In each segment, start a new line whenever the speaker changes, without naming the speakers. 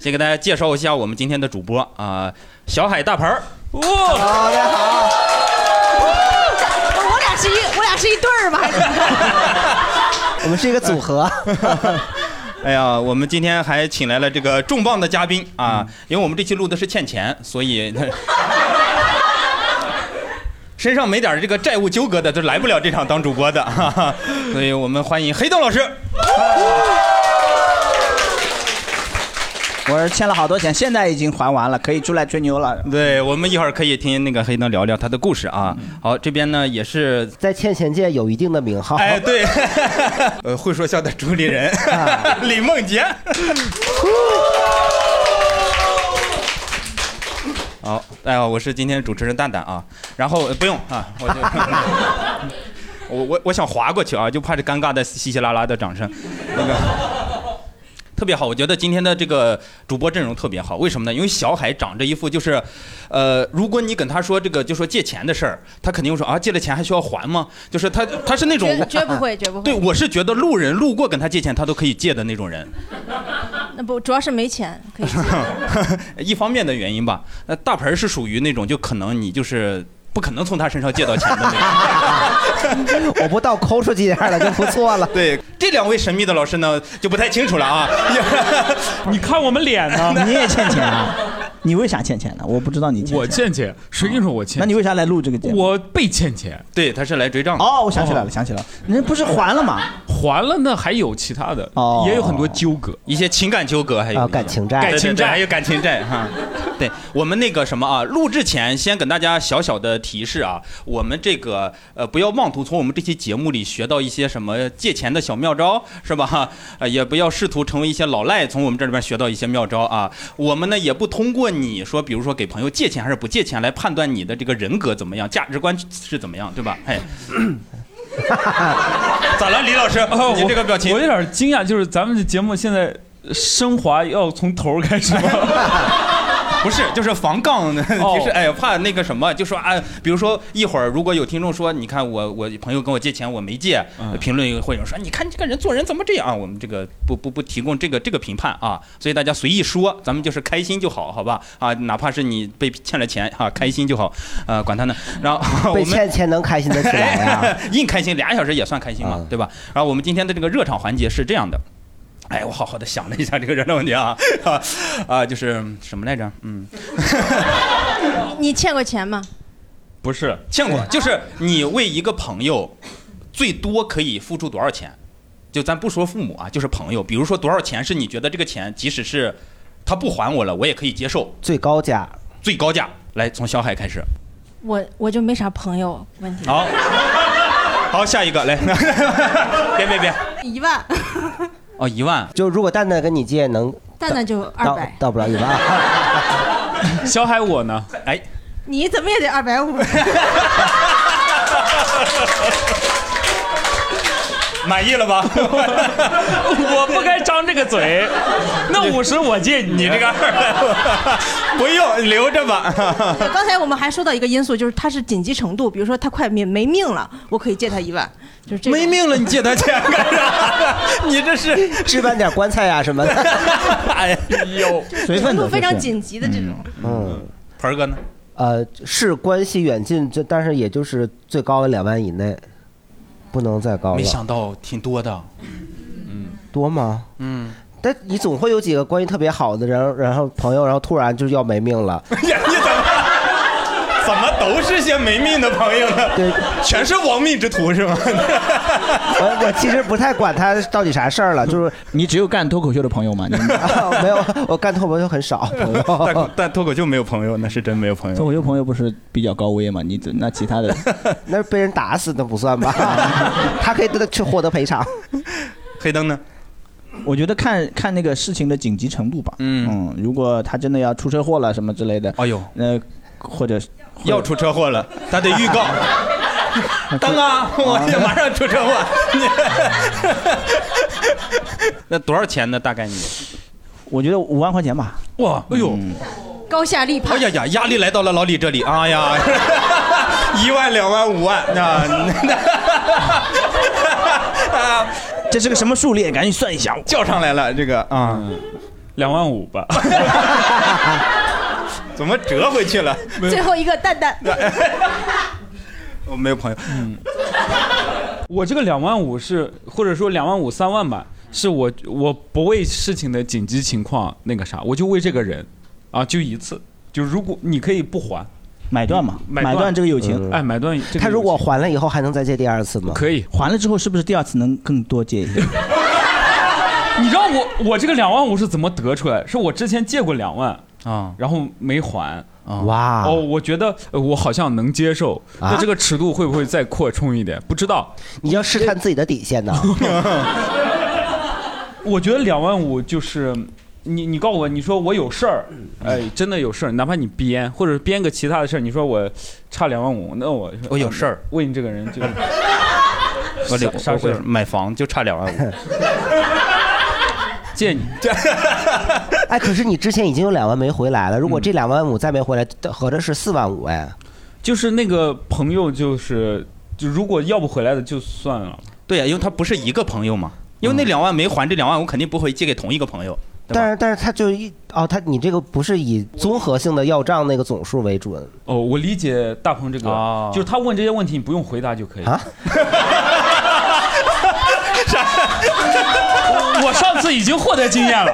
先给大家介绍一下我们今天的主播啊、小海大盆儿。
大家好。
我俩是一我俩是一对儿吧？还是怎么着
我们是一个组合。 哎呀，我们今天还请来了这个重磅的嘉宾啊，因为我们这期录的是欠钱，所以 身上没点儿这个债务纠葛的，就来不了这场当主播的。哈哈所以我们欢迎黑豆老师。
我是欠了好多钱，现在已经还完了，可以出来吹牛了。
对，我们一会儿可以听那个黑灯聊聊他的故事啊。好，这边呢也是
嗯在欠钱界有一定的名号。
哎，对， 呃，会说笑的主理人、 李梦洁。好，哎呀，我是今天主持人蛋蛋啊，然后、呃不用啊，我就我我我想划过去啊，就怕这尴尬的稀稀拉拉的掌声，那个特别好，我觉得今天的这个主播阵容特别好，为什么呢？因为小海长着一副就是，呃，如果你跟他说这个就说借钱的事儿，他肯定会说啊，借了钱还需要还吗？就是他 他是那种
绝绝不会，绝不会。
对，我是觉得路人路过跟他借钱，他都可以借的那种人，
那不主要是没钱，可以
一方面的原因吧。呃，大盆儿是属于那种就可能你就是不可能从他身上借到钱的那种。
我不到抠出几点来就 不错了。
对，这两位神秘的老师呢就不太清楚了啊。
你看我们脸呢
你也欠钱啊？你为啥欠钱呢？我不知道你欠。
我欠钱，谁跟你说我欠？
那你为啥来录这个节目？
我被欠钱。
对，他是来追账
的。
哦，我想起来了，想起来了，人家不是还了吗？
还了，那还有其他的，
哦
也有很多纠 葛，
一些情感纠葛，还有
啊
一些
感情债
对对对
感情债
还有感情债哈。 对我们那个什么啊，录制前先给大家小小的提示啊，我们这个呃不要妄图从我们这期节目里学到一些什么借钱的小妙招，是吧？ 呃，也不要试图成为一些老赖，从我们这里边学到一些妙招啊。我们呢也不通过你说，比如说给朋友借钱还是不借钱来判断你的这个人格怎么样，价值观是怎么样，对吧？哎，咋了，李老师？
哦
你这个表情
我，我有点惊讶，就是咱们这节目现在升华要从头开始吗？
不是，就是防杠的，
哦
提示，哎，怕那个什么，就说啊，比如说一会儿如果有听众说，你看我我朋友跟我借钱，我没借，评论会有人说，你看这个人做人怎么这样？啊我们这个不不不提供这个这个评判啊，所以大家随意说，咱们就是开心就好，好吧？啊，哪怕是你被欠了钱哈、开心就好， 呃，管他呢。然后 我
被
们
欠钱能开心得起来呀？ 嗯
硬开心俩小时也算开心嘛，对吧？然后我们今天的这个热场环节是这样的，哎，我好好的想了一下这个热场问题啊， 啊啊，就是什么来着？嗯，
你你欠过钱吗？
不是欠过，就是你为一个朋友最多可以付出多少钱？就咱不说父母啊，就是朋友，比如说多少钱是你觉得这个钱，即使是他不还我了，我也可以接受
最高价，
最高价。来，从小海开 始。
我我就没啥朋友，问题
好，好，下一个来，别别别，
一万，
哦，一万，
就如果蛋蛋跟你借能
蛋蛋就二
到
百，
到不了 一万啊。
小海我呢？
哎，
你怎么也得二百五。
满意了吧？
我不该张这个嘴。那五十我借你，
你这个二百， 不用留着吧。
刚才我们还说到一个因素，就是他是紧急程度，比如说他快没没命了，我可以借他一万，就是这个。
没命了， 你借他钱干 啥？你这是
置办点棺材啊什么的，
哎呦，
随
程
份子
度
就是
非常紧急的这种。
嗯，
盆儿哥呢？
呃，是关系远近，就但是也就是最高两万以内，不能再高了。
没想到挺多的，
多吗？
嗯，
但你总会有几个关系特别好的人，然后朋友，然后突然就要没命了。
怎么都是些没命的朋友呢？
对，
全是亡命之徒是吗？
我我其实不太管他到底啥 事儿了，就是
你只有干脱口秀的朋友吗？你
没有我干脱口秀很少朋友。
但但脱口秀没有朋友，那是真没有朋
脱
友。
口秀朋友不是比较高危吗？你那其他的 啊
那是被 人 打死那不算吧？他可以得去获得赔偿。
黑灯呢？
我觉得看看那个事情的紧急程度吧。嗯如果他真的要出车祸了什么之类的，
哎呦，
那或者
要出车祸了，他得预告。当啊，我这马上出车祸。 那多少钱呢？大概你？
我觉得五万块钱吧。
哇，哎呦，
高下立判。
哎呀呀，压力来到了老李这里。哎 呀，一万、两万、五万，啊那、
这是个什么数列？赶紧算一下。
叫上来了，这个啊，
两万五吧。
怎么折回去了？
最后一个蛋蛋，
哎我哦没有朋友。
嗯我这个两万五是，或者说两万五三万吧，是我我不为事情的紧急情况那个啥，我就为这个人，啊，就一次，就如果你可以不还，
买断嘛，
买
买断这个友情
哎，买断这个
他如果还了以后还能再借第二次吗？
可以，
还了之后是不是第二次能更多借一点？
你知道我我这个两万五是怎么得出来？是我之前借过两万
啊，
然后没还。
哇啊
哦，我觉得呃我好像能接受，那这个尺度会不会再扩充一点？不知道。
你要试探自己的底线呢。
我觉得两万五就是你，你告诉我，你说我有事儿，
嗯
哎，真的有事儿，哪怕你编，或者编个其他的事儿，你说我差两万五，那我啊
我有事儿，
为你这个人就
我得
啥事
我
儿
买房就差 两万五。
借你，
哎，可是你之前已经有两万没回来了，如果这两万五再没回来，合着是四万五哎。
就是那个朋友，就是就如果要不回来的就算了。
对呀、因为他不是一个朋友嘛，因为那两万没还，这两万我肯定不会借给同一个朋友。对吧
但是但是他就一哦，他你这个不是以综合性的要账那个总数为准
哦，我理解大鹏这个，
哦
就是他问这些问题，你不用回答就可以。
啊？
我上次已经获得经验了，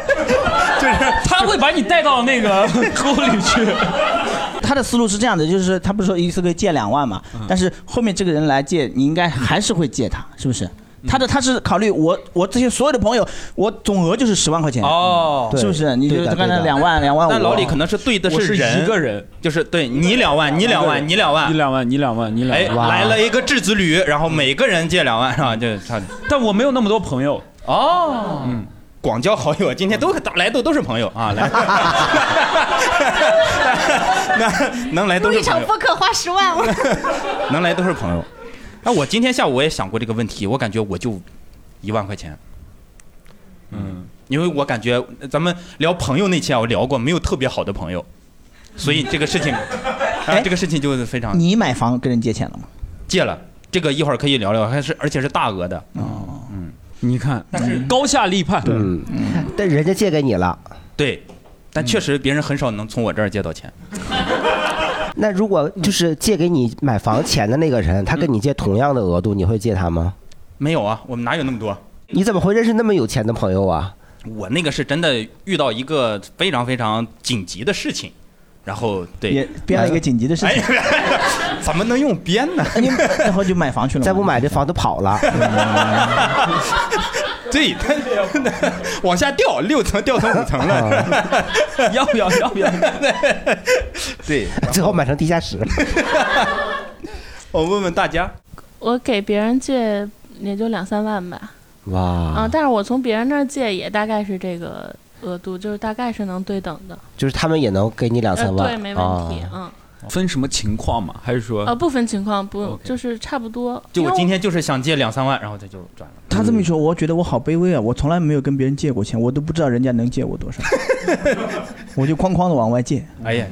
就是他会把你带到那个 沟里去。
他的思路是这样的，就是他不是说一次可以借两万嘛，
嗯
但是后面这个人来借，你应该还是会借他，是不是？
嗯
他的他是考虑我我这些所有的朋友，我总额就是十万块钱，
哦
对
是不是？你就
对的
刚才
对的
两万两万五，
但老李可能是对的
我
是人，
一个人，
就是对你两万，你两万，你两
你
万。
两万，你两万，你两
哎，
万。
来了一个质子驴，然后每个人借两万，是吧？就差点。
但我没有那么多朋友，
哦，嗯，广交好友，今天都大来都都是朋友啊，来，那能来都
录
是
一
朋
场
友，
播客花十万，我
能来都是朋友。哎，我今天下午我也想过这个问题，我感觉我就一万块钱，
嗯，
因为我感觉呃咱们聊朋友那期啊，我聊过没有特别好的朋友，所以这个事情，啊
哎，
这个事情就是非常
你买房跟人借钱了吗？
借了。这个一会儿可以聊聊，还是而且是大额的，
你看，但是高下立判。
嗯，但人家借给你了，
对，但确实别人很少能从我这儿借到钱。
那如果就是借给你买房钱的那个人，他跟你借同样的额度，你会借他吗？
没有啊，我们哪有那么多？
你怎么会认识那么有钱的朋友啊？
我那个是真的遇到一个非常非常紧急的事情，然后
也
对，
编了一个紧急的事
哎
情，
呀， 怎么能用编呢？
哎你然后就买房去了吗。
再不买这房子跑了，
对，他 往下掉六层，掉成五层 了。
要不要？要不要？
对，
最后买成地下室。
我问问大家，
我给别人借也就两三万吧，啊、
哇，
但是我从别人那儿借也大概是这个额度，就是大概是能对等的，
就是他们也能给你两
呃，
三万，
对，没问题，
啊
嗯，
分什么情况嘛？还是
呃，
说
不分情况，不
OK
就是差不多。
就
因
我
为
今天就是想借两三万，然后他就转了。
他这么一说，我觉得我好卑微啊！我从来没有跟别人借过钱，我都不知道人家能借我 多少，我就哐哐的往外借。
哎呀，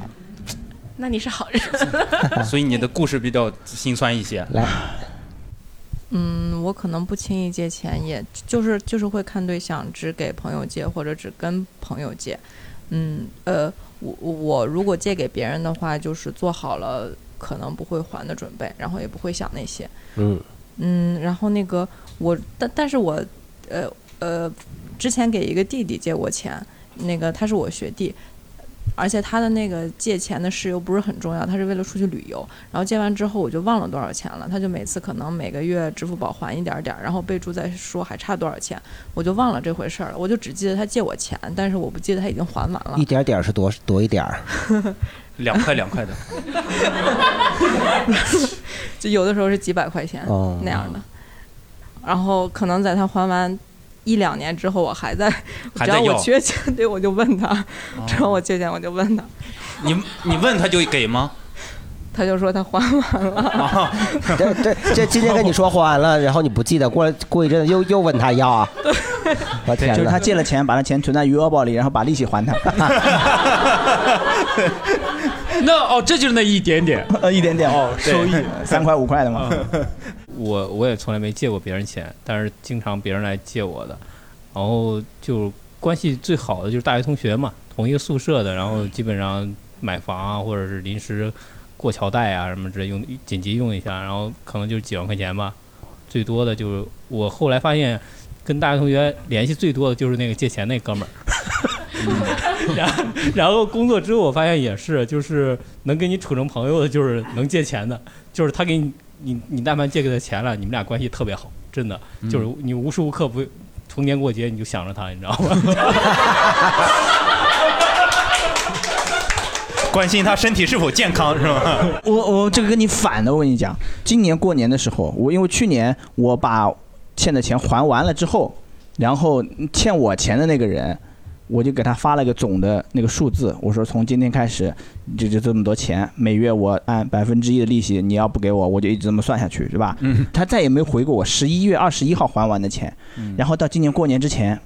那你是好人，
所以你的故事比较心酸一些。
来，
嗯，我可能不轻易借钱，也就是就是会看对象，只给朋友借或者只跟朋友借。嗯，呃，我我如果借给别人的话，就是做好了可能不会还的准备，然后也不会想那些。
嗯，
嗯，然后那个我，但但是我，呃呃，之前给一个弟弟借过钱，那个他是我学弟，而且他的那个借钱的事由不是很重要，他是为了出去旅游，然后借完之后我就忘了多少钱了，他就每次可能每个月支付宝还一点儿点儿，然后备注再说还差多少钱，我就忘了这回事儿了，我就只记得他借我钱，但是我不记得他已经还完了
一。点点儿是多多一点儿，
两块两块 的，
就有的时候是几百块钱、
哦
那样的。然后可能在他还完一两年之后，我还在，
还
只
在
要我
要哦
缺钱， 对我就问他，只要我缺钱我就问他，
你你问他就给吗？
他就说他还完了。
啊这这这今天跟你说还完了，然后你不记得，过了过一阵子又又问他要啊，我天
就是
哪！
他借了钱，把那钱存在余额宝里，然后把利息 还他，
那哦，这就是那一点点。
一点点 哦，收益三块五块的嘛。
我我也从来没借过别人钱，但是经常别人来借我的，然后就关系最好的就是大学同学嘛，同一个宿舍的，然后基本上买房啊，或者是临时过桥带啊什么之类用紧急用一下，然后可能就几万块钱吧，最多的就是我后来发现跟大学同学联系最多的就是那个借钱那哥们儿。 然后，然后工作之后，我发现也是，就是能跟你处成朋友的，就是能借钱的，就是他给你，你你但凡借给他钱了，你们俩关系特别好，真的，就是
嗯
你无时无刻不逢年过节你就想着他，你知道吗？
关心他身体是否健康是吗？
我我这个跟你反的，我跟你讲，今年过年的时候，我因为去年我把欠的钱还完了之后，然后欠我钱的那个人，我就给他发了个总的那个数字，我说从今天开始就就这么多钱，每月我按百分之一的利息，你要不给我，我就一直这么算下去，对吧？嗯。他再也没回过我十一月二十一号还完的钱，
嗯
然后到今年过年之前，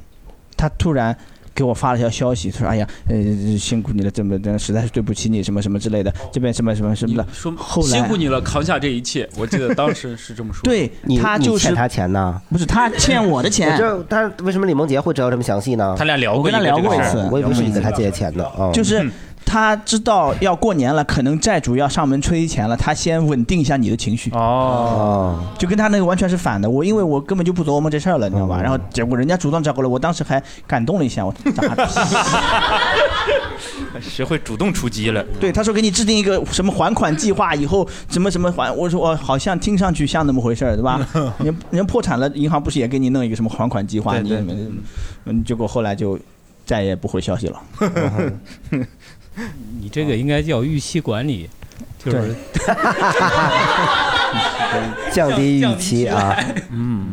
他突然给我发了条消息，说：“哎呀，呃，辛苦你了，怎么的，实在是对不起你，什么什么之类
哦
的，这边什么什么什么的。”
说
后来啊
辛苦你了，扛下这一切。我记得当时是这么说。，
对
你
他
你
就是
欠他钱呢？
不是他欠我的
我
钱，
这他为什么李梦洁会知道这么详细呢
他？俩聊
我
过
跟
一个
他
这个事
聊
儿，嗯
过一次，
我以为是你跟他借的钱呢。哦，
就是他知道要过年了，可能债主要上门催钱了，他先稳定一下你的情绪，
哦，
哦，
就跟他那个完全是反的。我因为我根本就不琢磨这事儿了，你知道吧？然后结果人家主动找过来，我当时还感动了一下，我咋？
学会主动出击了。
对，他说给你制定一个什么还款计划，以后什么什么还，我说我好像听上去像那么回事儿，对 吧？人人破产了，银行不是也给你弄一个什么还款计划？
对对
你们，嗯，结果后来就再也不回消息 了。
你这个应该叫预期管理，就是
嗯
降低预期啊，
嗯、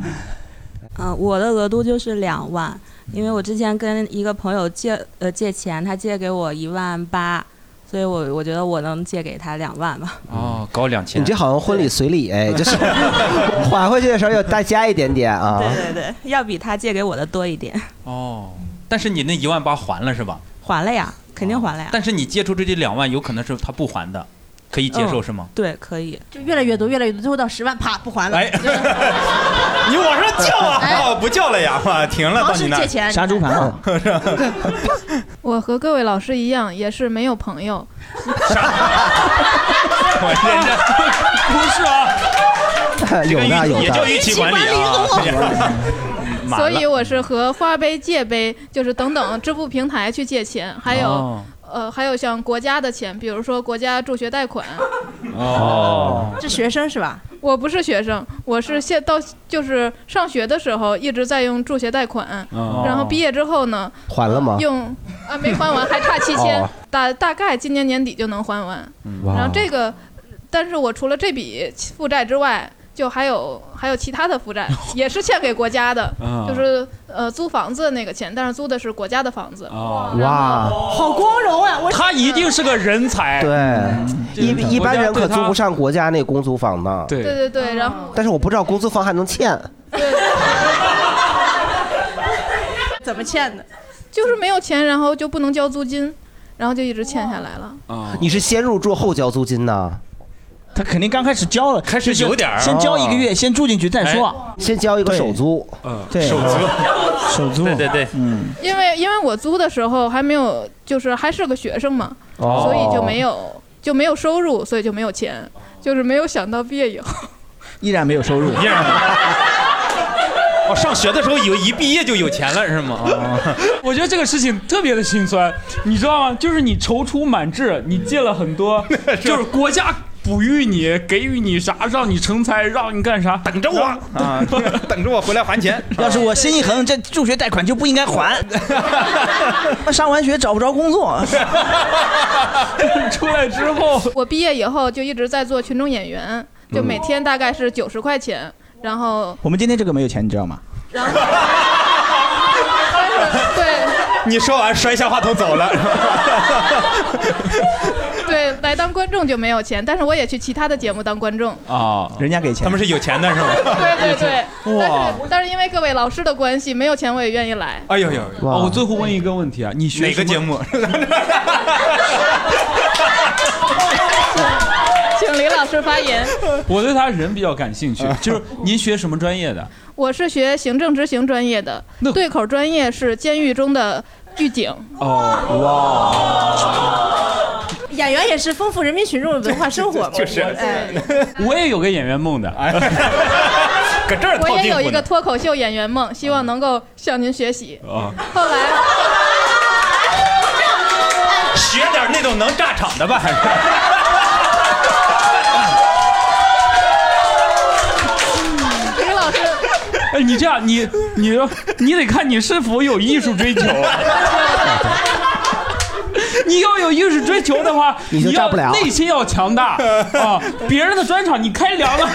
我的额度就是两万，因为我之前跟一个朋友借呃借钱，他借给我一万八，所以我我觉得我能借给他两万吧。
哦，高两千
你这。好像婚礼随礼哎， 就是还回去的时候要再加一点点啊。
对对对，要比他借给我的多一点，
哦，但是你那一万八还了是吧？
还了呀，肯定还了
啊
呀。
但是你借出这这两万，有可能是他不还的，可以接
嗯
受是吗？
对，可以。
就越来越多，越来越多，最后到十万，啪不还了。
哎
就是
你往上叫啊！
哎
哦，不叫了呀，哇停了，
老
到
是
你那
借
儿。
钱，
杀猪盘 啊！
我和各位老师一样，也是没有朋友。
我认真，不是啊，
有的有
也叫
的，
预期 管理
管
啊。满
所
了
以我是和花呗、借呗，就是等等支付平台去借钱，还有、
哦
呃，还有像国家的钱，比如说国家助学贷款。
哦，
是学生是吧？
我不是学生，我是现到就是上学的时候一直在用助学贷款，
哦
然后毕业之后呢，
还了吗？
用啊没还完，还差七千、
哦
大大概今年年底就能还完。
嗯
哦
然后这个，但是我除了这笔负债之外，就还有还有其他的 负债，也是欠给国家的，
啊
就是呃租房子那个钱，但是租的是国家的房子。
哦，
哇，
好光荣啊！我
他一定是个人
哎
才。
对，一一般人可租不上国家那公租房呢。
对
对对
啊
对，然后
但是我不知道公租房还能欠，
怎么欠的？
就是没有钱，然后就不能交租金，然后就一直欠下来了。
啊，
你是先入住后交租金呢？
他肯定刚开始交了，
开始
就是
有点儿哦哎
先交一个月，先住进去再说。
先交一个首租，
对，
嗯手足，
啊手租，
对对对，
嗯，
因为因为我租的时候还没有，就是还是个学生嘛，
哦
所以就没有就没有收入，所以就没有钱，就是没有想到毕业以后。
依然没有收入。
一样。哦，上学的时候有一毕业就有钱了是吗？哦
我觉得这个事情特别的心酸，你知道吗？就是你踌躇满志，你借了很 多，
啊
就是国家哺育你，给予你啥，让你成才，让你干啥，
等着我啊， 等着我回来 还钱。
要是我心一横，这助学贷款就不应该 还。那上完学找不着工作，
出来之后，嗯
我毕业以后就一直在做群众演员，就每天大概是九十块钱，然后
我们今天这个没有钱，你知道吗？
然后
你说完摔下话筒走了。
对，来当观众就没有钱，但是我也去其他的节目当观众。
啊，
人家给钱，
他们是有钱的是吗？
对对 对，
哇
但是但是因为各位老师的关系，没有钱我也愿意来。
哎呦呦！
哦，我最后问一个问题啊，你学哪个节
目？
请李老师 发言。
我对他人比较感 兴趣，就是您学什么专业的？
我是学行政执行专业的，对口专业是监狱中的狱警。
哦，
演员也是丰富人民群众的文化生 活嘛。
就是
啊
哎，
哇，我也有个演员梦的，
哎搁这
我也有一个脱口秀演员梦，希望能够向您学习。
啊，
后来
学点那种能炸场的吧，还是。
李老师，
哎，你这样，你你你得看你是否有艺术追求。啊 你要有艺术追求的话，
你就炸不了啊
要内心要强大啊！别人的专场你开凉了，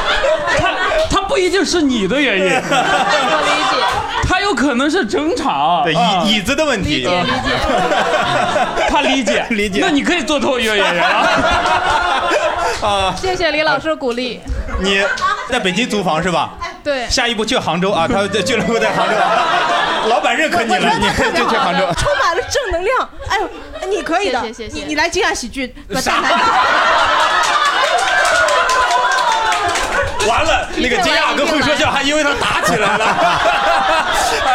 他他不一定是你的原因，
我理解。
他有可能是整场
对椅
啊
椅子的问题理解理
解，
他理解理解，那你可以做脱口秀演员啊。
啊，
谢谢李老师鼓励。
你在北京租房是吧？
对，
下一步去杭州啊， 他的俱乐部在杭州啊，老板认可你了，你 就去杭州。
充满了正能量。哎呦，你可以的，
谢谢谢谢
你你来惊讶喜剧把大南
完了，那个金亚跟会说笑还因为他打起来了，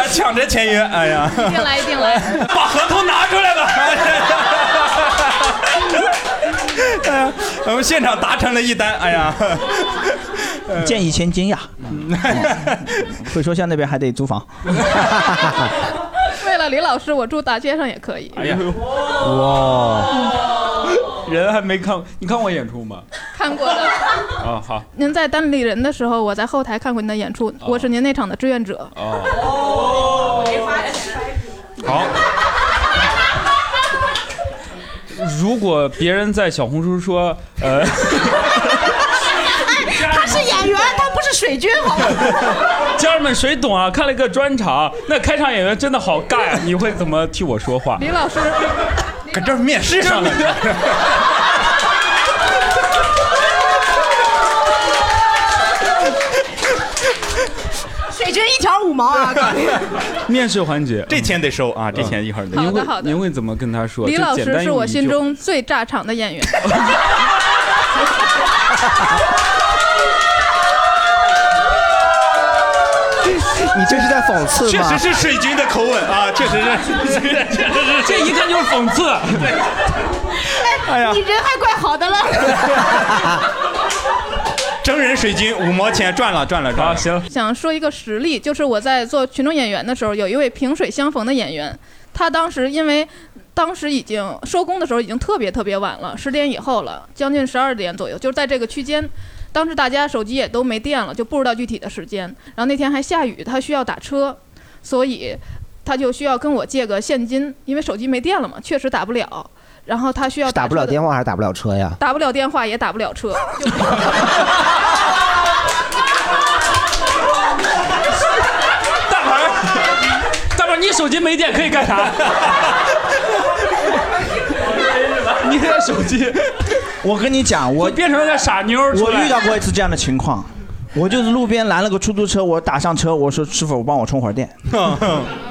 啊，抢着签约，哎呀，
一定来，一定来。
把合同拿出来吧。 哎呀我们现场达成了一单，哎呀，
见以前 惊讶，会说像那边还得租房。
为了李老师，我住大街上也可以。
哎呀，哇，人还没看，你看过演出吗？
看过的。
啊，好，
您在单立人的时候，我在后台看过您的演出，我是您那场的志愿者。
哦，
哦
好。如果别人在小红书说，呃，
他是演员，他不是水军，好吗？
家人们谁懂啊？看了一个专场，那开场演员真的好尬呀、你会怎么替我说话？
李老师，
搁这儿面试上了。
水军一条五毛啊！ 告诉你
面试环节，
这钱得收啊，这钱一会儿得收
您
好的好
会
的
您会怎么跟他说？
李
就
老
简单
师是
用
我
一
心
句话
中最炸场 的演员。
你这是在讽刺
确
吗？
实是水军的口吻啊，确实 是，确实是，
这一看就是讽刺。
哎呀
你人还怪好的 了。
真人水军五毛钱赚了，赚了，赚了。
行，
想说一个实例，就是我在做群众演员的时候，有一位萍水相逢的演员，他当时因为当时已经收工的时候已经特别特别晚了，十点以后了，将近十二点左右，就是在这个区间。当时大家手机也都没电了，就不知道具体的时间。然后那天还下雨，他需要打车，所以他就需要跟我借个现金，因为手机没电了嘛，确实打不了。然后他需要
打不了
车的
电话还是打不了车呀？
打不了电话，也打不了车。就
大 鹏，大鹏，你手机没电可以干 啥？你的手 机，
我跟你讲，我
变成了个傻妞儿出
我
来
遇到过一次这样的情况，我就是路边拦了个出租车，我打上车，我说师傅帮我充会 儿电。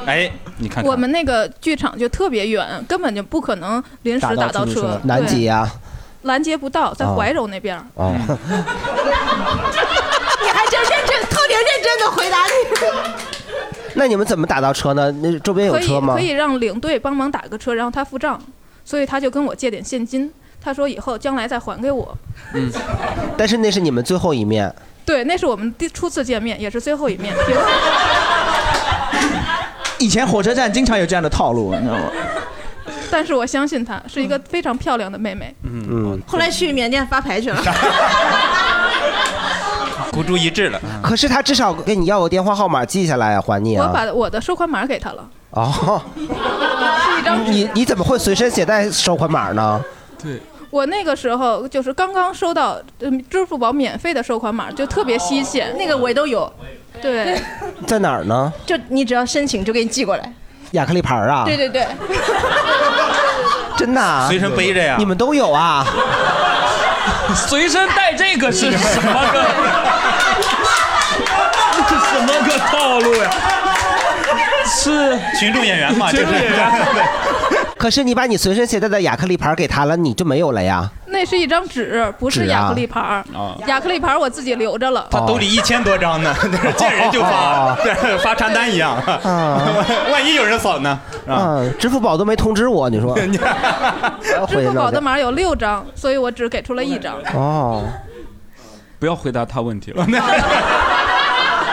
哎，你看
我们那个剧场就特别远，根本就不可能临时打到车，
南极呀、
对拦截不到，在
哦
怀柔那边。
哦，
你还真认真，特别认真的回答你。
那你们怎么打到车呢？那周边有
可以
车吗
可？以让领队帮忙打个车，然后他付账，所以他就跟我借点现金，他说以后将来再还给我。
嗯，但是那是你们最后一面，
对，那是我们第初次见面，也是最后一 面。平
以前火车站经常有这样的套路，你知道吗？
但是我相信她是一个非常漂亮的妹妹。
嗯，
后来去缅甸发牌去了。
孤注一掷了。
可是他至少跟你要个电话号码记下来啊，还 你
我
啊。
把我的收款码给她了，
哦，
是一张纸。
你你怎么会随身携带收款码呢？
对，
我那个时候就是刚刚收到嗯支付宝免费的收款码，就特别新鲜。
那个我都有，
对，
在哪儿呢？
就你只要申请就给你寄过来。
亚克力牌儿啊？
对对对，
真的啊、
随身背着呀
你们都有啊？
随身带这个是什么 个？ 这什么个套路呀？ 是
群众 演员嘛，
群
就
众
是
演员。
可是你把你随身携带的亚克力牌儿给他了，你就没有了呀？
那是一张纸，不是
纸啊
亚克力牌儿。
哦
亚克力牌儿我自己留着了。
他兜里一千多张呢，
哦
见人就发，对发传单一样。
嗯
万一有人扫
啊
呢？
嗯，支付宝都没通知我，你 说？
支
回
付宝的码有六张，所以我只给出了一张。
哦，
不要回答他问题了。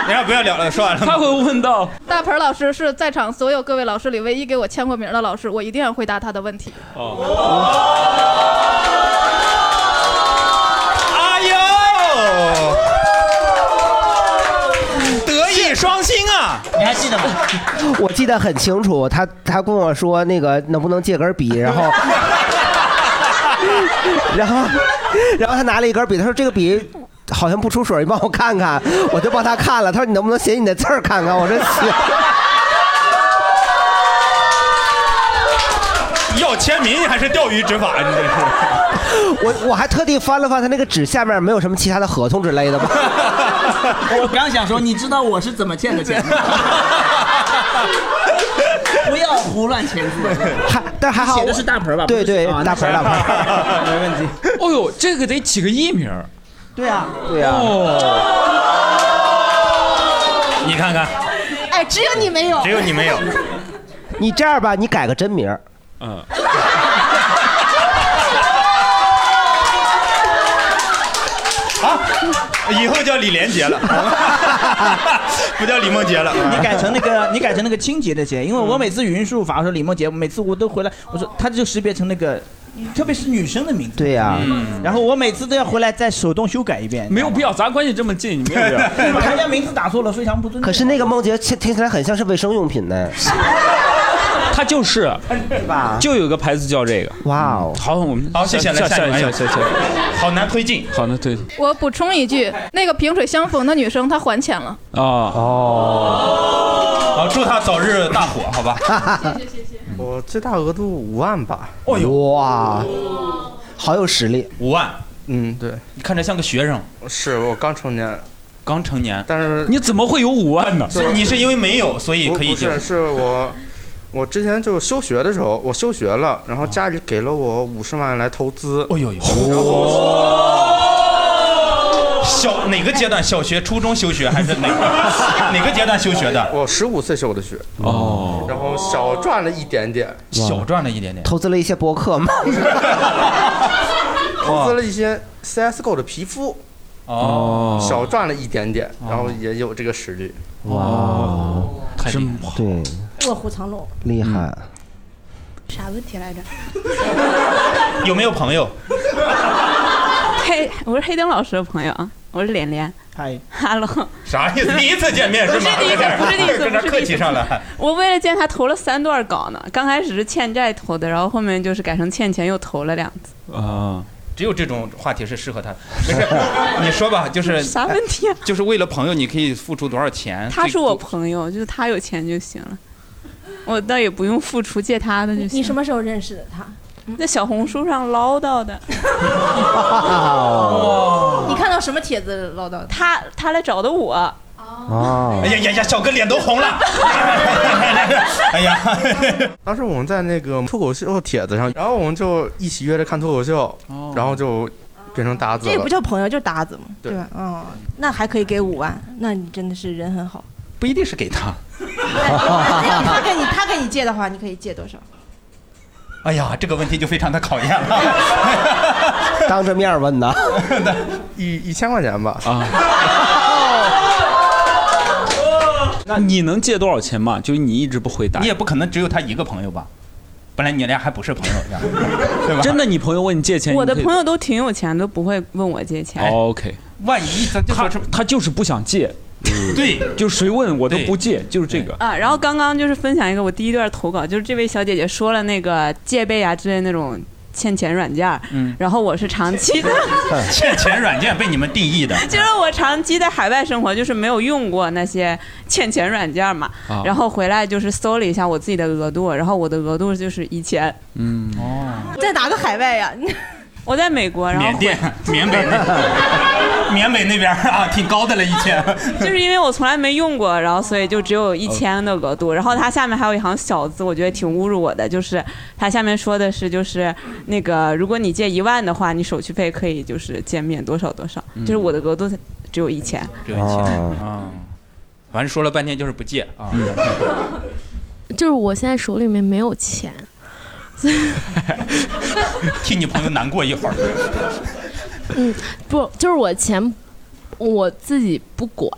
你俩不要聊了，说完了。
他会问到，
大盆儿老师是在场所有各位老师里唯一给我签过名的老师，我一定要回答他的问题。
哦哎呦，德艺双馨啊！
你还记得吗？
我记得很清楚，他他跟我说那个能不能借根笔， 然后，然后，然后他拿了一根笔，他说这个笔好像不出水，你帮我看看，我就帮他看了。他说你能不能写你的字儿看看？我 说行。
要签名还是钓鱼执法？啊你这是。
我我还特地翻了翻他那个纸下面没有什么其他的合同之类的吧？
我刚想说，你知道我是怎么欠的 钱吗？不要胡乱签字。
还但还好
写的是大盆儿吧？
对对
不是
大盆儿大盆儿
没问题。
哦呦，这个得起个艺名。
对啊，
对呀、
哦你看看，
哎，只有你没有，
只有你没有。
你这样吧，你改个真名儿
嗯，
啊，以后叫李连杰了，不叫李梦洁了。
你改成那个，你改成那个清洁的洁，因为我每次语音输入法，我说李梦洁，每次我都回来，我说他就识别成那个，特别是女生的名字。
对呀
嗯。然后我每次都要回来再手动修改一遍。
没有必要，咱关系这么近，没有必要。
对吧人家名字打错了，非常不尊重。
可是那个梦洁听听起来很像是卫生用品呢，
他就是，
对吧？
就有个牌子叫这个。
哇哦，
好，我们
好谢谢来
下
下一位
下下下，
好难推进，
好难推进
我补充一句，那个萍水相逢的女生她还钱了。
啊
哦
哦哦，好，祝他早日大火，好吧？
我最大额度五万吧。
哦呦，
哇，好有实力，
五万。
嗯，对，
你看着像个学生。
是我刚成年，
刚成年，
但是
你怎么会有五万呢
是你是因为没有所以可以
不
借
是，是我，我之前就休学的时候，我休学了，然后家里给了我五十万来投资。
哦呦呦！小哪个阶段？小学、初中休学还是 哪个哪个阶段休学的？
我十五岁休的学。
哦。
然后小赚了一点点，
小赚了一点点。
投资了一些博客嘛。
投资了一些 CSGO 的皮肤。
哦
小赚了一点点，然后也有这个实力。
哇，哦
哦
真
对，
卧虎藏龙，
厉害。
啥问题来着？
有没有朋友？
黑，我是黑灯老师的朋友啊，我是脸脸。
嗨
，Hello。
啥意思？第一次见面是吗？
不是第一次不是第一次
跟他
不是第
客
一次
气上来。
我为了见他投了三段稿呢，刚开始是欠债投的，然后后面就是改成欠钱又投了两次。
啊，
只有这种话题是适合他。没 事，你说吧，就是
啥问题啊？
就是为了朋友，你可以付出多少钱？
他
最
是我朋友，就是他有钱就行了，我倒也不用付出，借他的就行。
你什么时候认识的他？
在小红书上唠叨的。
哎
嗯
哦
你看到什么帖子唠叨的？
他他来找的我，
哦
啊
哎呀呀呀，小哥脸 都红了。哎呀，
当时我们在那个脱口秀帖子上，然后我们就一起约着看脱口秀，
哦
然后就变成搭子
这也
了
不。叫朋友，就是搭子嘛，
对
对吧？嗯，那还可以给五万，那你真的是人很好。
不一定是给 他。
他给你他给你借的话，你可以借多少？
哎呀，这个问题就非常的考验了。
当着面 问的，
一一千块钱吧。
啊。那你能借多少钱嘛？就你一直不回答，
你也不可能只有他一个朋友吧？本来你俩还不是朋友，是吧对 吧？
真的，你朋友问你借钱，
我的
你可以
朋友都挺有钱，都不会问我借钱。
哦 OK，
万一他
他他就是不想借，
对，
就谁问我都不借，就是这个。
啊，然后刚刚就是分享一个我第一段投稿，就是这位小姐姐说了那个戒备啊之类那种欠钱软件儿，
嗯
然后我是长期 的。
欠钱软件被你们定义 的，
就是我长期在海外生活，就是没有用过那些欠钱软件嘛
啊，
然后回来就是搜了一下我自己的额度，然后我的额度就是一千。
嗯哦，
在哪个海外呀？ 我在美国，然后
缅甸、缅 北那、缅北那边儿啊，挺高的了，一千。
就是因为我从来没用过，然后所以就只有一千的额
嗯
度。然后它下面还有一行小字，我觉得挺侮辱我的，就是它下面说的是，就是那个如果你借一万的话，你手续费可以就是减免多少多少，
嗯
就是我的额度才只有一千。
只有一千啊，反正说了半天就是不借啊。
就是我现在手里面没有钱，
替你朋友难过一会儿。
嗯，不，就是我钱我自己不管，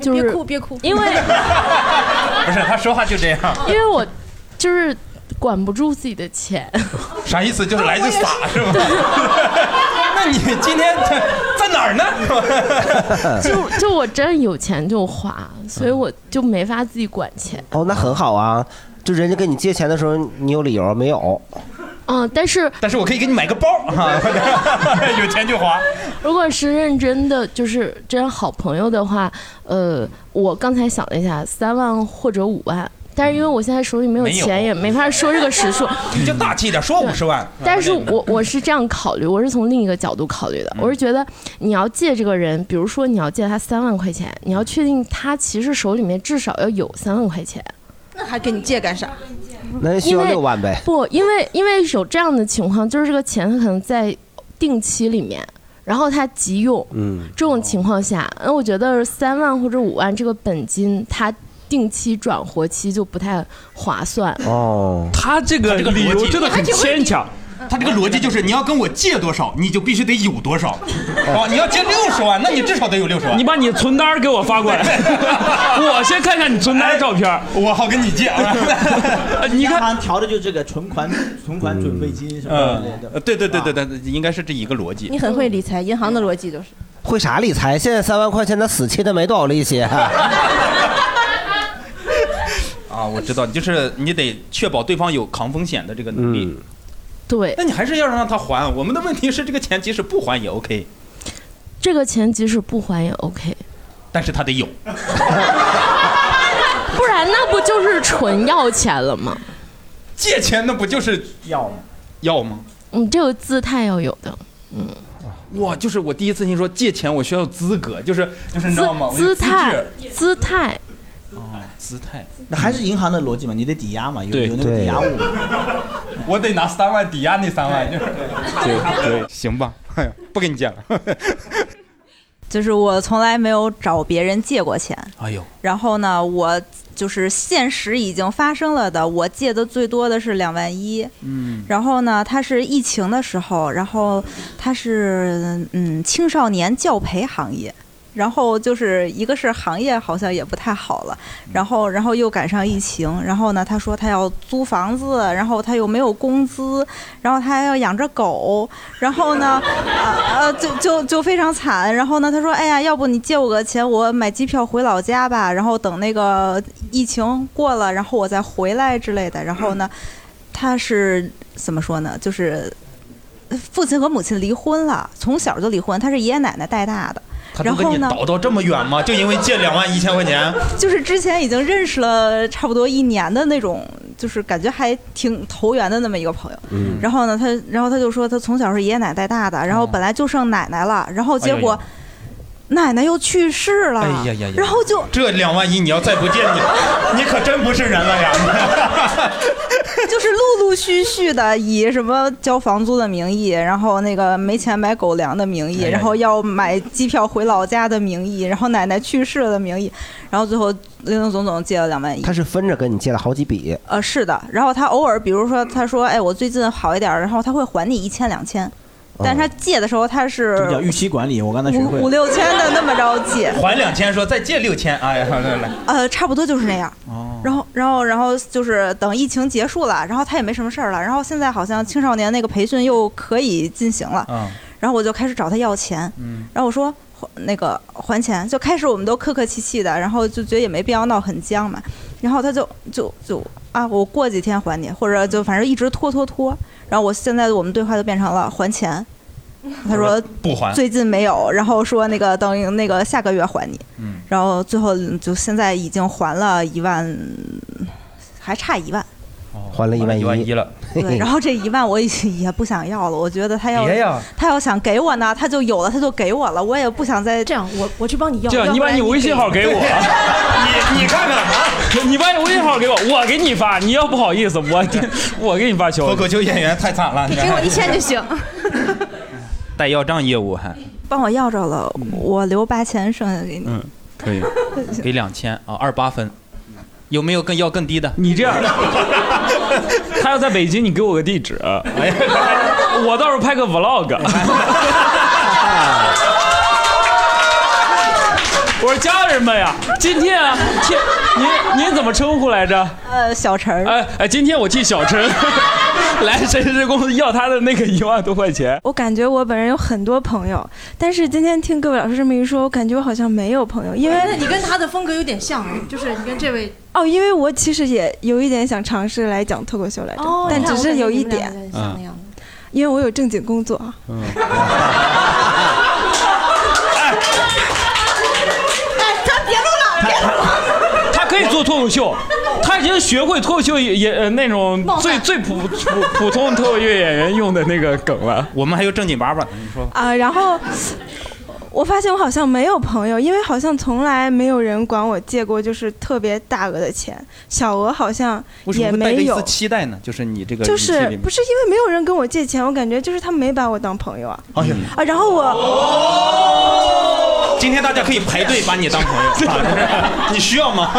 就是
别哭别哭，
因为
不是，他说话就这样，
因为我就是管不住自己的钱，
啥 意思？就是来就撒是吗？ 那你今天在在哪 儿呢？
就就我真有钱就花，所
嗯
以我就没法自己管钱。
哦，那很好啊，就人家跟你借钱的时候，你有理由没有？
嗯，但是
但是我可以给你买个包，啊 有钱就花。
如果是认真的，就是真好朋友的话，呃，我刚才想了一下，三万或者五万，但是因为我现在手里没有
没有
钱，也没法说这个实数。
你就大气一点，说五十万。
嗯
但是我我是这样考虑，我是从另一个角度考虑的，我是觉得你要借这个人，比如说你要借他三万块钱，你要确定他其实手里面至少要有三万块钱。
那还给你借干啥？
那需要六万呗。
不，因为因为有这样的情况，就是这个钱他可能在定期里面，然后他急用，
嗯，
这种情况下，那我觉得三万或者五万这个本金，他定期转活期就不太划算。
哦，
他这个理由真的很牵强。
嗯他这个逻辑就是，你要跟我借多少，你就必须得有多少。哦，你要借六十万，那你至少得有六十万。
你把你存单儿给我发过来，我先看看你存单儿照片，
我好跟你借。啊
你看，行调的就这个存款存款准备金什么之类的。啊
呃，对对对对对，应该是这一个逻
你
辑。
很会理财，银行的逻辑都是。
会啥理财？现在三万块钱他死气的没多少利息。
啊，我知道，就是你得确保对方有扛风险的这个能力。
嗯
对，
那你还是要让他还。我们的问题是，这个钱即使不还也 OK，
这个钱即使不还也 OK，
但是他得有。
不然那不就是纯要钱了吗？
借钱那不就是要吗？要吗？
你嗯这个姿态要有的，嗯，
哇，就是我第一次听说借钱，我需要有资格，就是就是你知道吗？我有
姿
资
态
质，
姿态，
姿态，
那还是银行的逻辑嘛，你得抵押嘛，有有那个抵押物。
我得拿三万抵押那三万，就是
对对
行吧，哎呀，不跟你借了。
就是我从来没有找别人借过钱。
哎呦，
然后呢，我就是现实已经发生了的，我借的最多的是两万一。
嗯
然后呢，他是疫情的时候，然后他是嗯青少年教培行业，然后就是一个是行业好像也不太好了，然后然后又赶上疫情，然后呢他说他要租房子，然后他又没有工资，然后他还要养着狗，然后呢呃呃就就就非常惨，然后呢他说哎呀，要不你借我个钱，我买机票回老家吧，然后等那个疫情过了，然后我再回来之类的，然后呢。他是怎么说呢？就是父亲和母亲离婚了，从小就离婚，他是爷爷奶奶带大的。
他
然
都跟
后
你
呢，
倒到这么远吗？就因为借两万一千块钱？
就是之前已经认识了差不多一年的那种，就是感觉还挺投缘的那么一个朋友。
嗯
然后呢，他然后他就说他从小是爷爷奶奶带大的，然后本来就剩奶奶了，然后结果
哎
奶奶又去世了，
哎呀呀呀！
然后就
这两万一，你要再不借你，你可真不是人了呀！
就是陆陆续续的以什么交房租的名义，然后那个没钱买狗粮的名义，
哎呀
然后要买机票回老家的名义，然后奶奶去世了的名义，然后最后零零总总借了两万一。
他是分着跟你借了好几笔。
呃，是的，然后他偶尔，比如说他说，哎，我最近好一点儿，然后他会还你一千两千，但是他借的时候他是
这叫预期管理，我刚才学会
五
了。
五六千的那么着借，
还两千，说再借六千，哎呀，来来来，哦
呃，差不多就是那样。
嗯
然后，然后，然后就是等疫情结束了，然后他也没什么事儿了，然后现在好像青少年那个培训又可以进行了，
嗯
然后我就开始找他要钱，
嗯
然后我说还那个还钱，就开始我们都客客气气的，然后就觉得也没必要闹很僵嘛，然后他就就就啊，我过几天还你，或者就反正一直拖拖拖。然后我现在我们对话就变成了还钱，他说
不还
最近没有，然后说那个等那个下个月还你，
嗯
然后最后就现在已经还了一万，还差一万。
还了一万
一万一了。
对，然后这一万我已经也不想要了，我觉得他要
别呀
他要想给我呢，他就有了，他就给我了，我也不想再
这样，我我去帮你
这样，你把你微信号给我，你你看看，你把你微信号给我，我给你发。你要不好意思，我给我给你发消息。脱
口秀演员太惨了，
你给我一千就行。
带要账业务还，
帮我要着了，我留八千，剩下给你。
嗯，可 以，给两千啊，二八分，有没有更要更低的？
你这样，他要在北京，你给我个地址，
哎
我到时候拍个 vlog。我说家人们呀，今天啊，天，您您怎么称呼来着？
呃，小陈。
哎哎，今天我替小陈 来谁谁谁公司要他的那个一万多块钱。
我感觉我本人有很多朋友，但是今天听各位老师这么一说，我感觉我好像没有朋友，因为
哦那你跟他的风格有点像，就是你跟这位
哦，因为我其实也有一点想尝试来讲脱口秀来着，
哦
但
你
只
看
是
我
有
感
一
觉你们
点
俩，
嗯因为我有正经工作啊。
嗯，
哎，咱别录了，别录了。
他可以做脱口秀，他已经学会脱口秀也也呃那种
冒犯
最最普普普通脱口秀演员用的那个梗了。
我们还有正经八百，你说吧。
啊、然后我发现我好像没有朋友，因为好像从来没有人管我借过就是特别大额的钱，小额好像
为什
也
么会带着
没
一
有
丝。期待呢？就是你这个
就
语气
是
里面
不是因为没有人跟我借钱，我感觉就是他们没把我当朋友啊
哎呀，
啊！然后我、
哦今天大家可以排队把你当 朋友，啊你需要吗？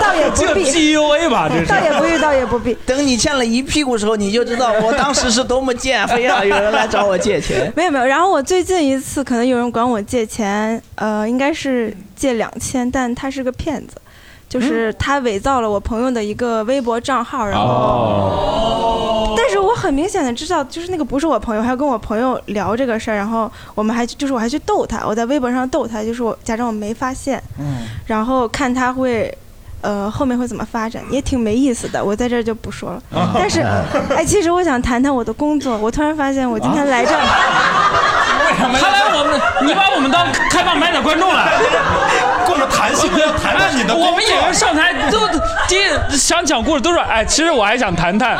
倒也不必
PUA 吧，
这是
倒也不必，倒也不必。
等你欠了一屁股时候，你就知道我当时是多么贱，非要有人来找我借钱。
没有没有，然后我最近一次可能有人管我借钱，呃，应该是借两千，但他是个骗子，
嗯
就是他伪造了我朋友的一个微博账号，然后，
哦
但是我很明显的知道，就是那个不是我朋友，还跟我朋友聊这个事儿，然后我们还去就是我还去逗他，我在微博上逗他，就是我假装我没发现，
嗯，
然后看他会。呃，后面会怎么发展也挺没意思的，我在这儿就不说了。
啊
但是，哎，其实我想谈谈我的工作。我突然发现，我今天来 这儿，
他来我们，你把我们当开放麦的观众了，
跟我们谈心，谈谈你的工作
我们演员上台都今想讲故事都说，哎，其实我还想谈谈。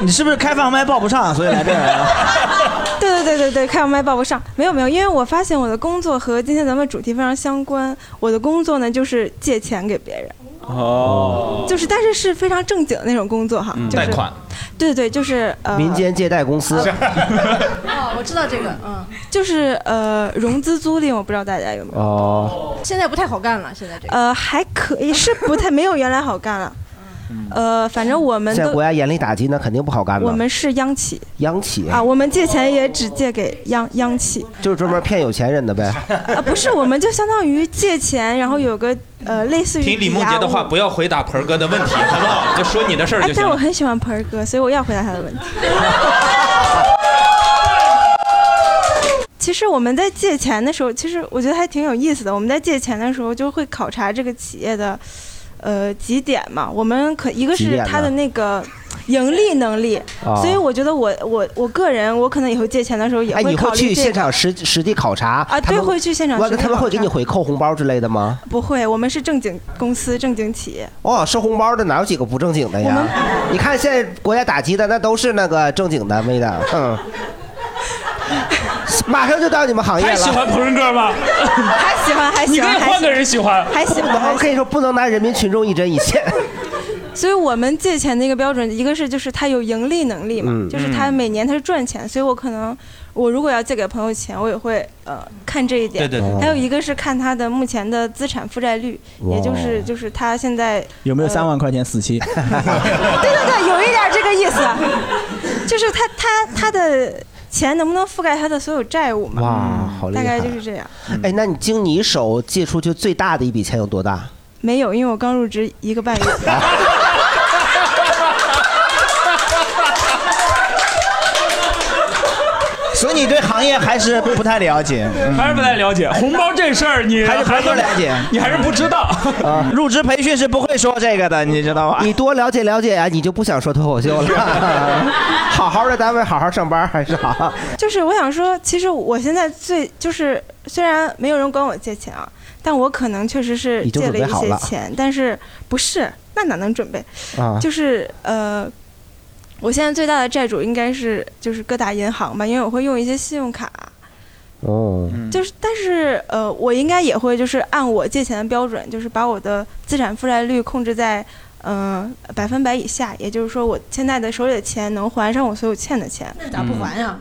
你是不是开放麦报不上，所以来这儿了？
对对对对对，开放麦报不上，没有没有，因为我发现我的工作和今天咱们主题非常相关。我的工作呢，就是借钱给别人，
哦
就是但是是非常正经的那种工作哈，就是
嗯贷款，
对对，就是呃，
民间借贷公司，
哦，我知道这个，嗯，
就是呃融资租赁，我不知道大家有没有，
哦，
现在不太好干了，现在这个。
呃还可以，是不太没有原来好干了，呃，反正我们
嗯现在国
都
家严厉打击，那肯定不好干了。
我们是央企
央企
啊，我们借钱也只借给央央企。
就是专门骗有钱人的呗。
啊，不是，我们就相当于借钱，然后有个呃类似于
听李梦洁的话，
抵押物
不要回答盆儿哥的问题，好不好？就说你的事儿
哎
就，行
但我
了。
很喜欢盆儿哥，所以我要回答他的问题。 其实我们在借钱的时候，其实我觉得还挺有意思的。我们在借钱的时候就会考察这个企业的，呃，几点嘛。我们可一个
几
是
点
它
呢
的那个盈利能力，
哦
所以我觉得我我我个人我可能以后借钱的时候也
哎，你
考
会
虑、这个
去现场实实地考察
啊
他们
对会去现场
哇
实地
他们会给你
考察
回扣红包之类的吗？
不会，我们是正经公司、正经企业。
哦，收红包的哪有几个不正经的呀？你看现在国家打击的那都是那个正经单位的， 嗯。马上就到你们行业了。
还喜欢鹏哥吗？
还喜
啊
欢，还喜欢
你可以换个人喜欢，
还喜欢
不能我跟你说，不能拿人民群众一针 一线。
所以我们借钱的一个标准，一个是就是它有盈利能力嘛，
嗯
就是它每年它是赚钱，所以我可能我如果要借给朋友钱，我也会呃看这一点。
对对对
还有一个是看它的目前的资产负债率，也就是
哇
就是它现在
有没有三万块钱死 期？
对对对，有一点这个意思， 就是它它它的钱能不能覆盖它的所有债务嘛？
哇，好厉
大概
害！
就是这样。
嗯
哎，那你经你手借出去最大的一笔钱有多大？
没有，因为我刚入职一个半月。
所以你对行业还是不太了解，嗯
还是不太了解红包这事儿，你
还是不
是
了解，
你还是不知道。
啊，入职培训是不会说这个的，你知道吧？
你多了解了解啊，你就不想说脱口 秀了。好好的单位，好好上班还是好。
就是我想说，其实我现在最就是，虽然没有人管我借钱啊，但我可能确实是
你就
借
准
了
备
一
好
些
了
钱，但是不是那哪能准备？
啊
就是呃，我现在最大的债主应该是就是各大银行吧，因为我会用一些信用卡，
哦，
就是但是呃，我应该也会就是按我借钱的标准，就是把我的资产负债率控制在。嗯，百分百以下，也就是说，我现在的手里的钱能还上我所有欠的钱。那
咋不还呀、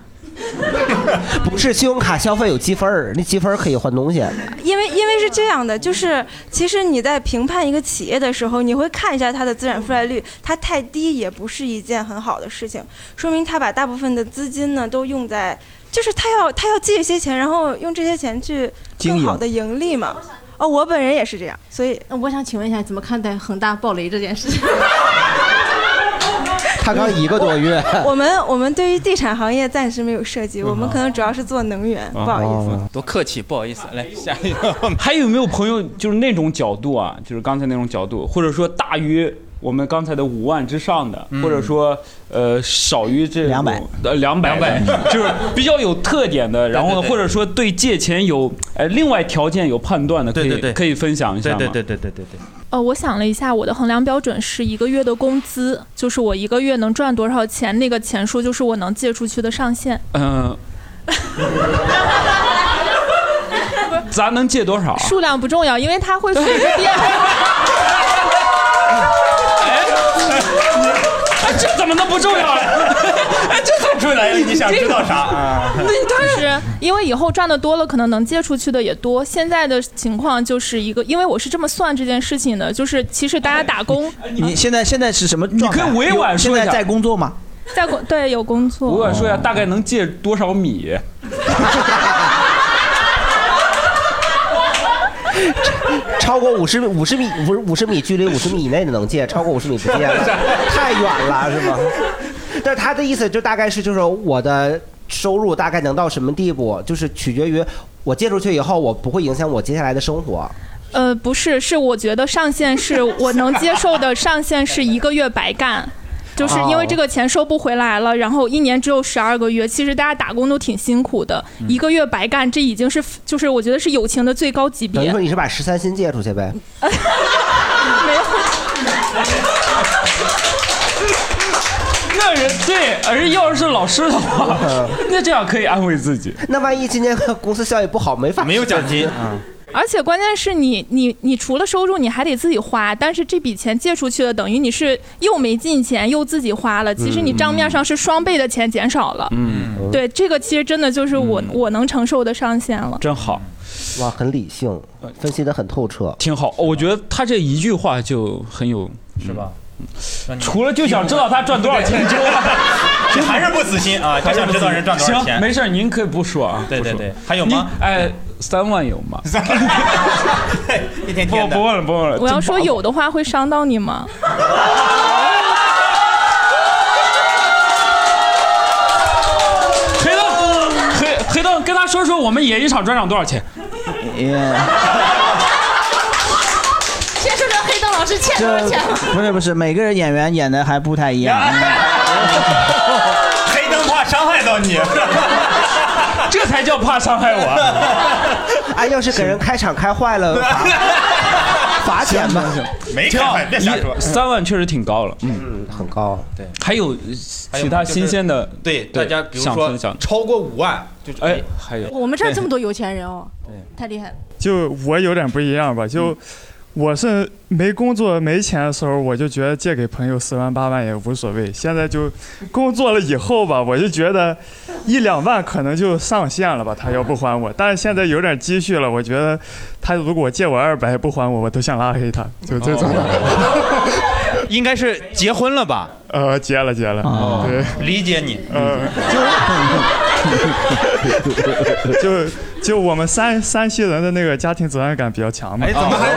不是信用卡消费有积分儿，那积分儿可以换东西。
因为因为是这样的，就是其实你在评判一个企业的时候，你会看一下它的资产负债率，它太低也不是一件很好的事情，说明他把大部分的资金呢都用在，就是他要他要借一些钱，然后用这些钱去
经
更
营
好的盈利嘛。哦，我本人也是这样，所以
呃我想请问一下，怎么看待恒大暴雷这件事情？
他刚一个多月，
我们我们对于地产行业暂时没有涉及，我们
嗯
可能主要是做能源，
哦
不好意
哦
思。
思，多客气，不好意思，来下一个。
还有没有朋友就是那种角度啊，就是刚才那种角度，或者说大于我们刚才的五万之上的，
嗯
或者说呃少于这两百呃两百
200
就是比较有特点的，然后
对对
或者说对借钱有呃另外条件有判断的，可以
对对对
可以分享一下吗？
对对
对对对对。
呃，我想了一下，我的衡量标准是一个月的工资，就是我一个月能赚多少钱，那个钱数就是我能借出去的上限。
嗯，咱能借多少？
数量不重要，因为它会随着变。
哎，这怎么能不重要？ 哎，这才出来了，你想知道啥？啊
那当然是因为以后赚的多了，可能能借出去的也多。现在的情况就是一个，因为我是这么算这件事情的，就是其实大家打工
你现在现在是什么状态？你可以委婉
说一下
现在在工作吗？
呃在工对有工作，
我敢说一下，大概能借多少米？
超过五十米，五十米不是五十米距离，五十米以内的能借，超过五十米不借了，太远了是吗？ 但是他的意思就大概是，就是我的收入大概能到什么地步，就是取决于我借出去以后，我不会影响我接下来的生活。
呃，不是，是我觉得上限是我能接受的上限是一个月白干。就是因为这个钱收不回来了，然后一年只有十二个月。其实大家打工都挺辛苦的，一个月白干，这已经是就是我觉得是友情的最高级
等于
别
说。你是把十三薪借出去呗？
没有
那人对，而要是老师的话， 那这样可以安慰自己。
嗯那万一今年公司效益不好，没法啊
没有奖金。
而且关键是你你你除了收入，你还得自己花。但是这笔钱借出去了，等于你是又没进钱又自己花了，其实你账面上是双倍的钱减少了。
嗯，
对，这个其实真的就是我、我能承受的上限了。
真好，呃
哇，很理性，分析的很透彻，
挺好。哦我觉得他这一句话就很有，是吧？除了就想知道他赚多少钱 之外，
这还是不死心啊就想知道人赚多少钱
行，没事儿，您可以不说啊。对对对，还有吗？哎，三万有 吗？一天天不不问了，不问了。
我要说有的话会伤到你吗？
黑豆，黑黑豆，跟他说说我们演一场专场多少钱？
先说说黑灯老师欠多少
这
钱吧。
不是不是，每个人演员演的还不太一样。
啊黑灯怕伤害 到你，
这才叫怕伤害
我。哎，要是给人开场开坏了，罚罚钱吧。
没开坏，别瞎说。
三万确实挺高了，嗯，
很高。
对，
还有
还有
其他
就是
新鲜的，
对大家比如
想
说
分享
超过五万，就是
哎，还有
我们这儿这么多有钱人哦，太厉害了。
就我有点不一样吧，就我是没工作没钱的时候，我就觉得借给朋友四万八万也无所谓。现在就工作了以后吧，我就觉得一两万可能就上限了吧，他要不还我。但是现在有点积蓄了，我觉得他如果借我二百不还我，我都想拉黑他，就这种。
哦 应该是结婚了吧？哦
呃，结了结了，对。
理解你。
嗯
嗯
呃， 就就就我们山山西人的那个家庭责任感比较强嘛。哎，怎么还？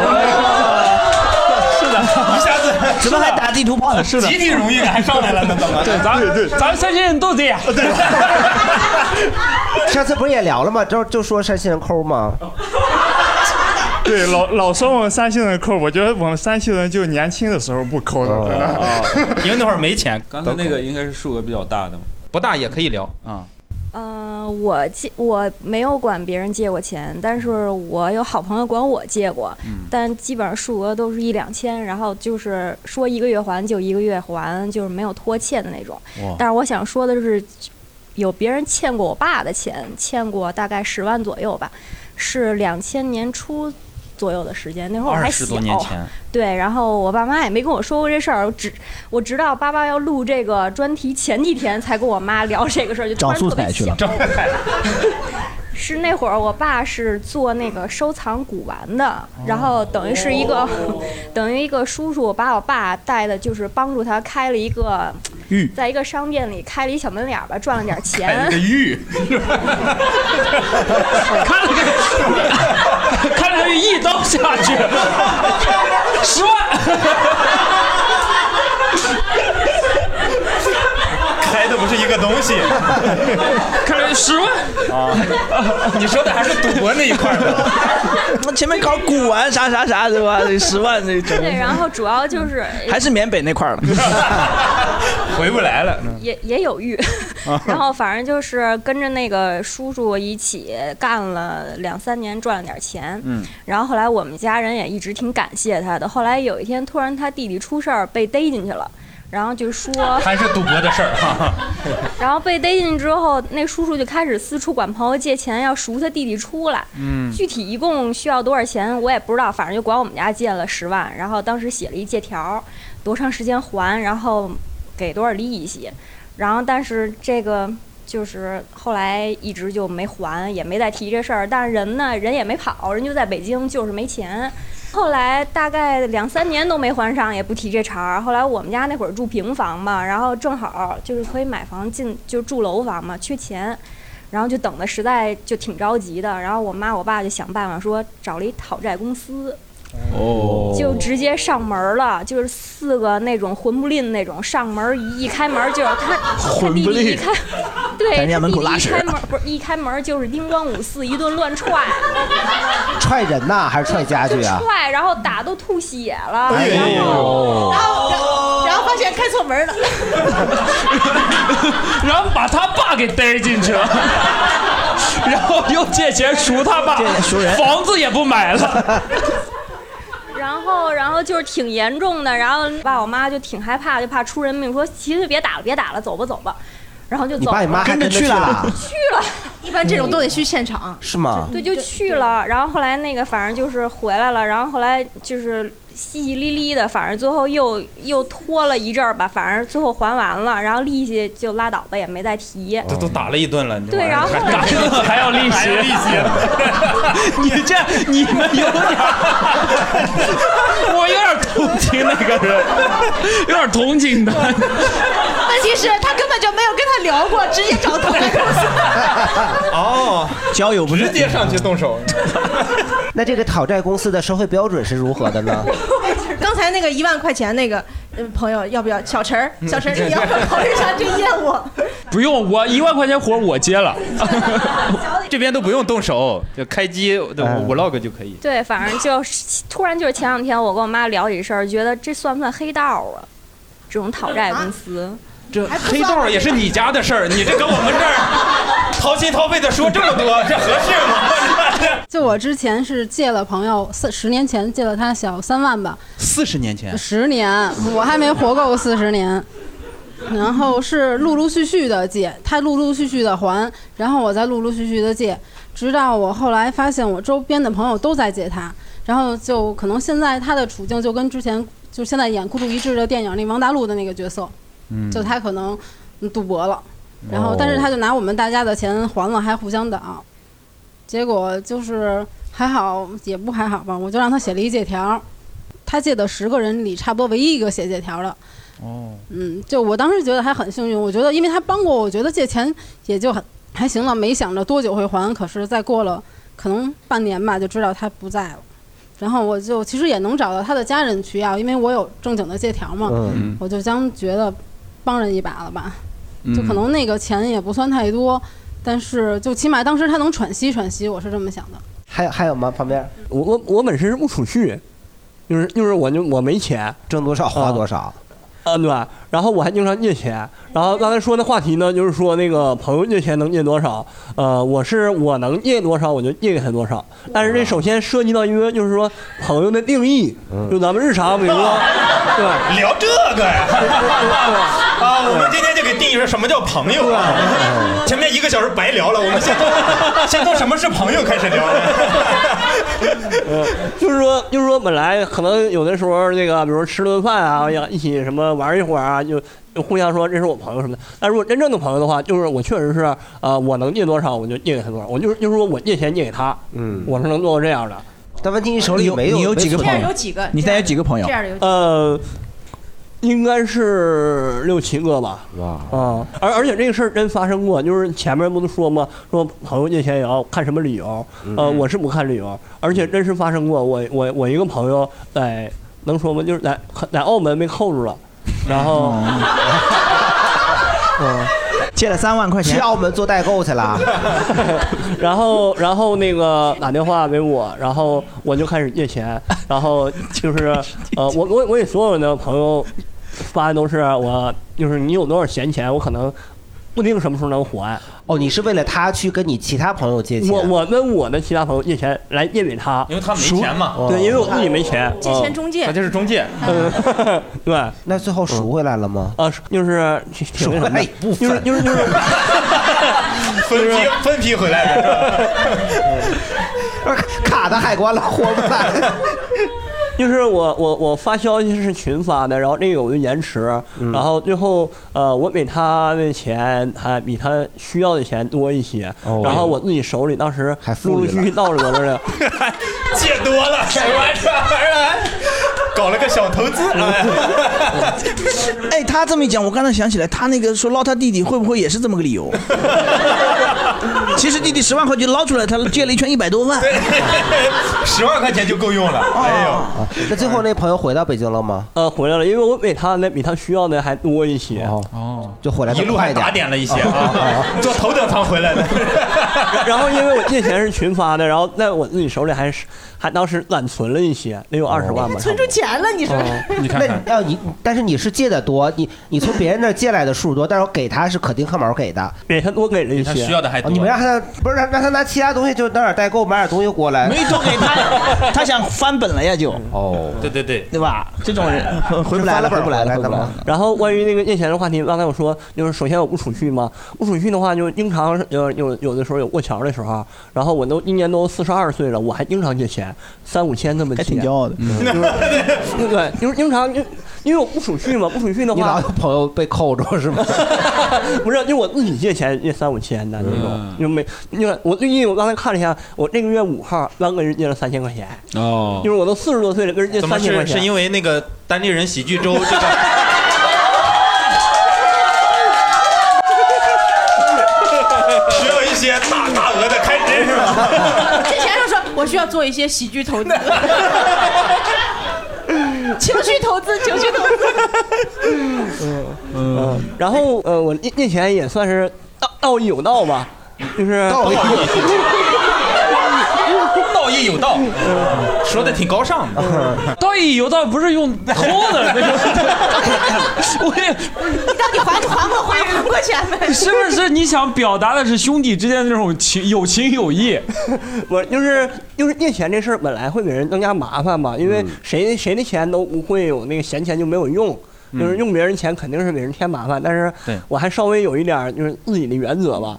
是的，一下子
怎么还打地图炮呢？是
的集体荣誉感还上来了呢怎么哦
对，咱们咱们山西人都这样。
上次不是也聊了吗？
啊
就就说山西人抠吗？
对，老老说我们山西人抠，我觉得我们山西人就年轻的时候不抠的，真
哦
的。
哦因为那会儿没钱。
刚才那个应该是数额比较大的嘛，
不大也可以聊啊。
呃，我借我没有管别人借过钱，但是我有好朋友管我借过，
嗯
但基本上数额都是一两千，然后就是说一个月还就一个月还，就是没有拖欠的那种
哇。
但是我想说的是，有别人欠过我爸的钱，欠过大概十万左右吧，是两千年初左右的时间，那会儿我还小。
20多年前
对，然后我爸妈也没跟我说过这事儿，我直我直到爸爸要录这个专题前几天才跟我妈聊这个事儿，就突然特别巧。是那会儿，我爸是做那个收藏古玩的，然后等于是一个， 等于一个叔叔把我爸带的，就是帮助他开了一个
玉，
在一个商店里开了一小门脸儿吧，赚了点钱。
玉，
看了这个，看了这一刀下去，十
开的不是一个东西。
看来十万
啊， 你说的还是赌博那一块的。
我前面搞古玩啥啥啥对吧？这十万这整。
对，然后主要就是
嗯还是缅北那块儿 了，嗯
回不来了。嗯
也也有玉，
啊
然后反正就是跟着那个叔叔一起干了两三年，赚了点钱。
嗯
然后后来我们家人也一直挺感谢他的。后来有一天，突然他弟弟出事儿被逮进去了，然后就说，
还 是赌博的事儿哈。
然后被逮进去之后，那叔叔就开始四处管朋友借钱，要赎他弟弟出来。
嗯
具体一共需要多少钱我也不知道，反正就管我们家借了十万，然后当时写了一借条，多长时间还，然后给多少利息，然后但是这个。就是后来一直就没还，也没再提这事儿。但是人呢，人也没跑，人就在北京，就是没钱。后来大概两三年都没还上，也不提这茬儿。后来我们家那会儿住平房嘛，然后正好就是可以买房进，就住楼房嘛，缺钱，然后就等的实在就挺着急的。然后我妈我爸就想办法说找了一讨债公司，
哦
就直接上门儿了，就是四个那种混不吝那种，上门儿一一开门儿就是他他
混
弟
不
弟
吝
一开，对，
在人家
他
门口
弟弟
拉
一
屎
开门儿不是一开门儿就是叮咣五四一顿乱踹，
踹人呐，还是踹家具啊？
踹然后打都吐血了，
哎
然后
呦
然后然后然后发现开错门了。
然后把他爸给逮进去 了，然后又借钱赎他爸，房子也不买了。
然后，然后就是挺严重的，然后爸我妈就挺害怕，就怕出人命，说其实别打了，别打了，走吧，走吧，然后就走了。
啊
了
去了，
一般这种都得去现场。
是吗？
对，就去了。然后后来那个反正就是回来了，然后后来就是淅淅沥沥的，反正最后又又拖了一阵儿吧，反正最后还完了，然后利息就拉倒吧，也没再提。
这
哦
都打了一顿了，你这玩意
对然
儿
后
还打一顿还要利息，还要利息，
你这你们有点儿，我有点儿同情那个人，有点儿同情他。
问题是，他根本就没有跟他聊过，直接找讨债公司。
哦，
交友不
直接上去动手。
那这个讨债公司的收费标准是如何的呢？
刚才那个一万块钱那个呃朋友要不要？小陈儿，小陈儿，你要不要考虑一下这业 务？
不用，我一万块钱活儿我接了。
这边都不用动手，就开机对
哎
vlog 就可以。
对，反正就是突然就是前两天我跟我妈聊起事儿，觉得这算不算黑道啊？这种讨债公司。
这黑道也是你家的事儿，你这跟我们这儿掏心掏肺的说这么多，这合适吗？
就我之前是借了朋友四十年前借了他小三万吧，
四十年前
十年我还没活够四十年，然后是陆陆续续的借，他陆陆续续的还，然后我再陆陆续续的借，直到我后来发现我周边的朋友都在借他，然后就可能现在他的处境就跟之前就现在演《孤注一掷》的电影里王大陆的那个角色，
嗯
就他可能嗯赌博了，然后但是他就拿我们大家的钱还了，还互相挡。结果就是还好，也不还好吧，我就让他写了一借条，他借的十个人里，差不多唯一一个写借条的。
哦，
嗯，就我当时觉得还很幸运，我觉得因为他帮过我，我觉得借钱也就很还行了，没想着多久会还。可是再过了可能半年吧，就知道他不在了。然后我就其实也能找到他的家人去要，因为我有正经的借条嘛，
嗯
我就将觉得帮人一把了吧，
嗯
就可能那个钱也不算太多，但是就起码当时他能喘息喘息，我是这么想的。
还有还有吗？旁边
我我我本身是不储蓄人，就是就是我就我没钱，
挣多少花多少。
啊，对，然后我还经常借钱。然后刚才说那话题呢，就是说那个朋友借钱能借多少？呃，我是我能借多少我就借给他多少。但是这首先涉及到一个就是说朋友的定义，
嗯
就咱们日常，比如 说，对，
聊这个呀？啊，我们今天就给定义说什么叫朋友啊？
哎
前面一个小时白 聊了，我们先从先从什么是朋友开始聊。啊
就是说，就是说，本来可能有的时候那个，比如吃顿饭啊，要一起什么玩一会儿啊，就就互相说这是我朋友什么的。但如果真正的朋友的话，就是我确实是，呃，我能借多少我就借给他多少，我就是就是说我借钱借给他，
嗯，
我是能做到这样的。
但问题你手
里没
有你有几个朋友这样有几个你现在有几个朋友这样有几个
呃，应该是六七个吧。
哇，
啊，而而且这个事儿真发生过，就是前面不都说吗？说朋友借钱也要看什么理由，呃，
嗯
我是不看理由，而且真是发生过。我我我一个朋友在能说吗？就是在在澳门被扣住了，然后，哦 嗯，
借了三万块钱
去澳门做代购去了。
然后然后那个打电话给我，然后我就开始借钱，然后就是呃，我我我给所有的朋友发的都是我就是你有多少闲钱，我可能不定什么时候能还。
哦，你是为了他去跟你其他朋友借钱？
我我跟我的其他朋友借钱来借给他，
因为他没钱嘛
哦
对，因为我自己没钱。
哦借钱中介，
他这是啊中介。
嗯， 对。
那最后赎回来了吗？
啊，就是挺那什么的， 就是就是就是
分批分批回来
的，卡在海关了，活不来。
就是我我我发消息是群发的，然后这个我就延迟，
嗯
然后最后呃我给他的钱还比他需要的钱多一些，
哦
然后我自己手里当时陆陆续续到了多 少？
啊
借多了，什么这玩意儿？搞了个小投资，
哎，他这么一讲，我刚才想起来，他那个说捞他弟弟会不会也是这么个理由？ 其实弟弟十万块钱捞出来，他借了一圈一百多万。哦
十万块钱就够用了。哎呦，
啊那最后那朋友回到北京了吗？
呃，回来了，因为我给他的比他需要的还多一些。
哦，就回来
一
的
路
快
还
一点
打点了一 些啊，坐头等舱回来的。
然后因为我借钱是群发的，然后在我自己手里还是还当时攒存了一些，得有二十万吧。
哦
存出钱了，哦你说？
那要你，但是你是借的多，你你从别人那儿借来的数多，但是我给他是可丁克毛给的，
给他多给了一
些，
比他需要的还多
哦你们让他不是让让他拿其他东西，就拿点代购买点东西过来，
没 都给他，他想翻本了呀就。
哦，
对对对，
对吧？这种
哎
人 回回不来了，回不来了，回不来了。
然后关于那个借钱的话题，刚才我说，就是首先我不储蓄嘛，不储蓄的话，就经常有有有的时候有过桥的时候，啊然后我都今年都四十二岁了，我还经常借钱，三五千那么借，还挺骄
哎傲的，
嗯
对对，就是经常因因为我不储蓄嘛，不储蓄的
你
话
老有，朋友被扣住是吗？
不是，因为我自己借钱借三五千的那种，
嗯
就没，因为我最近我刚才看了一下，我这个月五号刚跟人借了三千块钱，
哦
就是我都四十多岁了，跟人借
怎么
三千块
是
钱
是，因为那个单立人喜剧周 这个？需要一些大大额的开支是吧？
之前就说我需要做一些喜剧投资， 情绪投资，情绪投资。
嗯，然后呃，我念念钱也算是道道义有道吧，就是
道义有道道义有道，说的挺高尚的。
道义哎有道不是用偷的，那个我也
你到底还还不还还过钱 没？
是不是你想表达的是兄弟之间的那种情有情有义？
我就是就是借钱这事儿本来会给人增加麻烦嘛，因为
嗯
谁谁的钱都不会有那个闲钱就没有用。
嗯
就是用别人钱肯定是给人添麻烦，但是
对
我还稍微有一点儿就是自己的原则吧，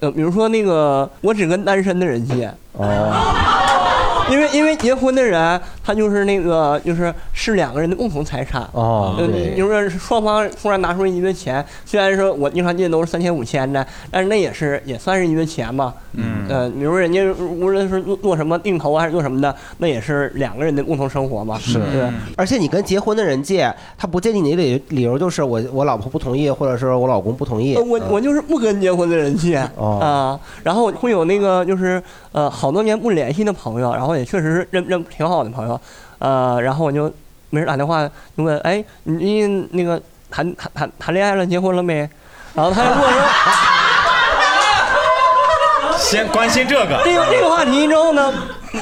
呃，比如说那个我只跟单身的人借，
哦，
因为因为结婚的人它就是那个就是是两个人的共同财产。
哦
嗯
对
就是双方突然拿出一顿钱，虽然说我经常借都是三千五千的，但是那也是也算是一顿钱吧。
嗯
呃，比如说人家无论是做做什么定投啊还是做什么的，那也是两个人的共同生活嘛。对。
嗯
而且你跟结婚的人借，他不借你的理理由就是我我老婆不同意，或者是我老公不同意。嗯
呃我我就是不跟结婚的人借啊、
哦
然后会有那个就是呃好多年不联系的朋友，然后也确实是认认挺好的朋友，呃，然后我就没事打电话就问，哎，你你那个谈谈谈谈恋爱了，结婚了没？然后他就跟我说。
先关心这个。
这个这个话题之后呢，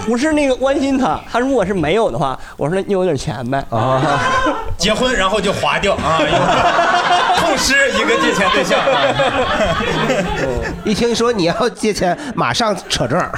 不是那个关心他，他如果是没有的话，我说那你有点钱呗。
啊 结婚然后就划掉啊， 痛失一个借钱对 象啊。
一听说你要借钱，马上扯证 儿。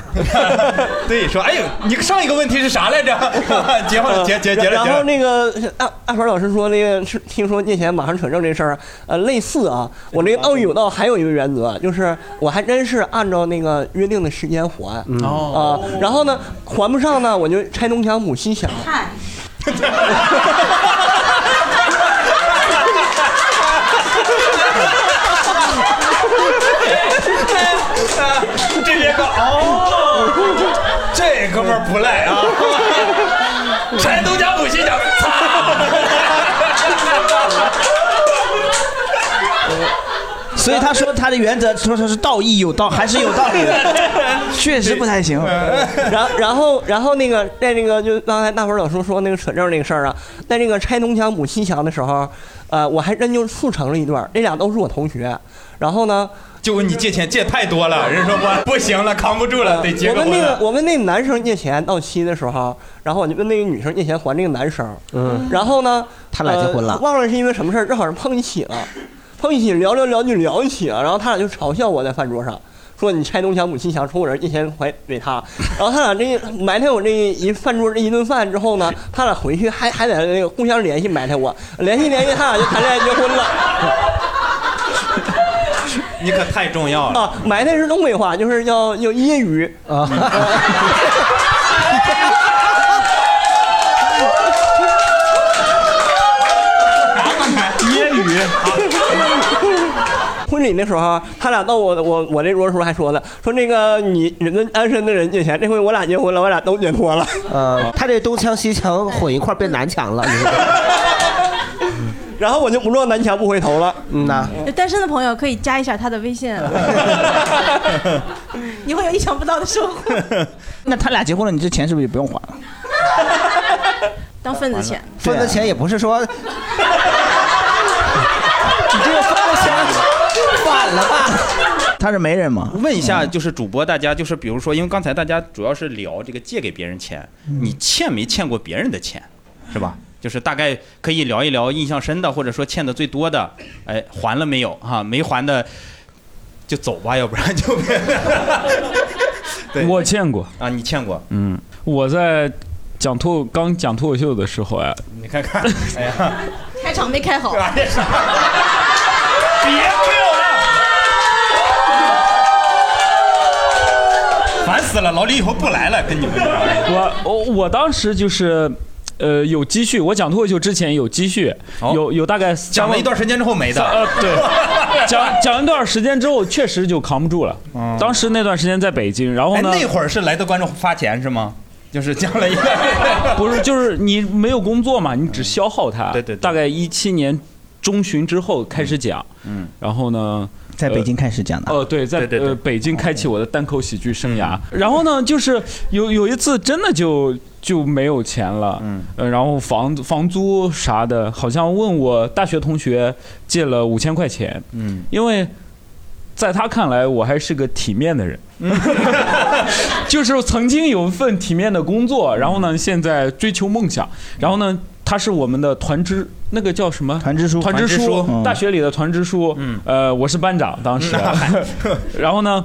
对，说哎呦，你上一个问题是啥来着？ 结婚结结结了
然
结
后
了。
那个阿阿凡老师说那个是听说借钱马上扯证这事儿，呃，类似啊，我那个奥义有道还有一个原则，就是我还真是按照那个约定的时间还
嗯
啊、
哦
然后呢还不上呢，我就拆东墙补西墙。
这别 搞哦，这哥们儿不赖啊！
啊
拆东墙补西墙，操！
所以他说他的原则说他是道义有道，还是有道理 的，确实不太行。
然然后然后那个在那个就刚才大伙儿老师说那个扯证那个事儿啊，在那个拆东墙补西墙的时候，呃，我还真就促成了一段儿，那俩都是我同学。然后呢，
就问你借钱借太多了，人说我不行了，扛不住了，得结
我
个
跟
婚
那个
啊
了。
我跟那男生借钱到期的时候，然后我就跟那个女生借钱还这个男生，
嗯
然后呢，
他俩结婚了
呃忘了是因为什么事儿，正好是碰一起了，碰一起聊聊聊就聊一起了，然后他俩就嘲笑我在饭桌上。说你拆东墙补西墙，从我这儿借钱还给他，然后他俩这埋汰我这一饭桌这一顿饭之后呢，他俩回去还还在那个互相联系埋汰我，联系联系他俩就谈恋爱结婚了。
你可太重要了。
啊，埋汰是东北话，就是要要揶揄啊。揶揄。婚礼那时候，他俩到我我我这桌的时候还说呢，说那个你你们单身的人借钱，这回我俩结婚了，我俩都解脱了。
呃，他这东墙西墙混一块儿变南墙了。你说
然后我就不撞南墙不回头了。
嗯呐，
单身的朋友可以加一下他的微 信，啊你会有意想不到的收获。
那他俩结婚了，你这钱是不是就不用还了？
当份子钱，
啊
份子钱也不是说你这个份子钱反了吧？
他是媒人嘛？
问一下，就是主播大家，就是比如说，因为刚才大家主要是聊这个借给别人钱，你欠没欠过别人的钱，是吧？就是大概可以聊一聊印象深的，或者说欠的最多的，哎，还了没有啊？没还的就走吧，要不然就别。
我见过
啊，你欠过，
嗯，我在讲脱刚讲脱口秀的时候啊呀，
你看看，哎呀，
开场没开好。 别
烦死了，老李以后不来了，跟你们。
我我我当时就是。呃，有积蓄。我讲脱口秀之前有积蓄，有有大概
哦讲了一段时间之后没的
呃，对， 讲讲一段时间之后，确实就扛不住了。当时那段时间在北京，然后
哦哎，
呢，
那会儿是来的观众发钱是吗？就是讲了一段。
不是，就是你没有工作嘛，你只消耗它。对对。大概一七年中旬之后开始讲，
嗯，
然后呢，
在北京开始讲的。
哦，对，嗯在呃北京开启我的单口喜剧生涯。然后呢，就是有有一次真的就就没有钱了，嗯，呃，然后房房租啥的，好像问我大学同学借了五千块钱，
嗯，
因为在他看来我还是个体面的人， 就是曾经有一份体面的工作，然后呢，现在追求梦想，然后呢。他是我们的团支，那个叫什么？团支书，团支
团支书
书，
嗯
大学里的团支书。嗯，呃，我是班长，当时。 然后呢，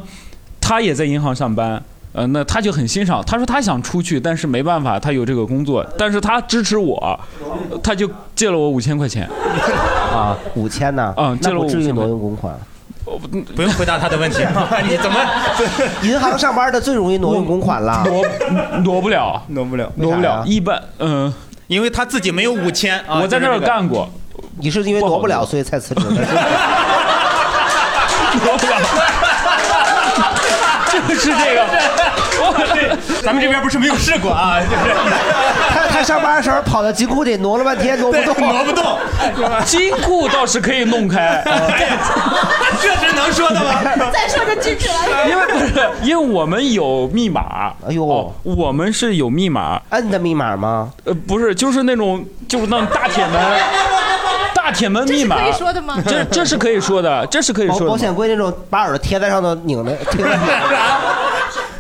他也在银行上班。呃，那他就很欣赏，他说他想出去，但是没办法，他有这个工作，但是他支持我，他就借了我五千块钱。
啊，五千呢？
嗯，借
那
了我
不
五
至于
千
挪
块钱。
用公款。
不用回答他的 问题， 你怎么
银行上班的最容易挪用公款了，
挪挪不了，
挪不了，
挪不了。一般，嗯，
因为他自己没有五千啊。
我在那儿干过，
你是因为挪不了所以才辞职的。
挪不了，就是这个。
咱们这边不是没有试过啊，就是
他他上班的时候跑到金库里挪了半天，挪不动，
挪不动。
金库倒是可以弄开，
哦
这是能说的 吗？
再说就进去了。
因为不是，因为我们有密码。哦
哎呦，
我们是有密码，
摁的密码吗？
呃，不是，就是那种就是那种大铁门， 大铁门密码，
这是可以说的吗
这这是可以说的，这是可以说
保
的
保
吗。
险柜那种把耳朵贴在上头 拧的，贴在上头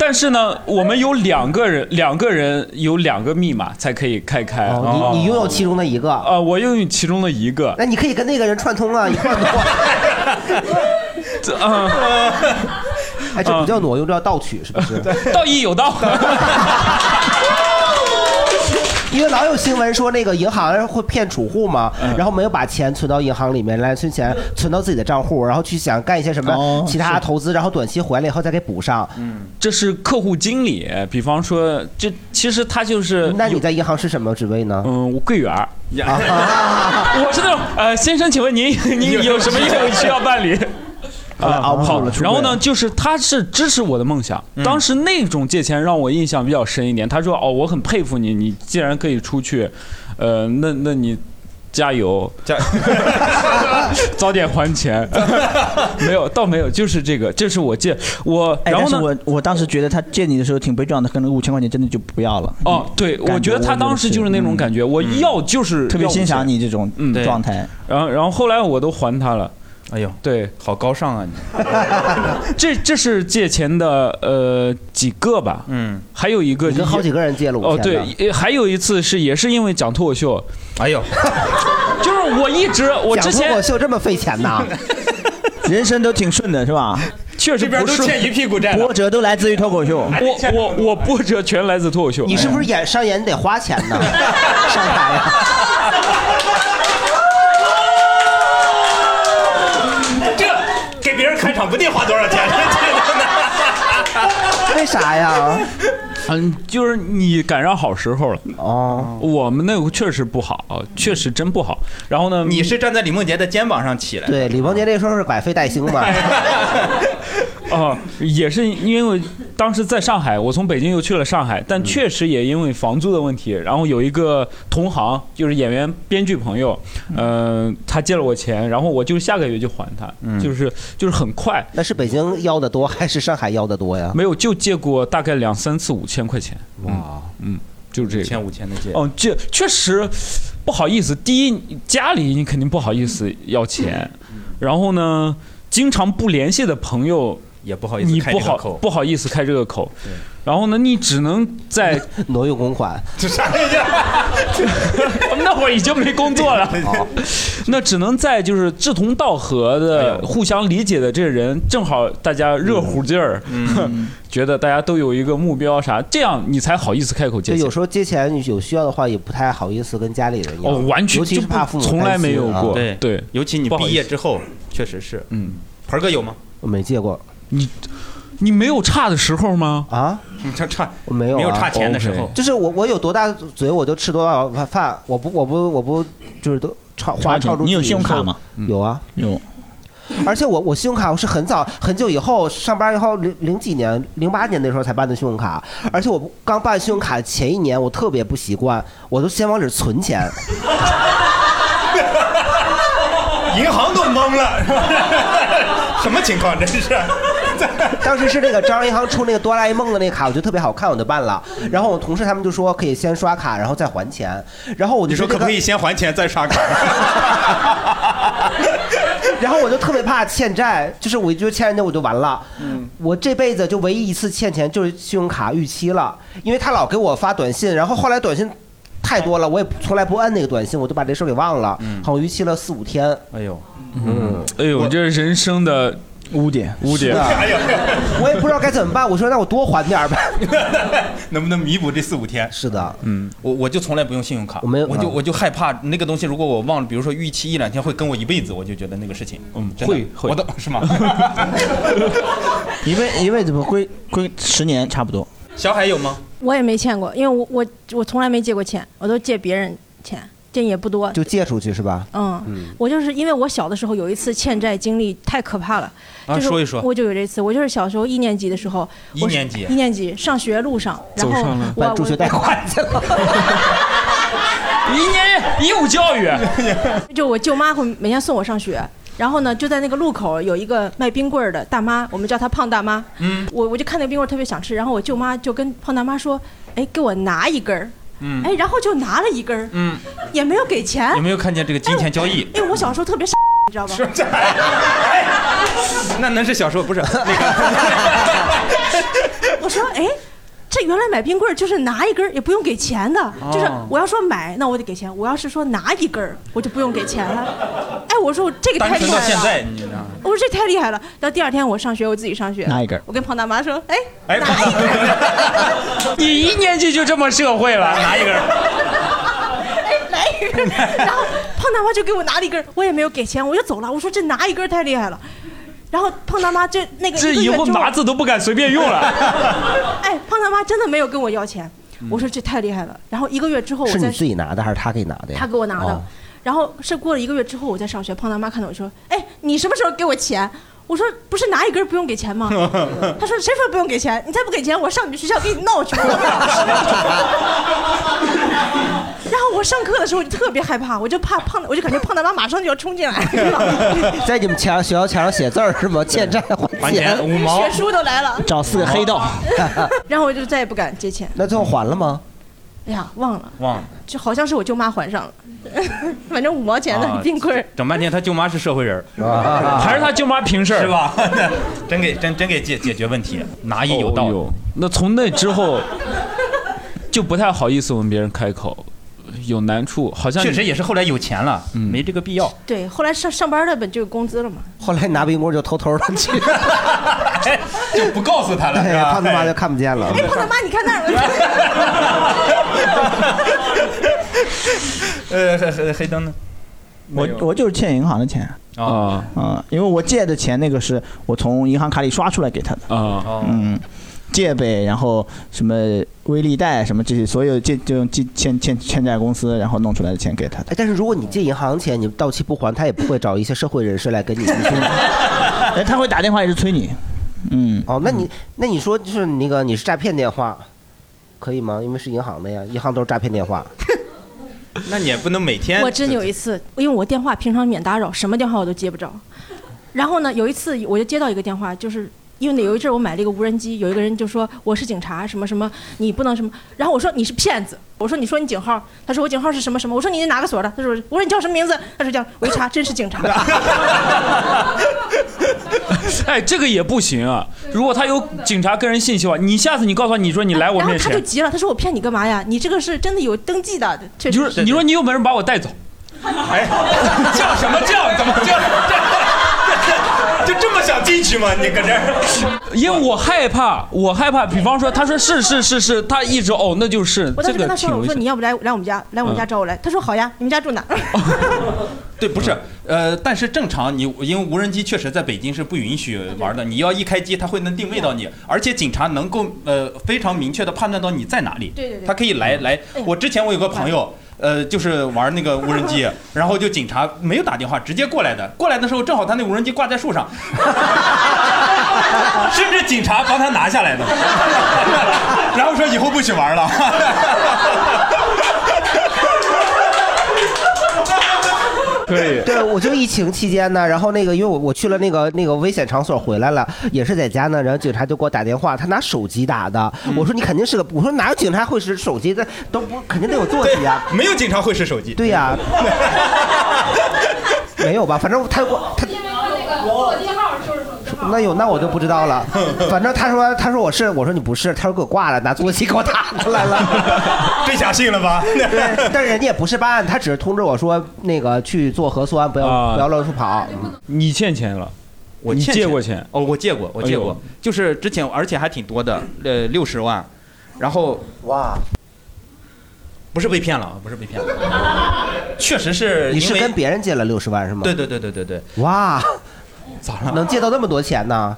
但是呢，我们有两个人，两个人有两个密码才可以开开。呃
哦你你拥有其中的一个啊、
我拥有其中的一个。
那你可以跟那个人串 通啊，一块挪。
这 嗯，
哎，这不叫挪用，这叫盗取，是 不是？
道义有道。
因为老有新闻说那个银行会骗储户嘛，
嗯
然后没有把钱存到银行里面来，存钱存到自己的账户，然后去想干一些什
哦
么其他投资，然后短期回来以后再给补上。
嗯，这是客户经理，比方说，这其实他就是。
那你在银行是什么职位呢？啊
嗯，我柜员。
我
是那种呃，先生，请问 您您有什么业务需要办理？啊，
熬不住
好
了出，嗯
然后呢，
柜
就是他是支持我的梦想。当时那种借钱让我印象比较深一点。他说：“哦，我很佩服你，你既然可以出去，呃，那那你加油，
加
早点还钱。”没有，倒没有，就是这个，这是呃我借我，
哎，
然
但
后
是
呢？
我我当时觉得他借你的时候挺悲壮的，可能五千块钱真的就不要了。
哦，对，
感
我觉得他当时就是那种感觉，我要就是
嗯特别
要
欣赏
钱
你这种
嗯对
状态。
然后，然后后来我都还他了。
哎呦，
对，
好高尚啊你！
这这是借钱的呃几个吧？嗯，还有一个
你跟好几个人借了五千
哦，
呢
对，呃还有一次是也是因为讲脱口秀。
哎呦，
就是我一直我之
讲脱
前
口秀这么费钱呐？
人生都挺顺的是吧？
确实这边不都顺欠一屁股债了
波折都来自于脱口秀。
我我我波折全来自脱口秀。
你是不是演上演你得花钱 呢？
这给别人开场不得花多少钱？
为啥呀？
嗯，就是你赶上好时候了。
哦，
我们那个确实不好，确实真不好。然后呢，
你是站在李梦洁的肩膀上起来的，
对，李梦洁那时候是百废待兴 嘛。
哦，也是因为当时在上海，我从北京又去了上海，
嗯
但确实也因为房租的问题，然后有一个同行，就是演员、编剧朋友，嗯、他借了我钱，然后我就下个月就还他，就是就是很快。
嗯那是北京要的多还是上海要的多呀？
没有，就借过大概两三次五千块钱。哇，嗯，就是这个五
千五千的借。
哦，这确实不好意思。第一，家里你肯定不好意思要钱，
嗯
然后呢，经常不联系的朋友
也不好意思
你
开
不
这个
好
口
不好意思开这个口。然后呢，你只能在
挪用公款。
那会儿已经没工作了，那只能在就是志同道合
哎
的、互相理解的这人，正好大家热乎劲儿，
嗯
觉得大家都有一个目标啥，这样你才好意思开口借
就
钱
有。时候借钱有需要的话，也不太好意思跟家里人要。
哦，完全
尤其
就是不
怕父母担心
从
啊
来没有过，
对
对，
尤其你
不好
毕
意
业
思
之后，确实是。
嗯，
盆儿哥有吗？
我没借过。
你你没有差的时候吗？
啊，
差差
我没有、啊，
没有差钱的时候
OK 就是我我有多大嘴我就吃多少碗饭，我不我不我不就是都超花
差钱
超出。
你有信用卡吗？
嗯
有啊，
有。
而且我我信用卡我是很早很久以后上班以后零零几年零八年那时候才办的信用卡，而且我不刚办信用卡前一年我特别不习惯，我都先往里存钱，
银行都懵了，什么情况？这是。
当时是那个中央银行出那个哆啦 A 梦的那个卡，我觉得特别好看，我就办了。然后我同事他们就说可以先刷卡，然后再还钱。然后我就
你说
这
可不
个
可以先还钱再刷卡？
然后我就特别怕欠债，就是我就欠人家我就完了。
嗯
我这辈子就唯一一次欠钱就是信用卡逾期了，因为他老给我发短信，然后后来短信太多了，我也从来不按那个短信，我就把这
嗯
事儿给忘了，好像逾期了四五天。
哎呦，
嗯，哎呦，这人生的
污点，
污
是 的，我也不知道该怎么办。我说那我多还点儿吧。
能不能弥补这四五天？
是的，
嗯，我我就从来不用信用卡，我
没有
就
啊
我就害怕那个东西，如果我忘了，比如说逾期一两天，会跟我一辈子，我就觉得那个事情，嗯，会会，我都是吗？
一辈一辈子吧，归归十年差不多。
小海有吗？
我也没欠过，因为我我我从来没借过钱，我都借别人钱，这也不多。
就借出去是吧？
嗯
嗯，
我就是因为我小的时候有一次欠债经历太可怕了，
啊
就是
说一说
我就有这次，我就是小时候一年级的时候，
一
我是
年级啊
一年级上学路上，然后
走上了
我
办助学贷
款去了。
一年义务教育，
就我舅妈会每天送我上学，然后呢，就在那个路口有一个卖冰棍儿的大妈，我们叫她胖大妈。
嗯
我我就看那个冰棍儿特别想吃，然后我舅妈就跟胖大妈说：“哎，给我拿一根儿。”
嗯
哎，然啊后就拿了一根儿，
嗯，
也没有给钱。
有没有看见这个金钱交 易？
哎，我小时候特别傻，你知道吧？
哎那能是小时候不是那个？
我说，哎，这原来买冰棍儿就是拿一根儿也不用给钱的，
哦
就是我要说买，那我得给钱；我要是说拿一根儿，我就不用给钱 了。哎，我说我这个
单
太厉
纯到
害
现
了
在，。你知道吗？
我说这太厉害了。然后第二天我上学，我自己上学，
拿一根儿
我跟胖大妈说，哎，
你一年级就这么社会了，
拿一根。
哎，来一根儿。然后胖大妈就给我拿了一根儿，我也没有给钱，我就走了。我说这拿一根儿太厉害了。然后胖大妈就那个
这
一个
以
月
后
之
麻子都不敢随便用 了。哦
哎，胖大妈真的没有跟我要钱，
嗯
我说这太厉害了。然后一个月之后，我
是你
再
自己拿的还是他给你拿的呀？
他给我拿的
哦。
然后是过了一个月之后，我在上学，胖大妈看到我说：“哎，你什么时候给我钱？”我说：“不是拿一根不用给钱吗？”他说：“谁说不用给钱？你再不给钱，我上你们学校给你闹去！”然后我上课的时候就特别害怕，我就怕胖，我就感觉胖大妈马上就要冲进来，
在你们墙学校墙上写字儿是吗？欠债还
还钱五毛
学书都来了，
找四个黑道。
然后我就再也不敢借钱。
那最后还了吗？
哎呀，忘了，
忘了。
就好像是我舅妈还上了，反正五毛钱的冰棍儿。
整半天他舅妈是社会人
儿，
还是他舅妈平事儿
是吧？真给真真给解解决问题，拿一有
哦
道。
哎那从那之后，就不太好意思问别人开口，有难处，好像嗯
确实也是后来有钱了，
没
这个必要。
对，后来上上班了本就有工资了嘛。
后来拿冰棍就偷偷的去，
就不告诉他了，
哎
是
呀，
吧？
胖他妈就看不见了。
胖大妈，你看那儿。
呃，黑黑黑灯呢？
我我就是欠银行的钱
啊
啊，因为我借的钱那个是我从银行卡里刷出来给他的
啊
嗯，借呗，然后什么微利贷什么这些，所有借这种借欠欠欠债公司，然后弄出来的钱给他的。
哎，但是如果你借银行钱，你到期不还，他也不会找一些社会人士来跟你哎，
他会打电话一直催你。嗯，
哦，那你那你说就是你那个你是诈骗电话，可以吗？因为是银行的呀，银行都是诈骗电话。
那你也不能每天。
我真有一次，因为我电话平常免打扰，什么电话我都接不着。然后呢，有一次我就接到一个电话，就是因为有一阵儿我买了一个无人机，有一个人就说我是警察，什么什么，你不能什么。然后我说你是骗子，我说你说你警号，他说我警号是什么什么，我说你是哪个所的，他说我说你叫什么名字，他说叫我一查真是警察。
哎，这个也不行啊！如果他有警察跟人信息的话，你下次你告诉他，你说你来我
哎然后
面
他就
前，
急了，他说我骗你干嘛呀？你这个是真的有登记的，确
你
实
说你说你有本事把我带走，
哎，叫什么叫？怎么叫？就这么想进去吗？你搁这儿？
因为我害怕，我害怕。比方说，他说是是是是，他一直哦，那就是
我当
这
时跟他
个挺
说：“我
危
说
险
你。要不来来我们家，来我们家
嗯
找我来。”他说：“好呀，你们家住哪儿？”
对，不是，呃，但是正常你，因为无人机确实在北京是不允许玩的，你要一开机，它会能定位到你，而且警察能够呃非常明确的判断到你在哪里，
对对对
他可以来来。我之前我有个朋友。呃，就是玩那个无人 机，然后就警察没有打电话，直接过来的。过来的时候，正好他那无人机挂在树上， 甚至警察帮他 拿下来的。然后说以后不许玩了。
可以。
对，我就疫情期间呢，然后那个因为我我去了那个那个危险场所回来了，也是在家呢，然后警察就给我打电话，他拿手机打的。
嗯
我说你肯定是个，我说哪有警察会使手机的，都不肯定得有座机啊。
没有警察会使手机。
对呀、 没有吧？反正他我他那有那我就不知道了。
嗯
反正他说他说我是，我说你不是，他说给我挂了，拿座机给我 打出来了。
这下信了吧？
对，但是人家也不是办案，他
啊
只是通知我说那个去做核酸，不要、不要到处跑。
你欠钱了，
我
你
欠
借过钱
哦，我借过，我借过，
哎呦
就是之前而且还挺多的，呃，六十万，然后哇，不是被骗了，啊不是被骗了，确实是
你是
因为
跟别人借了六十万是吗？
对对对对对对，
哇，
咋了？
能借到那么多钱呢？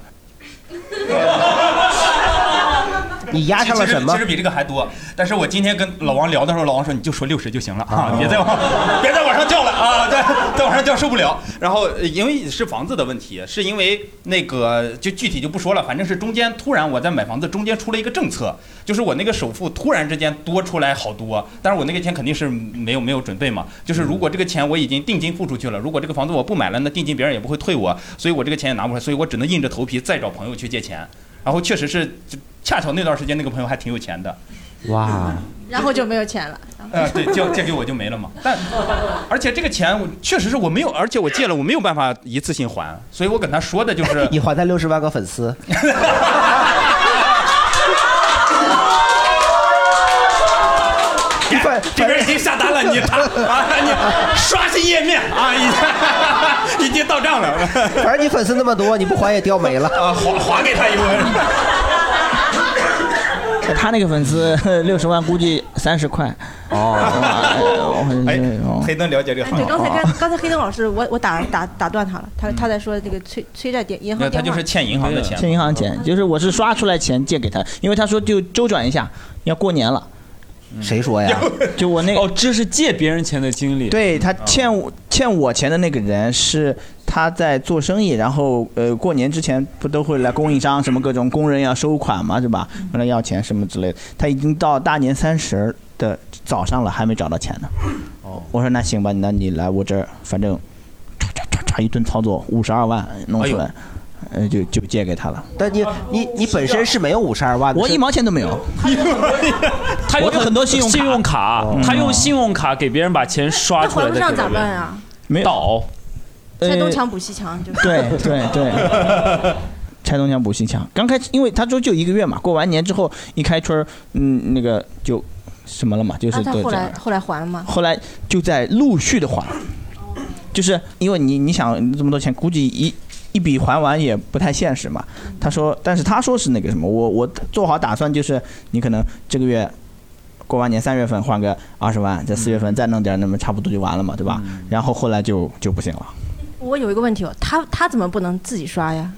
你压上了什么
其实？其实比这个还多，但是我今天跟老王聊的时候，老王说你就说六十就行了啊，别再往别再往上叫了啊，再再往上叫受不了。然后呃因为是房子的问题，是因为那个就具体就不说了，反正是中间突然我在买房子中间出了一个政策，就是我那个首付突然之间多出来好多，但是我那个钱肯定是没有没有准备嘛，就是如果这个钱我已经定金付出去了，如果这个房子我不买了，那定金别人也不会退我，所以我这个钱也拿不出来，所以我只能硬着头皮再找朋友去借钱。然后确实是，就恰巧那段时间那个朋友还挺有钱的，
哇，
然后就没有钱了。
呃，对，借借给我就没了嘛。但而且这个钱我确实是我没有，而且我借了我没有办法一次性还，所以我跟他说的就是，
哎
你还他六十万个粉丝，
这边已经下单了，你他啊你刷新页面啊，已经已经到账了，
反正你粉丝那么多，你不还也 掉没了。
啊，划划给他一个。
他那个粉丝 六十万，估计三十块。哦，哎，
黑灯了解这个行
哎
哦
对，刚
业，哦
才刚刚才黑灯老师，我我打打打断他了，
嗯
他他在说这个催催债点银行电话，
欠银行钱，哦就是我是刷出来钱借给他，因为他说就周转一下，要过年了。
嗯
谁说呀？
就我那
哦，这是借别人钱的经历。
对他
啊
欠我欠我钱的那个人是他在做生意，然后呃过年之前不都会来供应商什么各种工人要收款嘛，是吧？问他要钱什么之类的，他已经到大年三十的早上了，还没找到钱呢。
哦，
我说那行吧，那你来我这儿，反正唰唰唰唰一顿操作，五十二万
哎
弄出来，呃就就借给他了。
但你你你本身是没有五十二万的，
我一毛钱都没有。
他
我有很多信用卡哦
信用卡，他用信用卡给别人把钱刷出来
还不
的。
上咋办啊？
没
倒，
拆东墙补西墙就是。
呃 对对对，拆东墙补西墙。刚开始，因为他说就一个月嘛，过完年之后一开春儿，嗯，那个就什么了嘛，就是
那啊他
都
后
这样
来。后来还了吗？
后来就在陆续的还，就是因为你你想这么多钱，估计一一笔还完也不太现实嘛。他说，但是他说是那个什么，我我做好打算就是你可能这个月。过完年三月份还个二十万，在四月份再弄点儿，那么差不多就完了嘛，对吧？
嗯
然后后来就就不行了。
我有一个问题哦，他他怎么不能自己刷呀？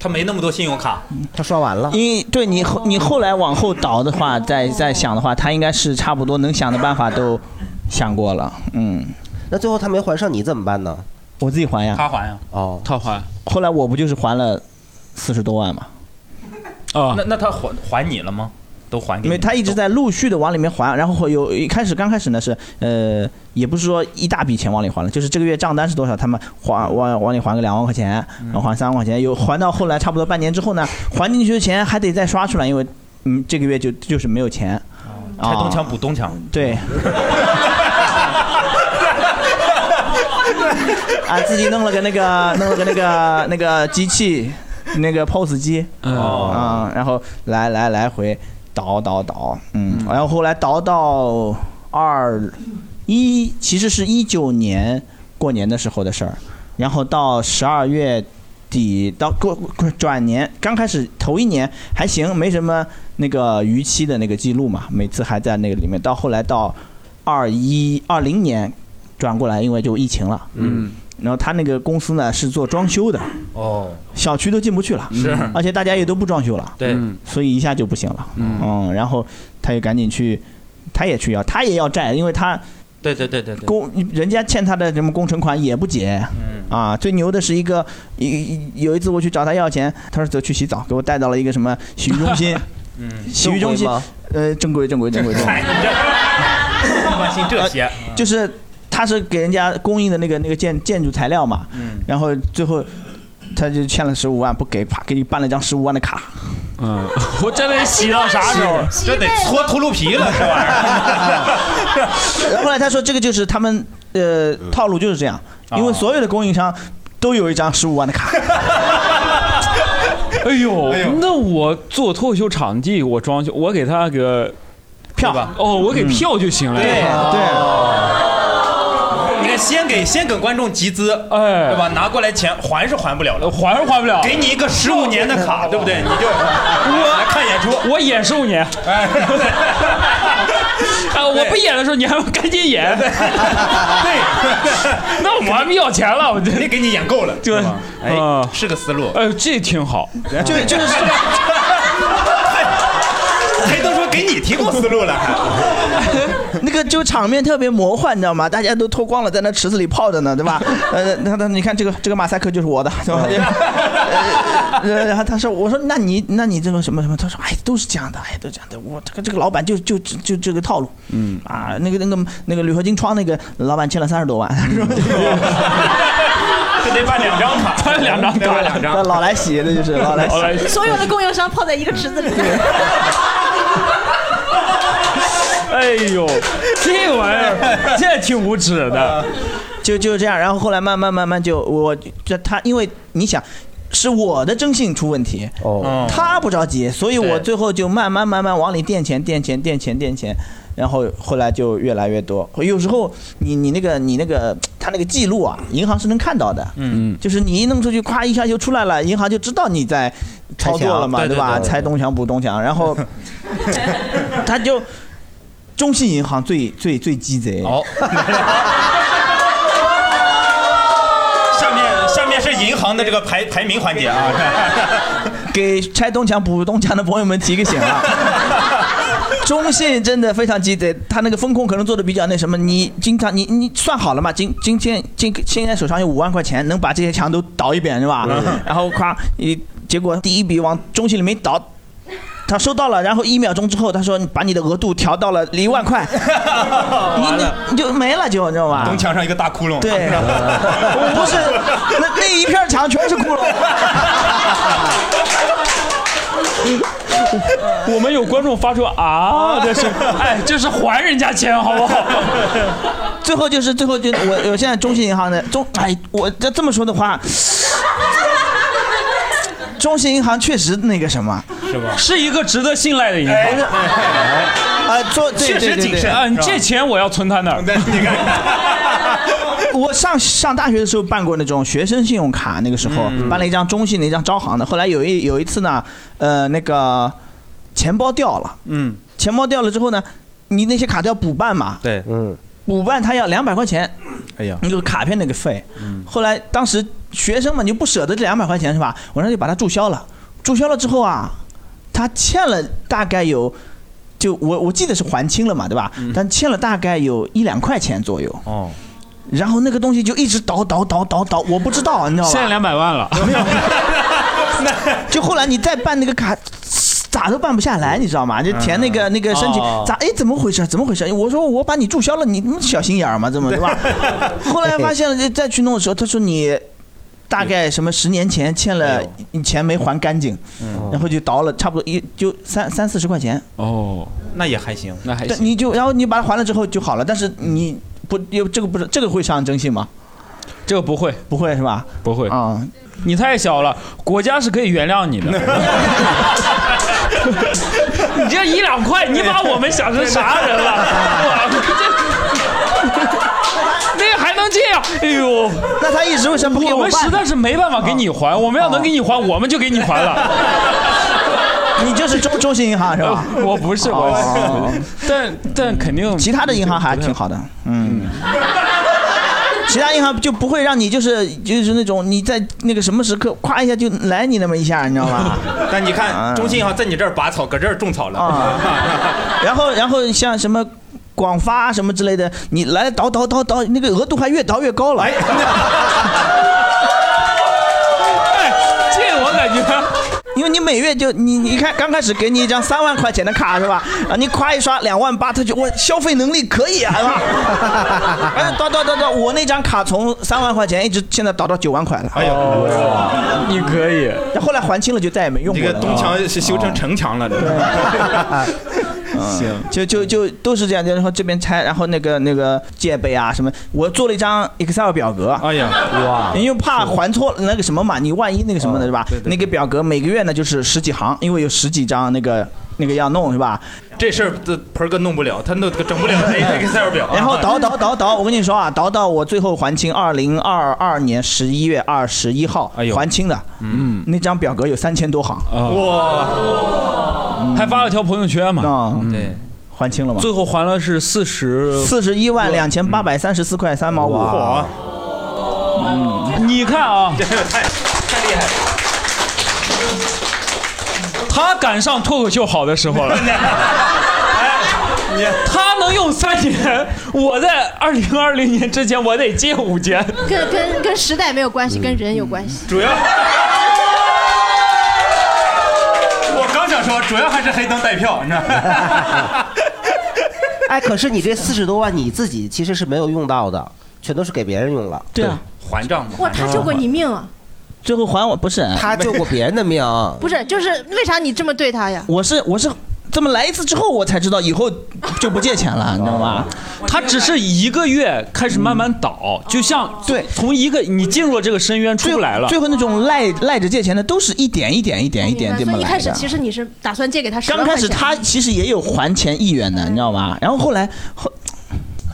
他没那么多信用卡，
他刷完了。
因对你后你后来往后倒的话，再再想的话，他应该是差不多能想的办法都想过了。嗯，
那最后他没还上，你怎么办呢？
我自己还呀。
他还啊呀。
哦，
他还。
后来我不就是还了四十多万嘛？
啊，
那那他还还你了吗？都还
嗯
给你
因为他一直在陆续的往里面还，然后有一开始刚开始呢是呃，也不是说一大笔钱往里还了，就是这个月账单是多少，他们还往往里还个两万块钱，然后还三万块钱，有还到后来差不多半年之后呢，还进去的钱还得再刷出来，因为嗯这个月就就是没有钱。
拆东墙
啊
补东墙，
对， 啊，自己弄了个那个，弄了个那个那个机器，那个 POS 机，啊、然后来来来回倒倒倒，嗯，然后后来倒到二一，其实是一九年过年的时候的事儿，然后到十二月底到过过转年，刚开始头一年还行，没什么那个逾期的那个记录嘛，每次还在那个里面。到后来到二一二零年转过来，因为就疫情了，
嗯，
然后他那个公司呢是做装修的，
哦，
小区都进不去了，
是
而且大家也都不装修了，
对嗯
所以一下就不行了，
嗯
然后他就赶紧去，他也去要，他也要债，因为他。
对对对对对，
工人家欠他的什么工程款也不结，
嗯
啊，最牛的是一个一一有一次我去找他要钱，他说走去洗澡，给我带到了一个什么洗浴中 心，
嗯
洗浴中心，呃，正规正规正 规正规，
关心 这些，
呃
嗯
就是他是给人家供应的那个那个建建筑材料嘛，
嗯
然后最后他就欠了十五万不给，啪给你办了张十五万的卡，
嗯，我真得洗到啥时候？
这得搓秃噜皮了，这玩意儿。
然后后来他说这个就是他们呃套路就是这样，因为所有的供应商都有一张十五万的卡。
哎呦，那我做脱口秀场地，我装修，我给他个
票
嗯吧，哦，我给票就行了。
对对
你该先给先给观众集资，哎，对吧？拿过来钱还是还不了了，还是还不了，给你一个十五年的 卡，对不对？你就我来看演出，
我演十五年，
哎，
啊，我不演的时候，你还要赶紧演。对， 那我还没要钱了，我肯定
给你演够了，
对吧？
哎，是个思路。
哎，这挺好，
就就是还哎都说 给你提供思 路了，
那个就场面特别魔幻，你知道吗？大家都脱光了，在那池子里泡着呢，对吧？呃，那他你看这个这个马赛克就是我的，对吧？呃，然后他说，我说那你那你这个什么什么？他说，哎，都是这样的，哎，都是这样的。我这个这个老板就就就就这个套路，嗯啊，那个那个那个铝合金窗那个老板欠了三十多万，是吧？
这 得办两张 卡，办两张卡，两张。
老来洗，那就是老 来洗。
所有的供应商泡在一个池 子里。
哎呦，这玩意儿这挺无耻的。
就就这样，然后后来慢慢慢慢就我这他，因为你想。是我的征信出问题，
哦
他不着急，所以我最后就慢慢慢慢往里垫钱，垫钱，垫钱，垫钱，然后后来就越来越多。有时候你你那个你那个他那个记录啊，银行是能看到的，
嗯
就是你一弄出去，咵一下就出来了，银行就知道你在操作了嘛，
拆墙对对
吧？
对
拆东墙补东墙，然后他就中信银行最最最鸡贼。
哦，下面下面是银行的这个排排名环节啊，
给拆东墙补东墙的朋友们提个醒啊。中信真的非常鸡贼，他那个风控可能做的比较那什么，你经常你你算好了嘛？今今天今现在手上有五万块钱，能把这些墙都倒一遍是吧？
嗯
然后夸你，结果第一笔往中信里面倒，他收到了，然后一秒钟之后他说你把你的额度调到了一万块，你你你就没了就你知道吧？
东墙上一个大窟窿。
对， 不是那那一片墙全是窟窿。
我们有观众发出啊这是，哎，这是还人家钱好不好？
最后就是最后就我我现在中信银行的中哎，我这这么说的话，中信银行确实那个什么，
是吧？哎是一个值得信赖的银行。哎
啊，做对对对对
啊！你这钱我要存他那儿。
你看，
我上上大学的时候办过那种学生信用卡，那个时候、办了一张中信的一张招行的。后来有一有一次呢，呃，那个钱包掉了，
嗯，
钱包掉了之后呢，你那些卡都要补办嘛，
对，
嗯，
补办他要两百块钱，
哎呀，
那个卡片那个费。后来当时学生嘛，你就不舍得这两百块钱是吧？我那就把它注销了。注销了之后啊，他欠了大概有，就我我记得是还清了嘛，对吧？但欠了大概有一两块钱左右。
哦。
然后那个东西就一直倒倒倒倒倒，我不知道，你知道吧？
现在两百万了，
就后来你再办那个卡，咋都办不下来，你知道吗？就填那个、
嗯
那个申请，
哦
咋哎怎么回事？怎么回事？我说我把你注销了，你你小心眼儿嘛，这么对 吧？后来发现了，就再去弄的时候，他说你大概什么十年前欠了你钱没还干净，
嗯
然后就倒了，差不多一就三三四十块钱。
哦，
那也还行，
那还
但你就然后你把它还了之后就好了，但是你不有这个不是这个会上征信吗？
这个不会，
不会是吧？
不会
啊，
你太小了，国家是可以原谅你的。 你这一两块，你把我们想成啥人了？哇，这 那还能这样？哎呦，
那他一直为什么不给
我
我
们
办啊
实在是没办法给你还，我们要能给你还，我们就给你还了。
你就是中中信银行是吧？ 哦
我不是我， 但但肯定
其他的银行还挺好的，嗯。其他银行就不会让你就是就是那种你在那个什么时刻咵一下就来你那么一下，你知道吗？
但你
哎
看，中信银行在你这儿拔草，搁这儿种草
啊
了。
然后然后像什么广发什么之类的，你来倒倒倒倒，那个额度还越倒越高了。哎
这我感觉，
因为你每月就你你看刚开始给你一张三万块钱的卡是吧？啊，你夸一刷两万八，他就我消费能力可以啊，是吧？哎，倒倒倒倒，我那张卡从三万块钱一直现在倒到九万块了。哎
呦，你可以。
然后后来还清了，就再也没用
这
过
个
了。
东墙是修成城墙了， 这个。
嗯
行，就就就都是这样，然后这边拆，然后那个那个借呗啊什么，我做了一张 Excel 表格。
哎呀，哇哦
因为怕还错那个什么嘛，你万一那个什么的是吧？那个表格每个月呢就是十几行，因为有十几张那个。那个要弄是吧？
这事儿这盆儿哥弄不了，他弄整不了 A Excel 表啊。
哎然后倒倒倒倒，我跟你说啊，倒到我最后还清，二零二二年十一月二十一号
哎
还清的，嗯，那张表格有三千多行，
哦
嗯
哇，还发了条朋友圈
嘛，
对，
嗯还清了吗？
最后还了是四十
四十一万两千八百三十四块三毛五。
哇嗯，你看啊，
这个太太厉害了。
他赶上脱口秀好的时候 了。
哎
他能用三年，我在二零二零年之前我得借五千。
跟跟跟时代没有关系，跟人有关系。
主要，我刚想说，主要还是黑灯带票，你知道吗？
哎，可是你这四十多万你自己其实是没有用到的，全都是给别人用了。
对啊，
还账嘛
哇，他救过你命啊！
嗯最后还我不是
他救过别人的命。
不是，就是为啥你这么对他呀？
啊我是我是这么来一次之后，我才知道以后就不借钱了，你知道吗？
啊他只是一个月开始慢慢倒，就像对从一个你进入了这个深渊出不来了。
最后那种赖赖着借钱的，都是一点一点一点一点这
所
么
以一
来
开始
的。
其实你是打算借给他十
刚
万
开
块
始
钱。
他其实也有还钱意愿
嗯
的，你知道吗？然后后来后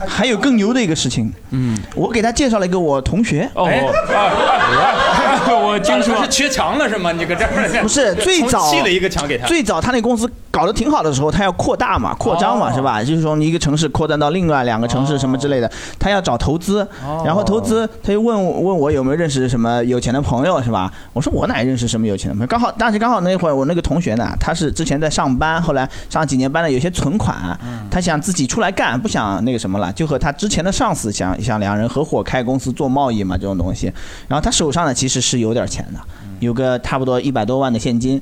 还有更牛的一个事情，嗯，我给他介绍了一个我同学，哎
哦，我听说
哎是缺墙了是吗？你搁这儿
不是最早
砌了一个墙给他，
最早他那公司搞得挺好的时候，他要扩大嘛，扩张嘛，是吧？就是从一个城市扩展到另外两个城市什么之类的，他要找投资，然后投资他就问我问我有没有认识什么有钱的朋友，是吧？我说我哪认识什么有钱的朋友？刚好当时刚好那会儿我那个同学呢，他是之前在上班，后来上几年班呢，有些存款，他想自己出来干，不想那个什么了，就和他之前的上司想想两人合伙开公司做贸易嘛这种东西，然后他手上呢其实是有点钱的，有个差不多一百多万的现金，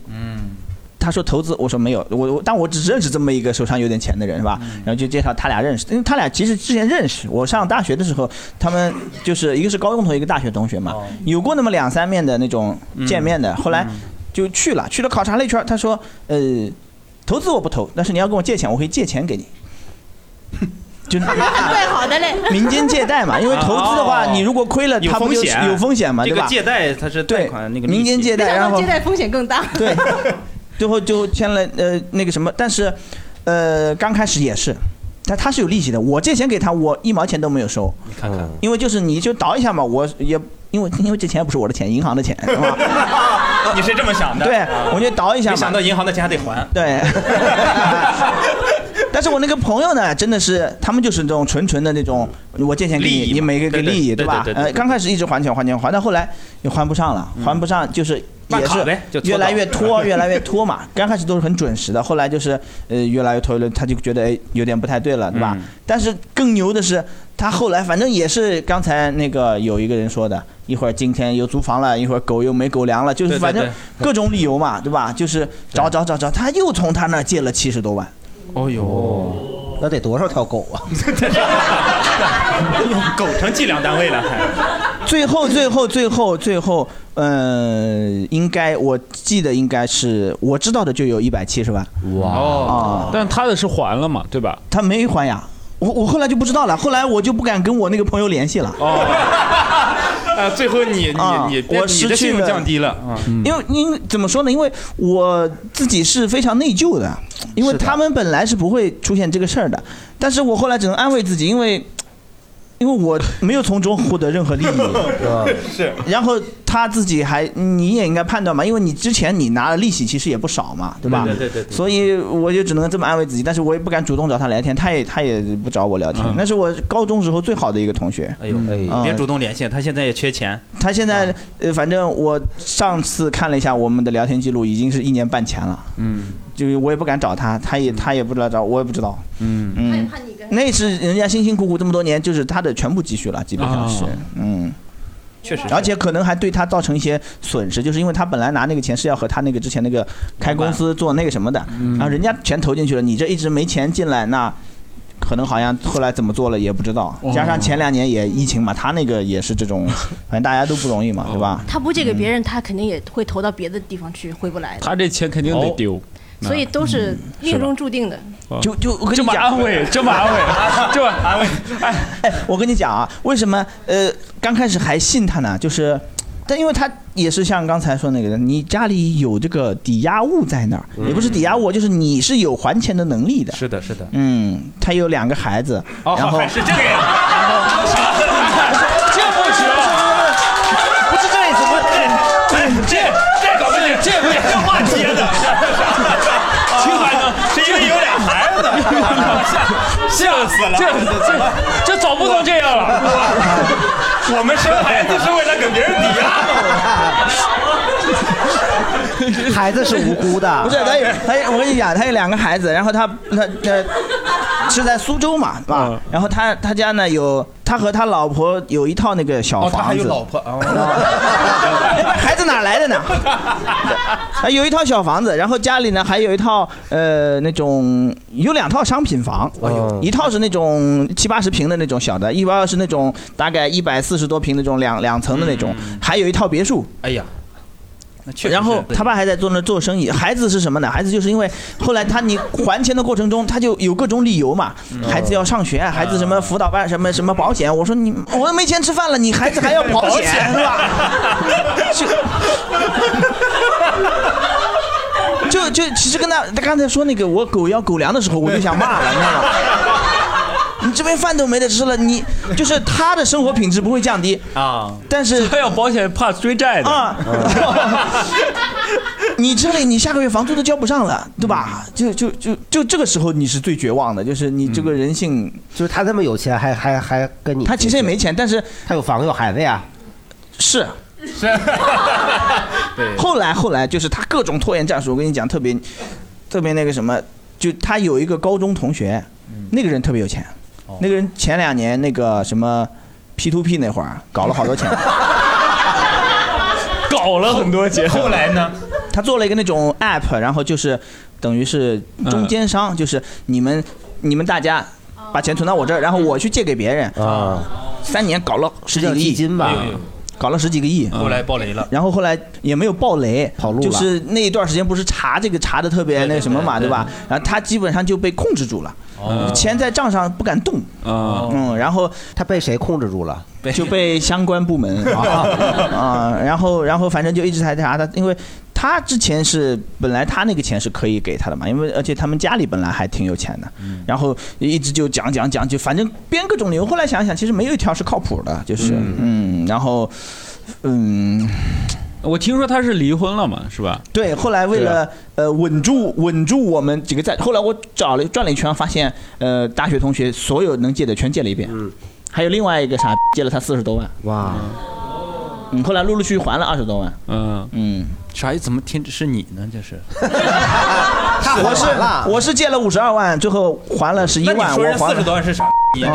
他说投资，我说没有，我我但我只认识这么一个手上有点钱的人是吧？
嗯
然后就介绍他俩认识，因为他俩其实之前认识，我上大学的时候，他们就是一个是高中同学，一个大学同学
哦
嘛，嗯有过那么两三面的那种
嗯
见面的，后来就去了，去了考察了一圈，他说，呃，投资我不投，但是你要跟我借钱，我可以借钱给你， 就
对，好的嘞。
民间借贷嘛，因为投资的话，
哦
你如果亏了，
有
他不
风
就是
险，
有风险嘛，
这
对
个
吧？
借贷它是贷款那个利息
民间借贷，然后
借贷风险更大。
对， 最后就签了呃那个什么，但是呃刚开始也是，但他是有利息的，我借钱给他，我一毛钱都没有收，
你看看，
因为就是你就倒一下嘛，我也因为因为这钱也不是我的钱，银行的钱，是吧？
啊你是这么想的？啊
对，我就倒一下嘛。
没想到银行的钱还得还。
对。但是我那个朋友呢，真的是他们就是这种纯纯的那种，我借钱给
利益
你，
嘛
你每个给
对对
利益，
对
吧
对？对对
呃，刚开始一直还钱还钱还，到后来也还不上了，还不上就是
办
也
卡呗就是搓
越来
到
越拖，越来越拖嘛。刚开始都是很准时的，后来就是呃越来越拖，他就觉得哎有点不太对
嗯
了，对吧？但是更牛的是，他后来反正也是刚才那个有一个人说的，一会儿今天又租房了，一会儿狗又没狗粮了，就
对对
是反正
对
各种理由嘛，对吧？就是找找找找，他又从他那儿借了七十多万。
哦呦，
那得多少条狗啊？
狗成计量单位了，还
最后，最后，最后，最后，呃，应该我记得应该是我知道的就有一百七十万。哇！啊，
但他的是还了嘛，对吧？
他没还呀，我我后来就不知道了，后来我就不敢跟我那个朋友联系了。
啊，哦最后你
啊
你你别，
我
你
失
的信
去
用
了
降低了啊，
因为因为怎么说呢？因为我自己是非常内疚的，因为他们本来是不会出现这个事儿的，但是我后来只能安慰自己，因为因为我没有从中获得任何利益，
是。
然后他自己还，你也应该判断嘛，因为你之前你拿的利息其实也不少嘛，对吧？
对对对对对
所以我就只能这么安慰自己，但是我也不敢主动找他聊天，他也他也不找我聊天
嗯。
那是我高中时候最好的一个同学。
哎呦，
啊
别主动联系，他现在也缺钱。
他现在呃，反正我上次看了一下我们的聊天记录，已经是一年半前了。
嗯
就是我也不敢找他，他也他也不知道找我，我也不知道。
嗯
嗯，那是人家辛辛苦苦这么多年，就是他的全部积蓄了，基本上是
啊，
嗯。
确实是
而且可能还对他造成一些损失，就是因为他本来拿那个钱是要和他那个之前那个开公司做那个什么的，然后人家钱投进去了，你这一直没钱进来，那可能好像后来怎么做了也不知道。加上前两年也疫情嘛，他那个也是这种， 反正大家都不容易嘛，对
嗯
吧？
他不借给别人，他肯定也会投到别的地方去，回不来的。
他这钱肯定
哦
得哦丢。
所以都是命中注定的。
就就我跟你
这么
讲
安慰，这么安慰，这么安慰。
哎，我跟你讲啊，为什么呃刚开始还信他呢？就是但因为他也是像刚才说那个人，你家里有这个抵押物在那儿，也不是抵押物，就是你是有还钱的能力的。
嗯是的，是的。
嗯，他有两个孩子，
哦，
然后
还是这 个呀。
这不行，不是这意思，
不是哎这这怎么这这不这话接的？ 情怀呢？是因为有俩孩子， 吓死了！这这这早不能这样了。我们生孩子是为了给别人抵押
孩子是无辜的，
不是他有 他有，我跟你讲，他有两个孩子，然后他他呃是在苏州嘛，是
嗯
吧？然后他他家呢有他和他老婆有一套那个小
哦
房子，
他还有老婆啊。
孩子哪来的呢？啊，有一套小房子，然后家里呢还有一套呃那种有两套商品房，
哦
一套是那种七八十平的那种小的，一套是那种大概一百四十多平那种两两层的那种，还有一套别墅。
嗯哎呀。
然后他爸还在做那做生意，孩子是什么呢？孩子就是因为后来他你还钱的过程中，他就有各种理由嘛，
嗯
孩子要上学，啊孩子什么辅导班，什么什么保险。我说你 我没钱吃饭了，你孩子还要保
保
险
险
是吧？就就其实跟他他刚才说那个我狗咬狗粮的时候，我就想骂了，你知道吗？你这边饭都没得吃了，你就是他的生活品质不会降低，
啊！
但是
他要保险怕追债
的啊。你这里你下个月房租都交不上了，对吧？就就就就这个时候你是最绝望的，就是你这个人性，
嗯就是他这么有钱，还还还跟你，
他其实也没钱，但是
他有房有孩子呀，
是。
对
后来后来就是他各种拖延战术，我跟你讲，特别特别那个什么，就他有一个高中同学，那个人特别有钱，那个人前两年那个什么 P to P 那会儿搞了好多钱，
搞了很多钱。后来呢？
他做了一个那种 app，然后就是等于是中间商，就是你们你们大家。把钱存到我这儿，然后我去借给别人。啊，三年搞了十几个亿，
基金吧哎呦
搞了十几个亿。
后来
爆雷了
然后后来也没有爆雷，跑
路了
就是那一段时间不是查这个查的特别那个什么嘛，
对对对
对吧？然后他基本上就被控制住了
哦，
钱在账上不敢动。
哦
嗯，然后
他被谁控制住了？
就被相关 部门啊啊，然后然后反正就一直在查他，因为他之前是本来他那个钱是可以给他的嘛，因为而且他们家里本来还挺有钱的，
嗯
然后一直就讲讲讲，就反正编各种理由。后来想想，其实没有一条是靠谱的，就是嗯然后嗯，
我听说他是离婚了嘛，是吧？
对，后来为了
啊
呃稳住稳住我们几个在，后来我找了转了一圈，发现呃大学同学所有能借的全借了一遍，
嗯
还有另外一个傻逼借了他四十多万，
哇，
嗯，后来陆陆续续还了二十多万，
嗯
嗯，
啥意思？怎么听着是你呢？这 是。
他
是
我
还了
是我是借了五十二万，最后还了十一
那
万，
你说
我
人
还嗯
四十多万是啥？你这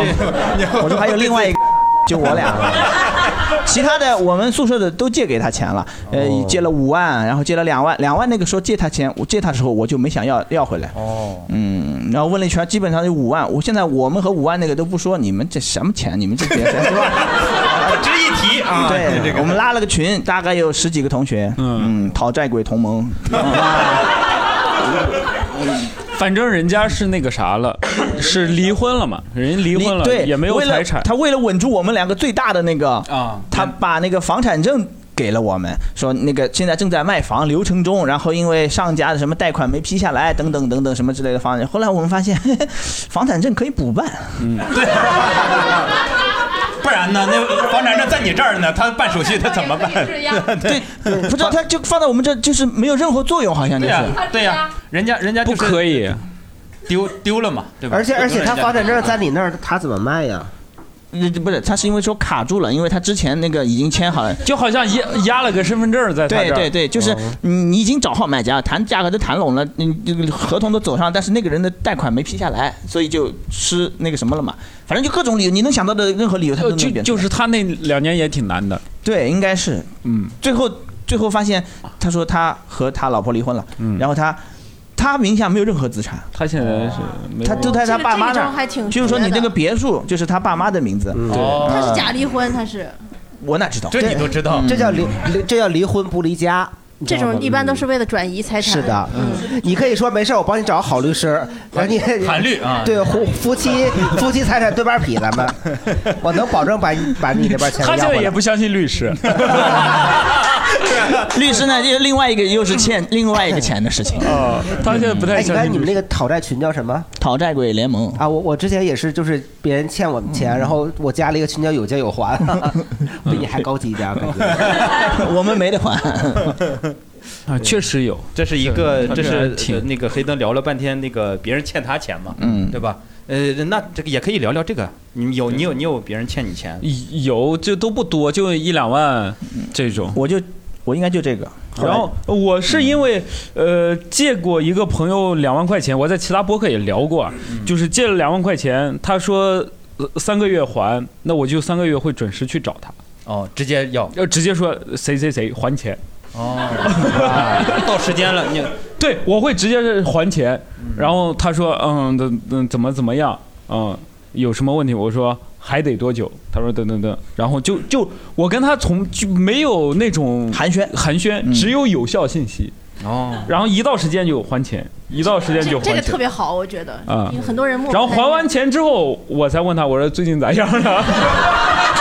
我说还有另 外一个， 就我俩。其他的我们宿舍的都借给他钱了，呃，
哦
借了五万，然后借了两万，两万那个时候借他钱，我借他的时候我就没想要要回来，
哦，
嗯，然后问了一圈，基本上有五万，我现在我们和五万那个都不说，你们这什么钱？你们这别 钱是吧？
这一提啊，这
对，
个
我们拉了个群，大概有十几个同学，嗯，讨债鬼同盟，
反正人家是那个啥 了，是离婚了嘛，人家离婚了，
对，
也没有
为了
财产。
他为了稳住我们两个最大的那个
啊，
他
嗯
把那个房产证给了我们，说那个现在正在卖房流程中，然后因为上家的什么贷款没批下来，等等等等什么之类的方案。后来我们发现， 嘿嘿房产证可以补办，
嗯，
不然呢？那房产证在你这儿呢，他办手续他怎么办？
对，不知道他就放在我们这就是没有任何作用，好像就
对啊
是
呀。，对呀，人家人家不可
以
丢丢了嘛，对吧？
而且而且他房产
丢了人
证
家
在你那儿，他怎么卖呀？
呃不是，他是因为说卡住了，因为他之前那个已经签好了，
就好像压压了个身份证在他
对
这儿哦
对对，就是你你已经找好买家，谈价格都谈拢了，你这个合同都走上，但是那个人的贷款没批下来，所以就吃那个什么了嘛。反正就各种理由，你能想到的任何理由，他都能
呃就
变出
就
来。
是他那两年也挺难的。
对，应该是。
嗯，
最后最后发现，他说他和他老婆离婚了，然后他他名下没有任何资产，
嗯他现在是没
他都在他爸妈
哦这个这
那
招还
儿。
挺
就是说
绝
你
的
那个别墅就是他爸妈的名字，
哦他是假
嗯，
离婚，他是
我哪知道？
这你都知
嗯
道嗯
这叫离，离这叫离婚不离家。你知
这
道吗嗯
种一般都是为了转移财产。
是的，你可以说没事，我帮你找个好律师，然后你
韩律啊
对夫夫妻夫妻财产对 半劈，咱们，我能保证把你把你那边钱给
他
要
现在
回
也
来。
不相信律师，
律师呢，又另外一个又是欠另外一个钱的事情。
哦，
他现在不太
哎，你
相
看
信
你们
律
那个讨债群叫什么？
讨债鬼联盟
啊！我我之前也是，就是别人欠我们
嗯
钱，然后我加了一个群叫有借 有还，比你还高级一点，感 觉。
我们没得还。
啊，确实有。
这是一个，
对
这
他这
是
还挺
呃那个黑灯聊了半天，那个别人欠他钱嘛，
嗯
对吧？呃，那这个也可以聊聊这个，你有你有你有别人欠你钱，
有就都不多，就一两万这种。
我就我应该就这个。
然后我是因为呃借过一个朋友两万块钱，我在其他播客也聊过，啊
嗯
就是借了两万块钱，他说、呃三个月还，那我就三个月会准时去找他。
哦，直接要，
要直接说谁谁谁还钱。
哦， 到时间了，你
对，我会直接是还钱。然后他说，嗯，怎嗯怎么怎么样，嗯，有什么问题？我说还得多久？他说等等等。然后就就我跟他从就没有那种
寒暄，嗯
寒暄，只有有效信息。
哦，
然后一到时间就还钱，一到时间就还
这个
钱。
特别好，我觉得，
啊
因为很多人默
然后
默在
还完钱之后，我才问他，我说最近咋样了？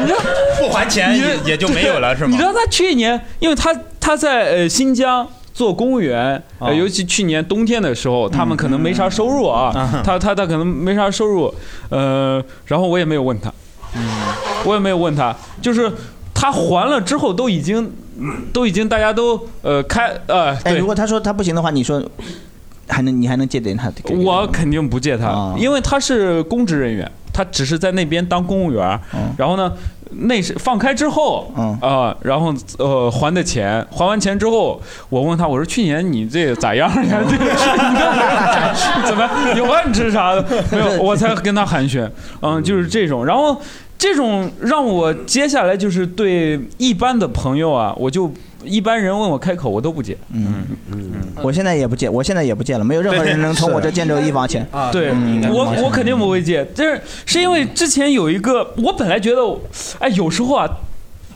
你知道
不还钱也也就没有了是吗
你知道他去年，因为他他在呃新疆。做公务员，
啊
呃，尤其去年冬天的时候，
嗯
他们可能没啥收入啊， 他他他可能没啥收入，呃，然后我也没有问他，
嗯
我也没有问他，就是他还了之后都已经，都已经大家都呃开呃，
哎，
对
如果他说他不行的话，你说还能你还能借点他？啊
我肯定不借他，因为他是公职人员，他只是在那边当公务员儿。
嗯
然后呢，那是放开之后，啊，然后呃还的钱，还完钱之后，我问他，我说去年你这咋样呀？
嗯
这个是 怎么有饭吃啥的？ 没有，我才跟他寒暄。嗯，就是这种，然后。这种让我接下来就是对一般的朋友啊，我就一般人问我开口我都不接，
嗯嗯，我现在也不借，我现在也不借了，没有任何人能从我这见着一毛钱。
对
嗯
我我肯定不会借，但是是因为之前有一个，我本来觉得，哎，有时候啊。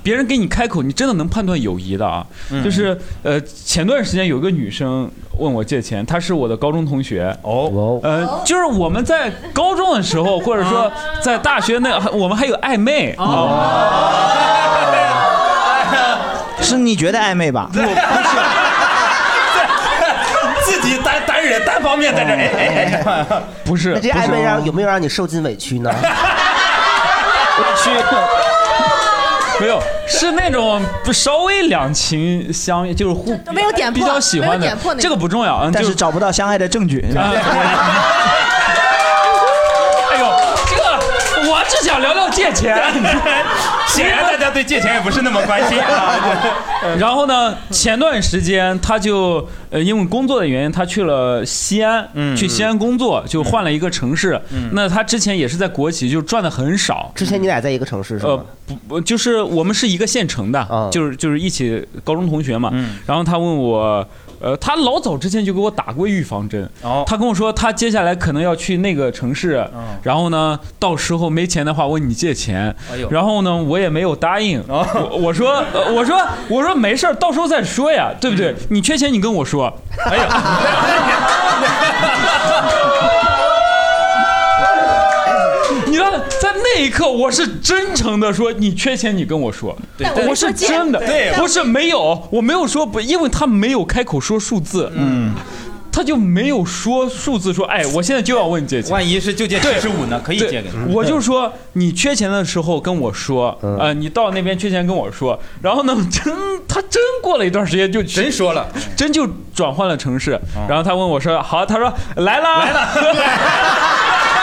别人给你开口，你真的能判断友谊的啊！就是呃，前段时间有一个女生问我借钱，她是我的高中同学
哦，
呃，就是我们在高中的时候，或者说在大学那，我们还有暧昧啊
是你觉得暧昧吧？
自己单单人单方面在这里，
不是
那这
不是啊
暧昧让有没有让你受尽委 屈呢？
去，没有，是那种不稍微两情相悦，就是互
没有点破
比较喜欢
没有
的
点破那，个
这个不重要，嗯，
但
就是
找不到相爱的证据。
哎呦，这个我只想聊聊借 钱。
显然大家对借钱也不是那么关心啊。
呃然后呢，前段时间他就呃，因为工作的原因，他去了西安，去西安工作，就换了一个城市。那他之前也是在国企，就赚的很少。
之前你俩在一个城市是吗？
呃不不，就是我们是一个县城
啊
的，就是就是一起高中同学嘛。
嗯
然后他问我，呃，他老早之前就给我打过预防针。
哦
他跟我说，他接下来可能要去那个城市，然后呢，到时候没钱的话问你借钱
哎呦。哦
然后呢，我也没有答应。我我说呃我说我说没事儿，到时候再说呀，对不
嗯
对？你缺钱你跟我说。 你知道，在那一刻，我是真诚的说，你缺钱，你跟我说。
对但我
我
没
是
说借
真的，
对
不是没有，我没有说不，因为他没有开口说数字，嗯，他就没有说数字，说，哎，我现在就要问你借钱。
万一是就借
对
75呢可以
对
借给你
我就说，你缺钱的时候跟我说，呃，你到那边缺钱跟我说。然后呢，真他真过了一段时间就真
说了，哦
真就转换了城市。然后他问我说，好，他说来啦，来了。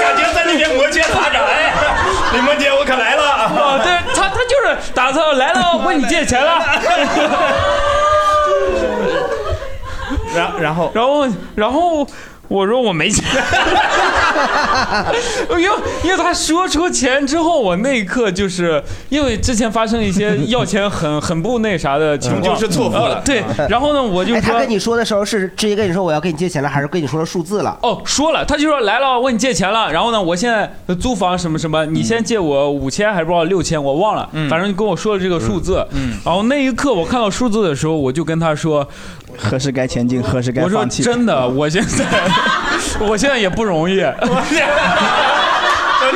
感觉在那边摩拳擦掌，哎，李梦姐我可来了
啊，对他他 就是打算来了，问你借钱了。
然然后
然后然后我说我没钱， 因为因为他说出钱之后，我那一刻就是因为之前发生一些要钱很很不那啥的情况，呃对，然后呢，我就
哎
说
他跟你说的时候是直接跟你说我要跟你借钱了，还是跟你说了数字了？
哦，说了，他就说来了，问你借钱了。然后呢，我现在租房什么什么，
嗯
你先借我五千还是不知道六千，我忘了，反正你跟我说了这个数字。
嗯
然后那一刻我看到数字的时候，我就跟他说，
何时该前进，何时该
我说
放弃？
真的，我现在我现在也不容易。
呃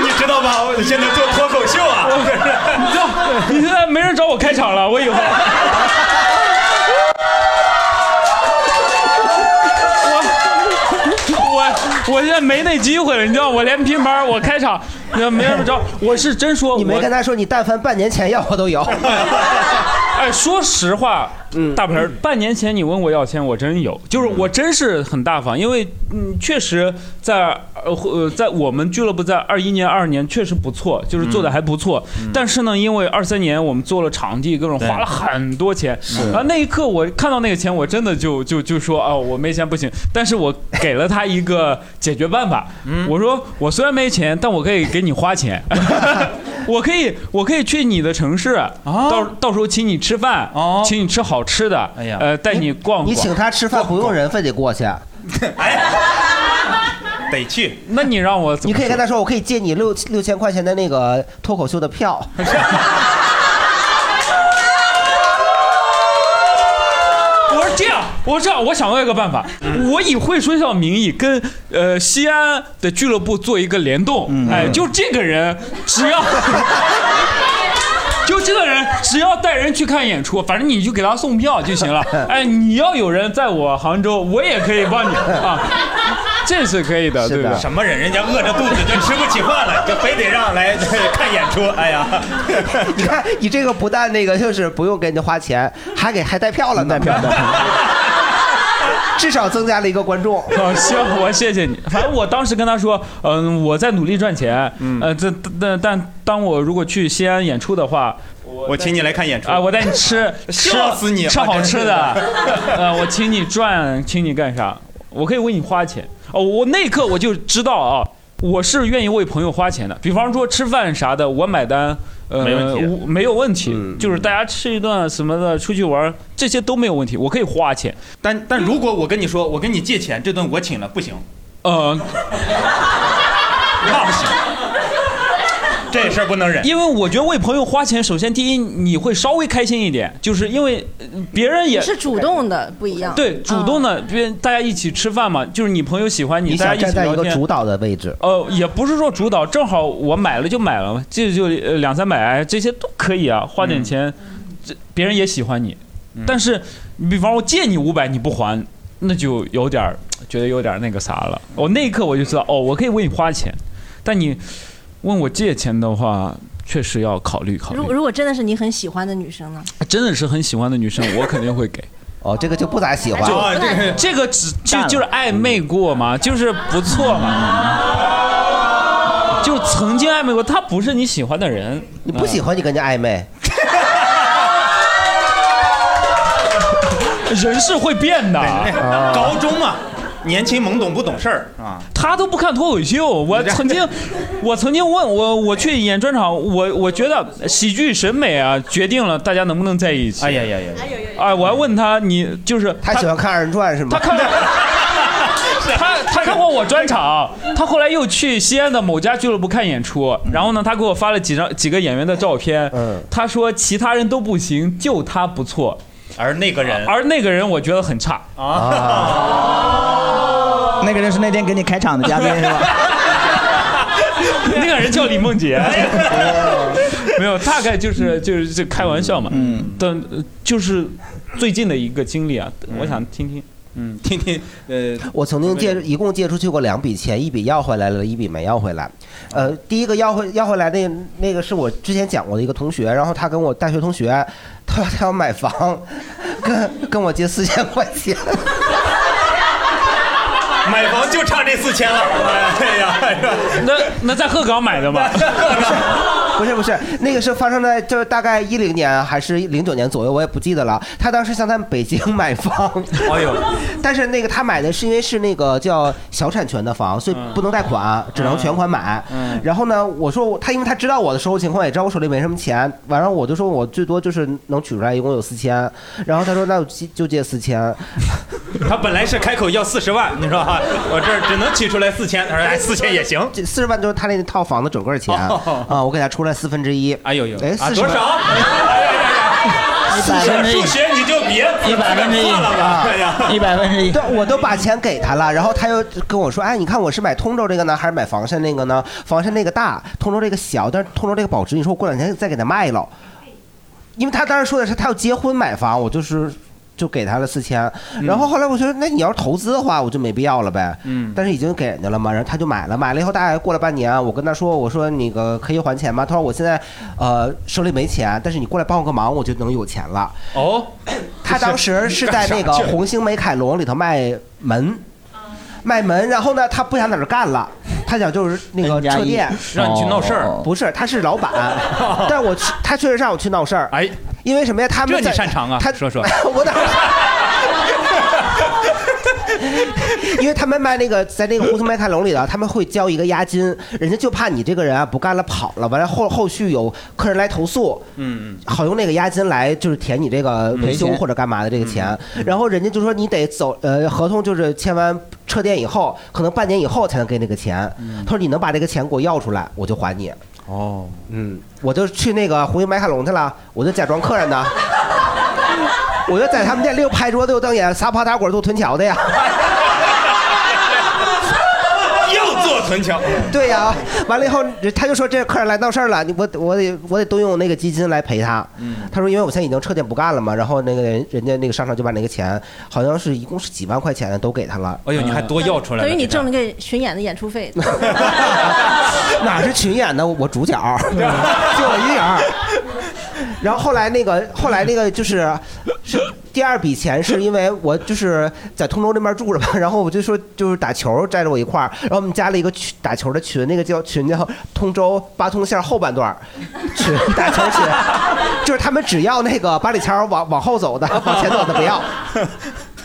你知道吧？我现在做脱口秀啊，
你就你现在没人找我开场了，我以后。我我我现在没那机会了，你知道，我连拼盘，我开场，没人找，我是真说，
你没
我
跟他说你但凡半年前要我都有，
哎，说实话，
嗯
大盆儿，半年前你问我要钱，我真有，就是我真是很大方，因为嗯，确实在呃呃，在我们俱乐部在二一年、二二年确实不错，就是
嗯
做的还不错。但是呢，因为二三年我们做了场地，各种
对
花了很多钱
是，
然后那一刻我看到那个钱，我真的就就就说啊、我没钱不行。但是我给了他一个解决办法，
嗯
我说我虽然没钱，但我可以给你花 钱。我可以，我可以去你的城市，
啊
到到时候请你吃饭，请你吃好吃的，呃，带你 逛逛。
哦哎你请他吃饭不用人非得过去，啊
得去。
那你让我怎
你
么？
可以跟他说，我可以借你六六千块钱的那个脱口秀 的票，
啊我是这样，我是这样，我想到一个办法，
嗯
我以会说笑名义跟呃西安的俱乐部做一个联动，
嗯
哎，就这个人只 要。就这个人，只要带人去看演出，反正你就给他送票就 行了。哎，你要有人在我杭州，我也可以帮你 啊，这是可以的，对不对？
什么人？人家饿着肚子就吃不起饭了，就非得让来 看演出。哎呀，
你看你这个不但那个就是不用给你花钱，还给还带票了呢，带票 至少增加了一个 观众。
好，哦行，我谢谢你。反正我当时跟他说，嗯、我在努力赚钱，
嗯
呃，这但但当我如果去西安演出的话，
我请你来看演出
啊，我带你 吃，吃
笑死你了啊
吃好吃的，
真
呃，我请你赚，请你干啥？我可以为你花钱。哦，我那一刻我就知道啊，我是愿意为朋友花钱的。比方说吃饭啥的，我买单，呃，
没问题啊嗯
我没有问题，就是大家吃一顿什么的，出去玩儿这些都没有问题，我可以花钱。
但但如果我跟你说，我跟你借钱，这顿我请了，不行，
呃，
那不行，这事儿不能忍。
因为我觉得为朋友花钱，首先第一你会稍微开心一点，就是因为呃别人也
你是主动的，不一样。
对主动的，别人大家一起吃饭嘛，就是你朋友喜欢你，
你
大家一
想
起
站在一
聊
个
天。
主导的位置，
呃，也不是说主导，正好我买了就买了嘛，这就呃两三百，哎这些都可以啊，花点钱，这别人也喜欢你。但是，你比方我借你五百你不还，那就有点儿觉得有点儿那个啥了。我那一刻我就知道，哦，我可以为你花钱，但你问我借钱的话，确实要考虑考虑
嗯如。如果真的是你很喜欢的女生呢？
真的是很喜欢的女生，我肯定会给。
哦，这个就不咋喜
欢哦
啊这
这个
个 这个只就就是暧昧过嘛，就是不错嘛，就曾经暧昧过，他不是你喜欢的人，
你不喜欢你跟人家暧昧，
人是会变的。
高中嘛，年轻懵懂不懂事儿啊。
他都不看脱口秀， 我曾经，我曾经问我我去演专场，我我觉得喜剧审美啊决定了大家能不能在一起。
哎呀呀呀！
哎，我还问他，你就是他
喜欢看二人转是吗？
他 看过，他他看过我专场，他后来又去西安的某家俱乐部看演出，
嗯
然后呢，他给我发了几张几个演员的照片，他说其他人都不行，就他不错，
而那个人，
而那个人我觉得很差啊，
那个人是那天给你开场的嘉宾 是吧？
那个人叫李梦洁，
哎
没有，大概就是就是就开玩笑嘛。嗯，但呃就是最近的一个经历啊，我想听听。嗯，
听听，呃，
我曾经借一共借出去过两笔钱，一笔要回来了，一笔没要回来。呃，第一个要回要回来那个那个是我之前讲过的一个同学，然后他跟我大学同学，他他要买房，跟跟我借四千块钱。
买房就差这四千了。哎呀，哎呀
那那在鹤岗买的 吗？
不是不是，那个是发生在就是大概一零年还是零九年左右，我也不记得了。他当时想在北京买房，
哎呦，
但是那个他买的是因为是那个叫小产权的房，所以不能贷款，只能全款买。
嗯
然后呢，我说我他因为他知道我的收入情况，也知道我手里没什么钱，完了我就说我最多就是能取出来一共有四千，然后他说那我就就借四千，
他本来是开口要四十万，你知道吧？我这儿只能取出来四千，他说哎， 四千也行。
这 四十万就是他那套房的整个钱
哦
啊，我给他出来四分之一。
哎呦呦，
哎，
啊
四十
多
万
少？
数学
数学你就别一百分之一了吧，
啊
哎呀，
一百分之一，对，我都把钱给他了，然后他又跟我说，哎，你看我是买通州这个呢，还是买房山那个呢？房山那个大，通州这个小，但是通州这个保值，你说我过两天再给他卖了，因为他当时说的是他要结婚买房，我就是就给他了四千，然后后来我觉得那你要是投资的话，我就没必要了呗，
嗯
但是已经给人家了嘛，然后他就买了，买了以后大概过了半年，我跟他说，我说那个可以还钱吗？他说我现在呃手里没钱，但是你过来帮我个忙，我就能有钱了。
哦，
他 当时是在那个红星美凯龙里头卖门，卖门。然后呢，他不想在这儿干了，他想就是那个
一
撤店，
哎让你去闹事儿哦
不是，他是老 板，但我去，他确实让我去闹事儿。
哎，
因为什么呀？他们
这你
在
擅长啊，说说。
我哪？ 因为他们卖那个在那个胡同麦凯龙里头，他们会交一个押金，人家就怕你这个人啊不干了跑了，完了后后续有客人来投诉，
嗯，
好用那个押金来就是填你这个维修
赔钱嗯
或者干嘛的这个钱，然后人家就说你得走呃合同就是签完撤店以后，可能半年以后才能给那个钱。他说你能把这个钱给我要出来，我就还你。
嗯哦，
嗯，我就去那个红星麦凯龙去了，我就假装客人呢， 我就在他们店里又拍桌子又瞪眼，撒泡打滚做臀桥的呀。
又做臀桥，
对呀、完了以后他就说这客人来闹事儿了，你我我得我得动用那个基金来赔他。
嗯
他说因为我现在已经撤店不干了嘛，然后那个人人家那个商场就把那个钱好像是一共是几万块钱都给他了。
哎呦，你还多要出
嗯
来
等于
了，
你挣了个巡演的演出 费。
哪是群演呢？我主角，就我一人 儿。然后后来那个后来那个就是是第二笔钱，是因为我就是在通州那边住着嘛， 然后我就说就是打球带着我一块儿，然后我们加了一个群打球的群，那个叫群叫通州八通线后半段儿群打球群， 就是他们只要那个八里桥往往后走的，往前走的不要。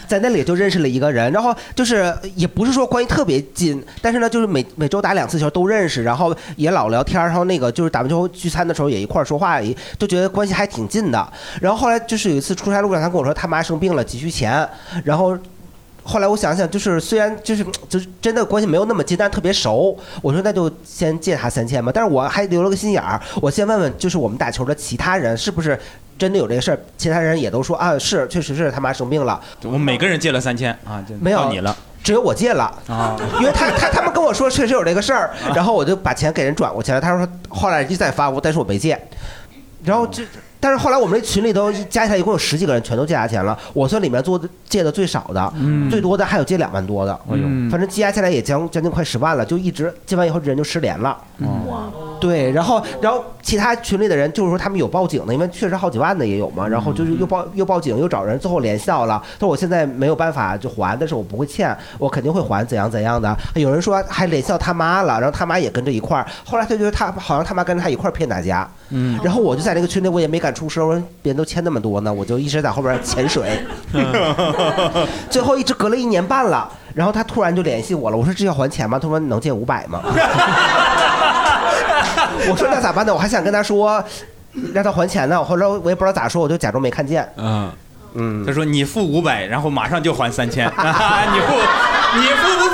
在那里就认识了一个人，然后就是也不是说关系特别近，但是呢，就是每每周打两次球都认识，然后也老聊天儿，然后那个就是打完球聚餐的时候也一块儿说话，也就觉得关系还挺近的。然后后来就是有一次出差路上，他跟我说他妈生病了，急需钱，然后。后来我想想，就是虽然就是就是真的关系没有那么近，但特别熟。我说那就先借他三千吧，但是我还留了个心眼儿，我先问问，就是我们打球的其他人是不是真的有这个事儿？其他人也都说啊，是，确实是他妈生病了。
我每个人借了三千啊，就
没有
到你了
只有我借了，
啊，
因为他他他们跟我说确实有这个事儿，然后我就把钱给人转过去了。他说后来人家再发我，但是我没借。然后这，但是后来我们那群里头一加起来一共有十几个人，全都借他钱了。我算里面做的借的最少的，
嗯
最多的还有借两万多的。
哎呦
反正加起来也将将近快十万了，就一直借完以后人就失联了。
嗯
对，然后然后其他群里的人就是说他们有报警的，因为确实好几万的也有嘛，然后就是又报又报警又找人，最后联系到了，说我现在没有办法就还，但是我不会欠，我肯定会还怎样怎样的。有人说还联系到他妈了，然后他妈也跟着一块儿，后来他觉得他好像他妈跟着他一块儿骗大家，
嗯
然后我就在那个群里我也没敢出声，我说别人都欠那么多呢，我就一直在后边潜水， 最后一直隔了一年半了，然后他突然就联系我了，我说这要还钱吗？他说你能借五百吗？ 我说那咋办呢？我还想跟他说让他还钱呢，后来我也不知道咋说，我就假装没看见。
嗯
嗯，
他说你付五百，然后马上就还三 千，啊你付你付不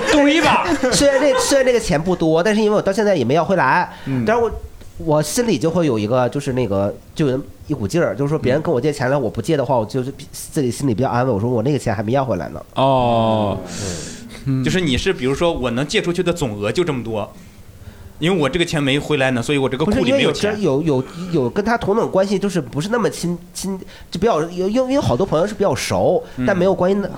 付？ 赌一把。
虽然这虽然这个钱不多，但是因为我到现在也没要回来，
嗯
但是我我心里就会有一个就是那个就有一股劲儿，就是说别人跟我借钱了，我不借的话，我就是自己心里比较安慰，我说我那个钱还没要回来呢。
哦，
嗯
就是你是比如说我能借出去的总额就这么多，因为我这个钱没回来呢，所以我这个
不是
库里
因为
没
有
钱
真。有有有跟他同等关系，就是不是那么亲亲，就比较有因为有好多朋友是比较熟，但没有关系的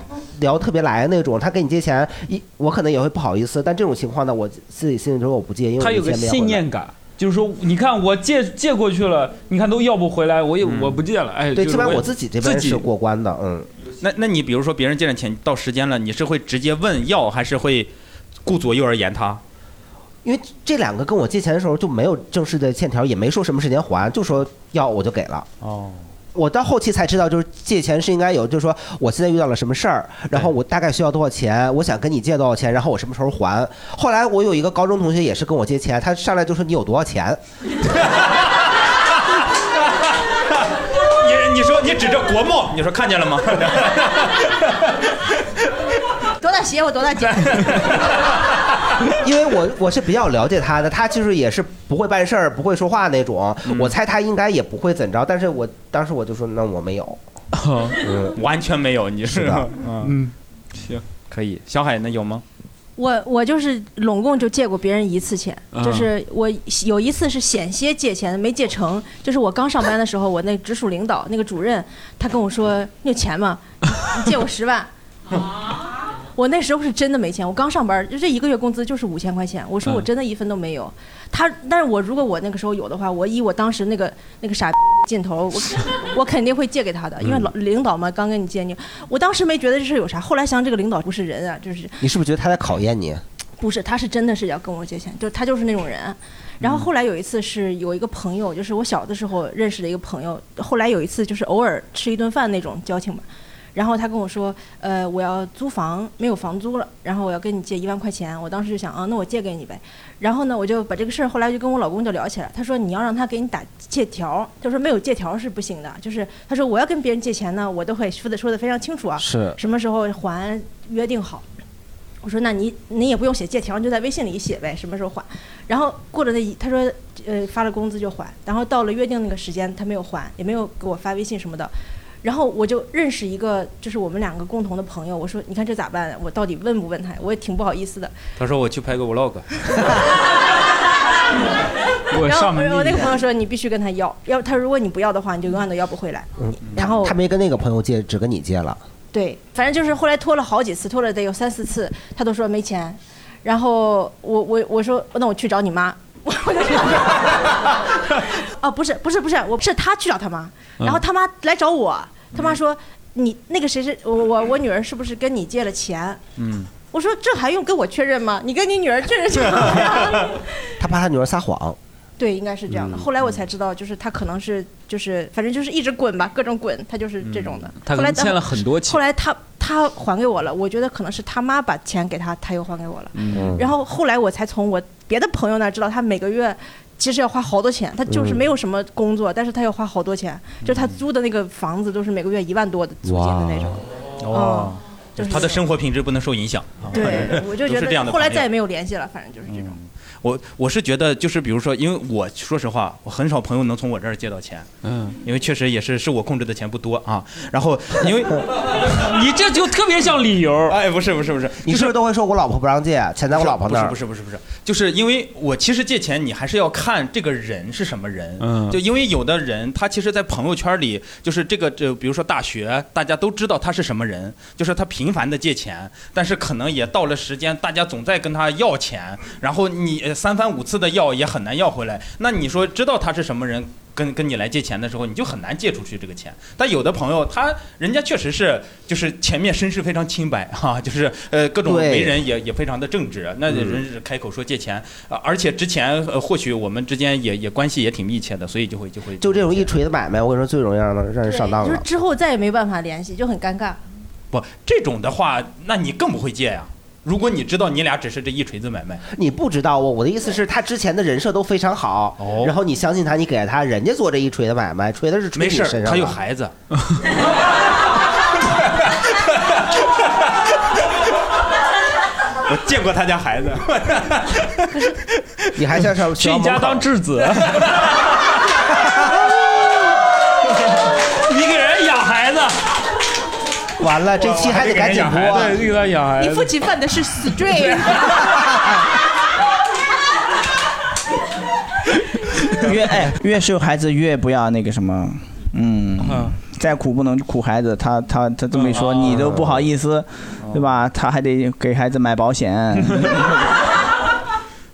聊特别来那种。他给你借钱，一我可能也会不好意思，但这种情况呢，我自己心里说我不借，因为
他有
我
个
没钱没要
信念感，就是说，你看我借借过去了，你看都要不回来，我也我不借了，哎，
对，
就是
起码
也
我自己这
自
边
己
是过关的，嗯。
那那你比如说别人借了钱到时间了，你是会直接问要，还是会顾左右而言他？
因为这两个跟我借钱的时候就没有正式的欠条，也没说什么时间还，就说要我就给了。
哦，
我到后期才知道，就是借钱是应该有，就是说我现在遇到了什么事儿，然后我大概需要多少钱，我想跟你借多少钱，然后我什么时候还。后来我有一个高中同学也是跟我借钱，他上来就说你有多少 钱，
你你说你指着国贸，你说看见了吗？
多大鞋我多大脚。
因为我我是比较了解他的，他就是也是不会办事儿、不会说话那种。我猜他应该也不会怎着，但是我当时我就说，那我没有。
完全没有，你
是的
嗯，行，可以。小海那有吗？
我我就是拢共就借过别人一次钱，
啊
就是我有一次是险些借钱没借成，就是我刚上班的时候，我那直属领导那个主任，他跟我说你有钱吗？你你借我十万。我那时候是真的没钱，我刚上班，就这一个月工资就是五千块钱。我说我
嗯
真的一分都没有。他，但是我如果我那个时候有的话，我以我当时那个那个傻劲头，我我肯定会借给他的，因为
嗯
老领导嘛，刚跟你借你，我当时没觉得这事有啥，后来想这个领导不是人啊，就是
你是不是觉得他在考验你？
不是，他是真的是要跟我借钱，就他就是那种人。然后后来有一次是有一个朋友，就是我小的时候认识的一个朋友，后来有一次就是偶尔吃一顿饭那种交情吧。然后他跟我说，呃，我要租房，没有房租了，然后我要跟你借一万块钱。我当时就想啊，那我借给你呗。然后呢，我就把这个事儿后来就跟我老公就聊起来，他说你要让他给你打借条，他说没有借条是不行的，就是他说我要跟别人借钱呢，我都会说的说的非常清楚啊，
是
什么时候还约定好。我说那你你也不用写借条，你就在微信里写呗，什么时候还？然后过了那一，他说呃发了工资就还，然后到了约定那个时间他没有还，也没有给我发微信什么的。然后我就认识一个，就是我们两个共同的朋友。我说，你看这咋办？我到底问不问他？我也挺不好意思的。
他说我去拍个 vlog。我
然后
上门
我我那个
立
朋友说，你必须跟他要，要他如果你不要的话，你就永远都要不回来。
嗯，
然后
他没跟那个朋友借，只跟你借了。
对，反正就是后来拖了好几次，拖了得有三四次，他都说没钱。然后我我我说那我去找你妈， 我就去找你妈哦，不是不是不是，我是他去找他妈，
嗯
然后他妈来找我，他妈说你那个谁是我我我女儿是不是跟你借了钱？
嗯，
我说这还用跟我确认吗？你跟你女儿确认就好了。
他怕他女儿撒谎。
对，应该是这样的。
嗯
后来我才知道，就是他可能是就是反正就是一直滚吧，各种滚，他就是这种的。
他
后
可能
来
欠了很多钱
后来他他还给我了，我觉得可能是他妈把钱给他，他又还给我了。
嗯
然后后来我才从我别的朋友那儿知道，他每个月其实要花好多钱，他就是
嗯
没有什么工作，但是他要花好多钱，就是他租的那个房子都是每个月一万多的租金的那种。
哦，
就是
他的生活品质不能受影响。嗯
对，我就觉
哦都是这样
得
的
后来
朋友
再也没有联系了，反正就是这种。
嗯我我是觉得就是比如说，因为我说实话，我很少朋友能从我这儿借到钱，
嗯，
因为确实也是是我控制的钱不多啊。然后因 为
你这就特别像理由。
哎，不是不是不是，
你是不是都会说我老婆不让借，钱在我老婆那儿？
不是不是不是不是，就是因为我其实借钱，你还是要看这个人是什么人。
嗯
就因为有的人他其实，在朋友圈里，就是这个这，比如说大学，大家都知道他是什么人，就是他频繁的借钱，但是可能也到了时间，大家总在跟他要钱，然后你呃三番五次的要也很难要回来。那你说知道他是什么人？跟跟你来借钱的时候，你就很难借出去这个钱。但有的朋友，他人家确实是就是前面身世非常清白哈、就是呃各种
对
为人也也非常的正直，那
嗯
人是开口说借钱，啊而且之前呃或许我们之间也也关系也挺密切的，所以就会就会
就这种一锤子买卖，我跟你说最容易让人让人上当
就是
了。
之后再也没办法联系，就很尴尬。
不这种的话，那你更不会借呀、如果你知道你俩只是这一锤子买卖，
你不知道我，我的意思是，他之前的人设都非常好，
哦
然后你相信他，你给了他，人家做这一锤子买卖，锤的是锤
没
你
事
身
儿
上，
他有
的
孩子，我见过他家孩子，
你还像上
去你家当质 子，你给人养孩子，
完了，这
哦
期还得赶紧播啊
对，给他养孩
你父
子。
亲犯的是死罪啊呀、
越哎越是有孩子越不要那个什么，嗯，再苦不能苦孩子。他他他这么一说，你都不好意思，对吧？他还得给孩子买保险。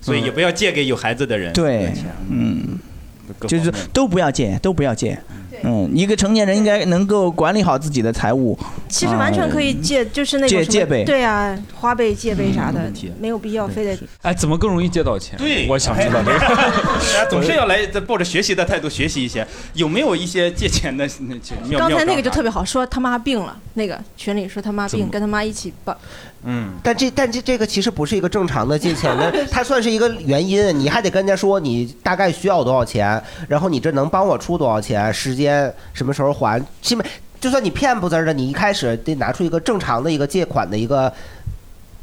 所
嗯
以也不要借给有孩子的人。
对，嗯，
各
就是
方面
都不要借，都不要借。嗯，一个成年人应该能够管理好自己的财务。嗯
其实完全可以借，就是那种
借
什么
借呗
对啊，花呗、借呗啥的
嗯借，
没有必要非得。
哎，怎么更容易借到钱？
对
我想知道这个。
大家总是要来抱着学习的态度学习一些，有没有一些借钱的那那妙
刚才那个就特别，
妙招啥
好，说他妈病了，那个群里说他妈
怎
病，
么
跟他妈一起报。
嗯，
但这但这这个其实不是一个正常的借钱的，它算是一个原因，你还得跟人家说你大概需要多少钱，然后你这能帮我出多少钱，时间什么时候还，起码就算你骗不滋儿的，你一开始得拿出一个正常的一个借款的一个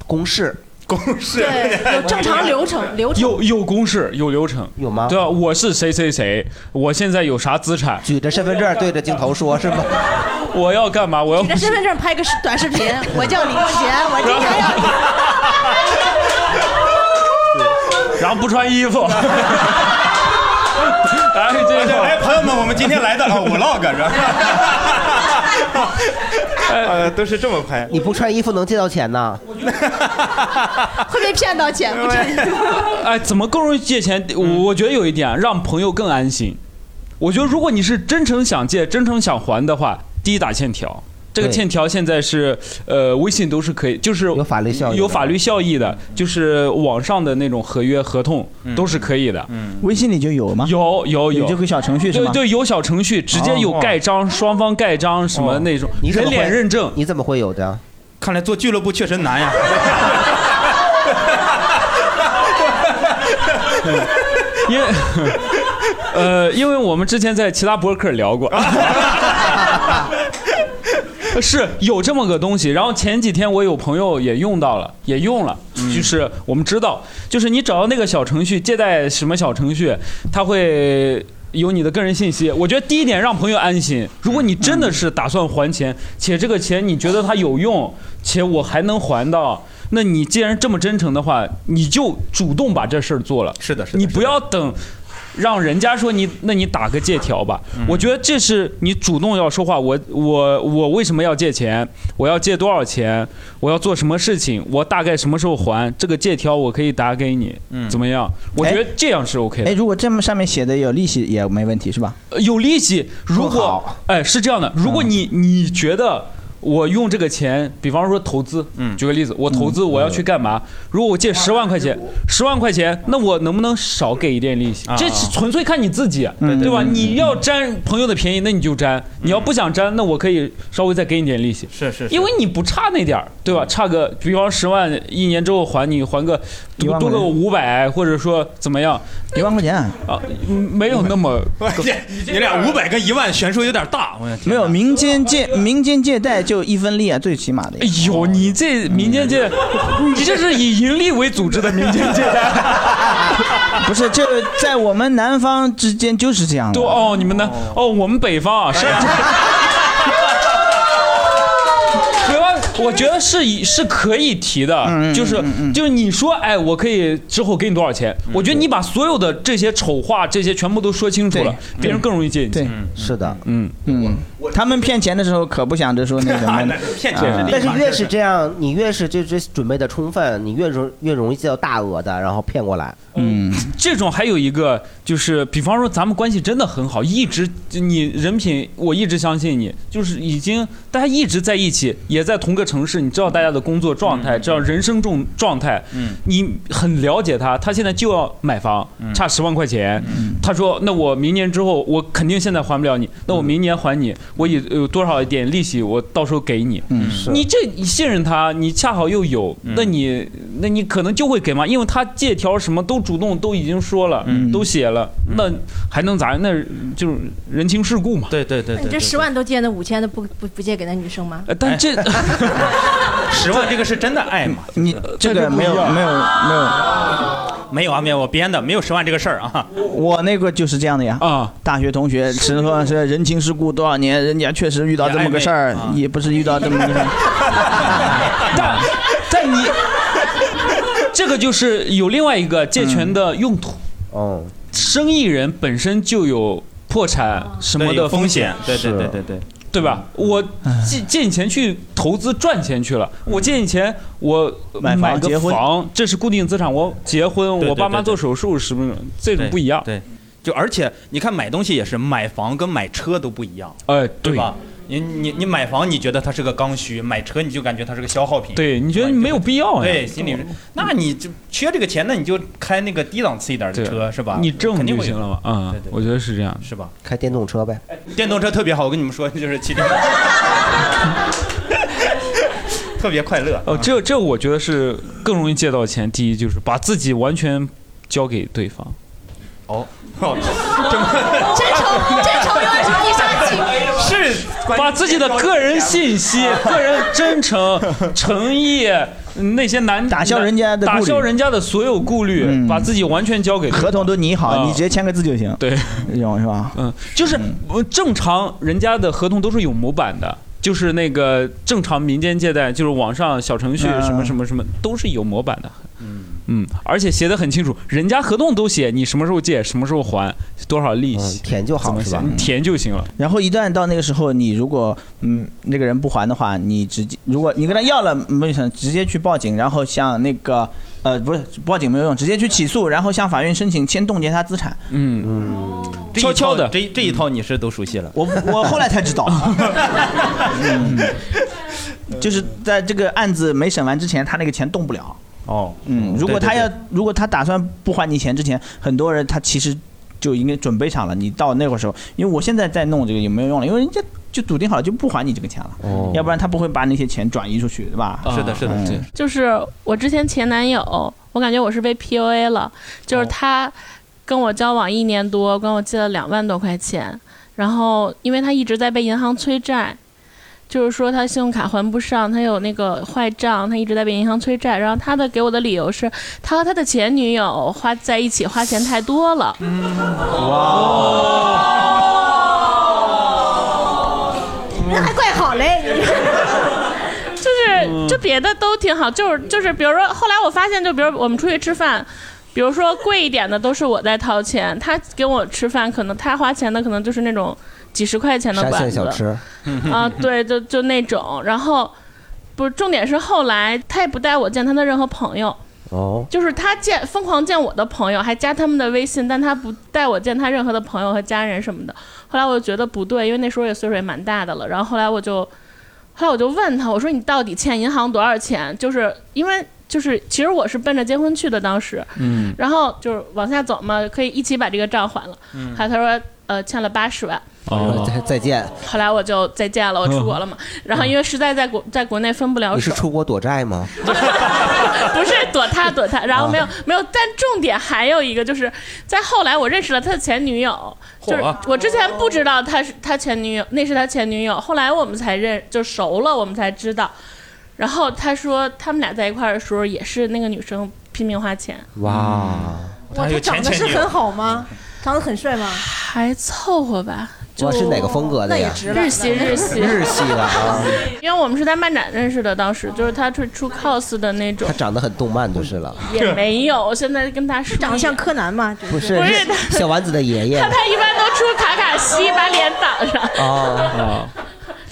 公式。
公式，
对有正常流程流程。
有有公式，有流程，
有吗？
对啊，我是谁谁谁，我现在有啥资产？
举着身份证对着镜头说，是吗？
我要干嘛？我要
你的身份证拍个视短视频，我叫李梦贤，我今天要
然后不穿衣服。哎，这这，
哎，朋友们，我们今天来的啊 vlog 是吧？
呃，
都是这么拍。
你不穿衣服能借到钱呢？
会被骗到钱，不 承认。
哎，怎么更容易借钱？我我觉得有一点，让朋友更安心。我觉得如果你是真诚想借、真诚想还的话，第一打欠条。这个
对
欠条现在是，呃，微信都是可以，就是有法律效
益
有
的
法律效益的，就是网上的那种合约、合同都是可以的。嗯，
微信里就有吗？
有有有
这个小程序是
对
吗？
对，有小程序，直接有
哦
盖章，双方盖章什么那种，
你怎
人
么会
脸认证。
你怎么会有的？
看来做俱乐部确实难呀。
因为， 呃，因为我们之前在其他博客聊过， 是有这么个东西。然后前几天我有朋友也用到了，也用了，
嗯
就是我们知道，就是你找到那个小程序，借贷什么小程序，它会。有你的个人信息，我觉得第一点让朋友安心。如果
嗯
你真的是打算还钱，且这个钱你觉得它有用，且我还能还到，那你既然这么真诚的话，你就主动把这事儿做了。
是的，
是的。你不要等让人家说你，那你打个借条吧。我觉得这是你主动要说话。我我我为什么要借钱？我要借多少钱？我要做什么事情？我大概什么时候还？这个借条我可以打给你，怎么样？我觉得这样是 OK 的。
哎，如果这么上面写的有利息也没问题是吧？
呃有利息。如果哎是这样
嗯
的，如果你你觉得我用这个钱，比方说投资，举个例子，我投资我要去干嘛？如果我借十万块钱，
嗯
十万块钱，那我能不能少给一点利息
啊？
这是纯粹看你自己，
嗯对
对吧？
对对
你要占朋友的便宜，那你就占；你要不想占，那我可以稍微再给你点利息。
是是
因为你不差那点儿，对吧？差个，比方十万，一年之后还你还个
一
多
万块
多
钱
个五百，或者说怎么样？
一万块钱啊，
没有那 么。
你俩五百跟一万悬殊有点大，啊我
没有民间借民间借贷就一分利啊，最起码的。哎
呦，你这民间 借，你这是以盈利为组织的民间借贷。
不是，这在我们南方之间就是这样的。哎
对哦，你们呢？哦，我们北方啊，是。 北方，我觉得是以是可以提的，
嗯
就是就是你说，哎，我可以之后给你多少钱？
嗯
我觉得你把所有的这些丑话，这些全部都说清楚了，别人更容易借你钱。
是的，
嗯
嗯，他们骗钱的时候可不想着说那什 么
那
的
是，
骗
啊
嗯但是越是这样，你越是这这准备的充分，你越容越容易借到大额的，然后骗过来。
嗯，
这种还有一个就是，比方说咱们关系真的很好，一直你人品，我一直相信你，就是已经大家一直在一起，也在同个城市，你知道大家的工作状态，知道人生状状态，
嗯
你很了解他，他现在就要买房，差十万块钱，
嗯
他说那我明年之后，我肯定现在还不了你，那我明年还你，我以有多少一点利息，我到时候给你，
嗯
是
你这你信任他，你恰好又有，那你那你可能就会给嘛，因为他借条什么都主动都已经说了，
嗯
都写了，那还能咋？那就是人情世故嘛。
对对对
你这十万都借那五千的不不不借给那女生吗？
呃但 这
十万这个是真的爱嘛？
你这个没有没有没有，
没有啊，没有我编的，没有十万这个事儿啊。
我那个就是这样的呀。
啊，
大学同学是说是人情世故多少年，人家确实遇到这么个事儿，
啊
也不是遇到这么 个事儿。
但 你 这个就是有另外一个借权的用途。
嗯
哦，
生意人本身就有破产什么
对有
的
风
险
险，对对对对对。
对吧？
嗯
我借借你钱去投资赚钱去了，我借你钱，我
嗯买房
买个
结婚
房，这是固定资产。我结婚，
对
我爸妈
对对
做手术什么的，这种不一样。
对，就而且你看买东西也是，买房跟买车都不一样，
哎，
对吧？你你你买房，你觉得它是个刚需；买车，你就感觉它是个消耗品。啊
对，你觉得没有必要呀？
对，心里，那你就缺这个钱，那你就开那个低档次一点的车，是吧？
你挣
肯定
就
会
行了嘛。啊，我觉得是这样，
是吧？
开电动车呗。
电动车特别好，我跟你们说，就是骑电动， 特别快乐。
哦，这这我觉得是更容易借到钱。第一就是把自己完全交给对方。
哦，
真诚，真诚永远是第三期。
是
把自己的个人信息、个人真诚、诚意、那些男
打消人家的
打
顾虑嗯
消人家的所有顾虑，把自己完全交给
合同都拟好，
啊
你直接签个字就行。
对，
这种是吧？
嗯，就是呃正常人家的合同都是有模板的，就是那个正常民间借贷，就是网上小程序
嗯
什么什么什么都是有模板的。
嗯
嗯，而且写的很清楚，人家合同都写你什么时候借，什么时候还，多少利息，
填就
好
是吧
你嗯填就行了。
然后一旦到那个时候，你如果嗯那个人不还的话，你直接如果你跟他要了没有想直接去报警，然后向那个呃不是报警没有用，直接去起诉，然后向法院申请先冻结他资产。
嗯
嗯，悄悄的，这一这一套你是都熟悉了。
我 我后来才知道，嗯就是在这个案子没审完之前，他那个钱动不了。
哦，
嗯，如果他
对对
要如果他打算不还你钱之前，很多人他其实就应该准备上了。你到那会儿时候，因为我现在在弄这个也没有用了，因为人家就笃定好了就不还你这个钱了，
哦
要不然他不会把那些钱转移出去，对吧？
是的是的
嗯
是
就是我之前前男友，我感觉我是被 PUA 了，就是他跟我交往一年多，跟我借了两万多块钱，然后因为他一直在被银行催债，就是说他信用卡还不上，他有那个坏账，他一直在被银行催债，然后他的给我的理由是他和他的前女友花在一起花钱太多了，
那还怪好嘞，你
就是就别的都挺好，就是就是比如说，后来我发现，就比如我们出去吃饭。比如说贵一点的都是我在掏钱，他给我吃饭，可能他花钱的可能就是那种几十块钱的
沙县
馆
小
子
吃，
啊，对，就就那种。然后不是重点是后来他也不带我见他的任何朋友，
어.
哦，
就是他见疯狂见我的朋友，还加他们的微信，但他不带我见他任何的朋友和家人什么的。后来我就觉得不对，因为那时候也岁数也蛮大的了。然后后来我就，后来我就问他，我说你到底欠银行多少钱？就是因为就是其实我是奔着结婚去的，当时，
嗯
然后就是往下走嘛，可以一起把这个账还了。
嗯
还有他说呃欠了八十万。
哦，再再见。
后来我就再见了，我出国了嘛。然后因为实在在国在国内分不了
你
手
嗯是，出国躲债吗？
不是躲他躲他，然后
啊
没有、没有，但重点还有一个就是在后来我认识了他的前女友，就是
嚯
我之前不知道他是他前女友，那是他前女友，后来我们才认就熟了，我们才知道。然后他说他们俩在一块儿的时候也是那个女生拼命花钱，
哇，
哇他长得是很
好吗？长得很帅吗？
还凑合吧。就
哇，是哪个风格的呀？
日系日系
日系的啊，
因为我们是在漫展认识的，当时就是他出出 cos 的那种
他，长得很动漫就是 了。
也没有。现在跟他说长得像
柯南吗？
不是
不是他
是小丸子的爷爷
他他一般都出卡卡西把脸挡上，
哦，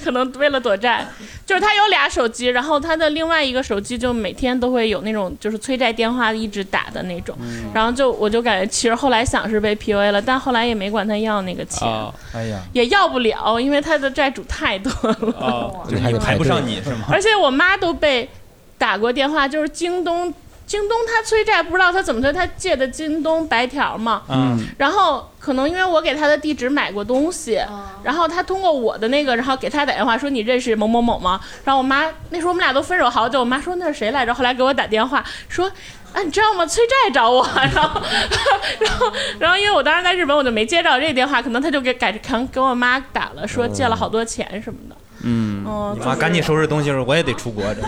可能为了躲债。就是他有俩手机，然后他的另外一个手机就每天都会有那种就是催债电话一直打的那种，
嗯
然后就我就感觉其实后来想是被 PUA 了，但后来也没管他要那个钱，
啊，哎呀，
也要不了，因为他的债主太多了。
啊，就是你
还得
排
排
不上
队
你是吗？
而且我妈都被打过电话，就是京东，京东他催债不知道他怎么催，他借的京东白条嘛，
嗯
然后可能因为我给他的地址买过东西，然后他通过我的那个，然后给他打电话说你认识某某某吗？然后我妈那时候我们俩都分手好久，我妈说那是谁来着？后来给我打电话说。啊，你知道吗？催债找我，然后，然后，然后，因为我当时在日本，我就没接到这个电话，可能他就给改成给我妈打了，说借了好多钱什么的。
嗯
哦
你
就
妈
是
赶紧收拾东西，我也得出国。这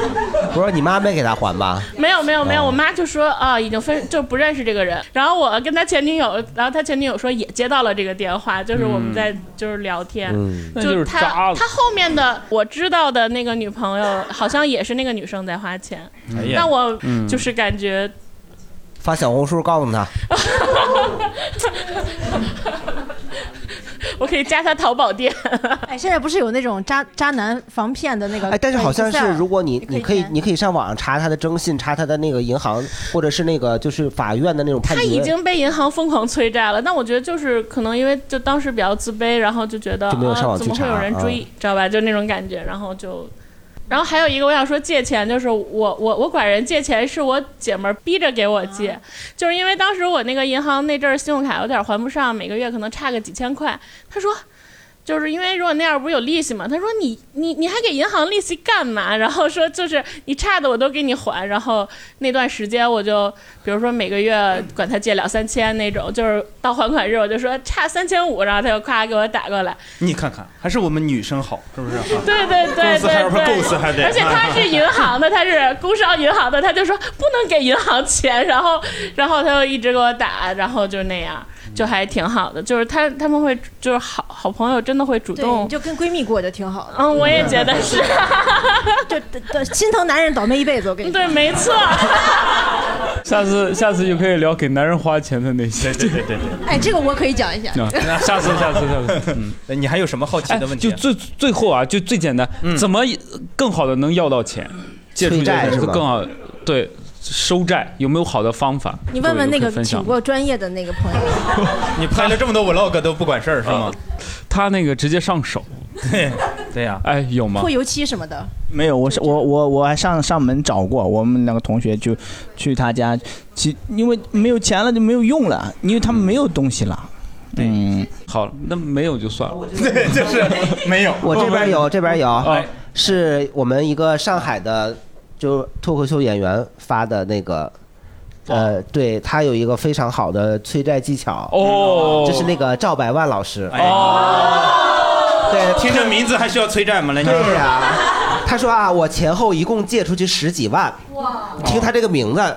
不是你妈没给他还吧？
没有没有
哦
没有，我妈就说啊，已经分就不认识这个人。然后我跟他前女友，然后他前女友说也接到了这个电话，就是我们在就是聊天，
嗯那就是是渣
他
了
他后面的我知道的那个女朋友，好像也是那个女生在花钱
哎，呀
但我
嗯
就是感觉
发小红书告诉他，
我可以加他淘宝店。
哎，现在不是有那种渣渣男防骗的那
呃
个？
哎，但是好像是，如果你
可以
你可以
填
你可以上网查他的征信，查他的那个银行，或者是那个就是法院的那种判
他
决，
已经被银行疯狂催债了，但我觉得就是可能因为就当时比较自卑，然后就觉得
就没有上
啊，
网
怎
去
么会有
查
人追，
啊
知道吧？就那种感觉，然后就。然后还有一个我想说借钱，就是我我我管人借钱是我姐们儿逼着给我借，就是因为当时我那个银行那阵儿信用卡有点还不上，每个月可能差个几千块。她说就是因为如果那样不是有利息嘛？他说你你你还给银行利息干嘛？ 然后说就是你差的我都给你还。然后那段时间我就比如说每个月管他借两三千那种，就是到还款日我就说差三千五，然后他就夸给我打过来。
你看看，还是我们女生好，是不是？啊
对对对
公司还
对
不是
对，
公司还得，
而且他是银行的，他是工商银行的，他就说不能给银行钱，然后然后他就一直给我打，然后就那样，就还挺好的，就是他他们会就是好好朋友真的会主
对，你
动。
就跟闺蜜过得挺好的。
嗯，我也觉得 是，
就就心疼男人倒霉一辈子，我跟你
对，没错。
下次下次就可以聊给男人花钱的那些。对
对对对。
哎，这个我可以讲一下。
啊 那下次，下次，下次。
嗯，你还有什么好奇的问题啊？
就
嗯
最最后啊，就最简单，怎么更好的能要到钱？借出去
催债是吧
更好，对，收债有没有好的方法？
你问问那
各
个
位有可以分
请
享。
过专业的那个朋友，
你拍了这么多 vlog 都不管事儿是吗？
啊他那个直接上手。
对 对呀。
哎，有
泼油漆什么的。
没有，我是我我我还上上门找过，我们两个同学就去他家，其因为没有钱了就没有用了，因为他们没有东西了。嗯，
好，那没有就算了。
对，就是没有。哦哎
我这边有，这边有，是我们一个上海的，就脱口秀演员发的那个。
哦
呃，对他有一个非常好的催债技巧
哦
就是那个赵百万老师
哎对，听这名字还需要催债吗？来，你说
对呀他说啊，我前后一共借出去十几万，听他这个名字，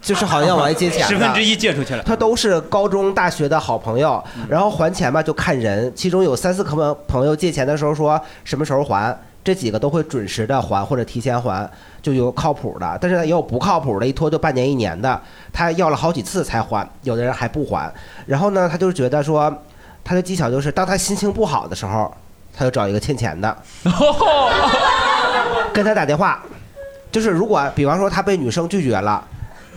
就是好像往外借钱
十分之
一。
一借出 去了。
他都是高中、大学的好朋友，然后还钱吧就看人，其中有三四个朋朋友借钱的时候说什么时候还，这几个都会准时的还或者提前还，就有靠谱的，但是呢也有不靠谱的，一拖就半年一年的，他要了好几次才还，有的人还不还，然后呢他就觉得说，他的技巧就是当他心情不好的时候，他就找一个欠钱的，跟他打电话，就是如果比方说他被女生拒绝了。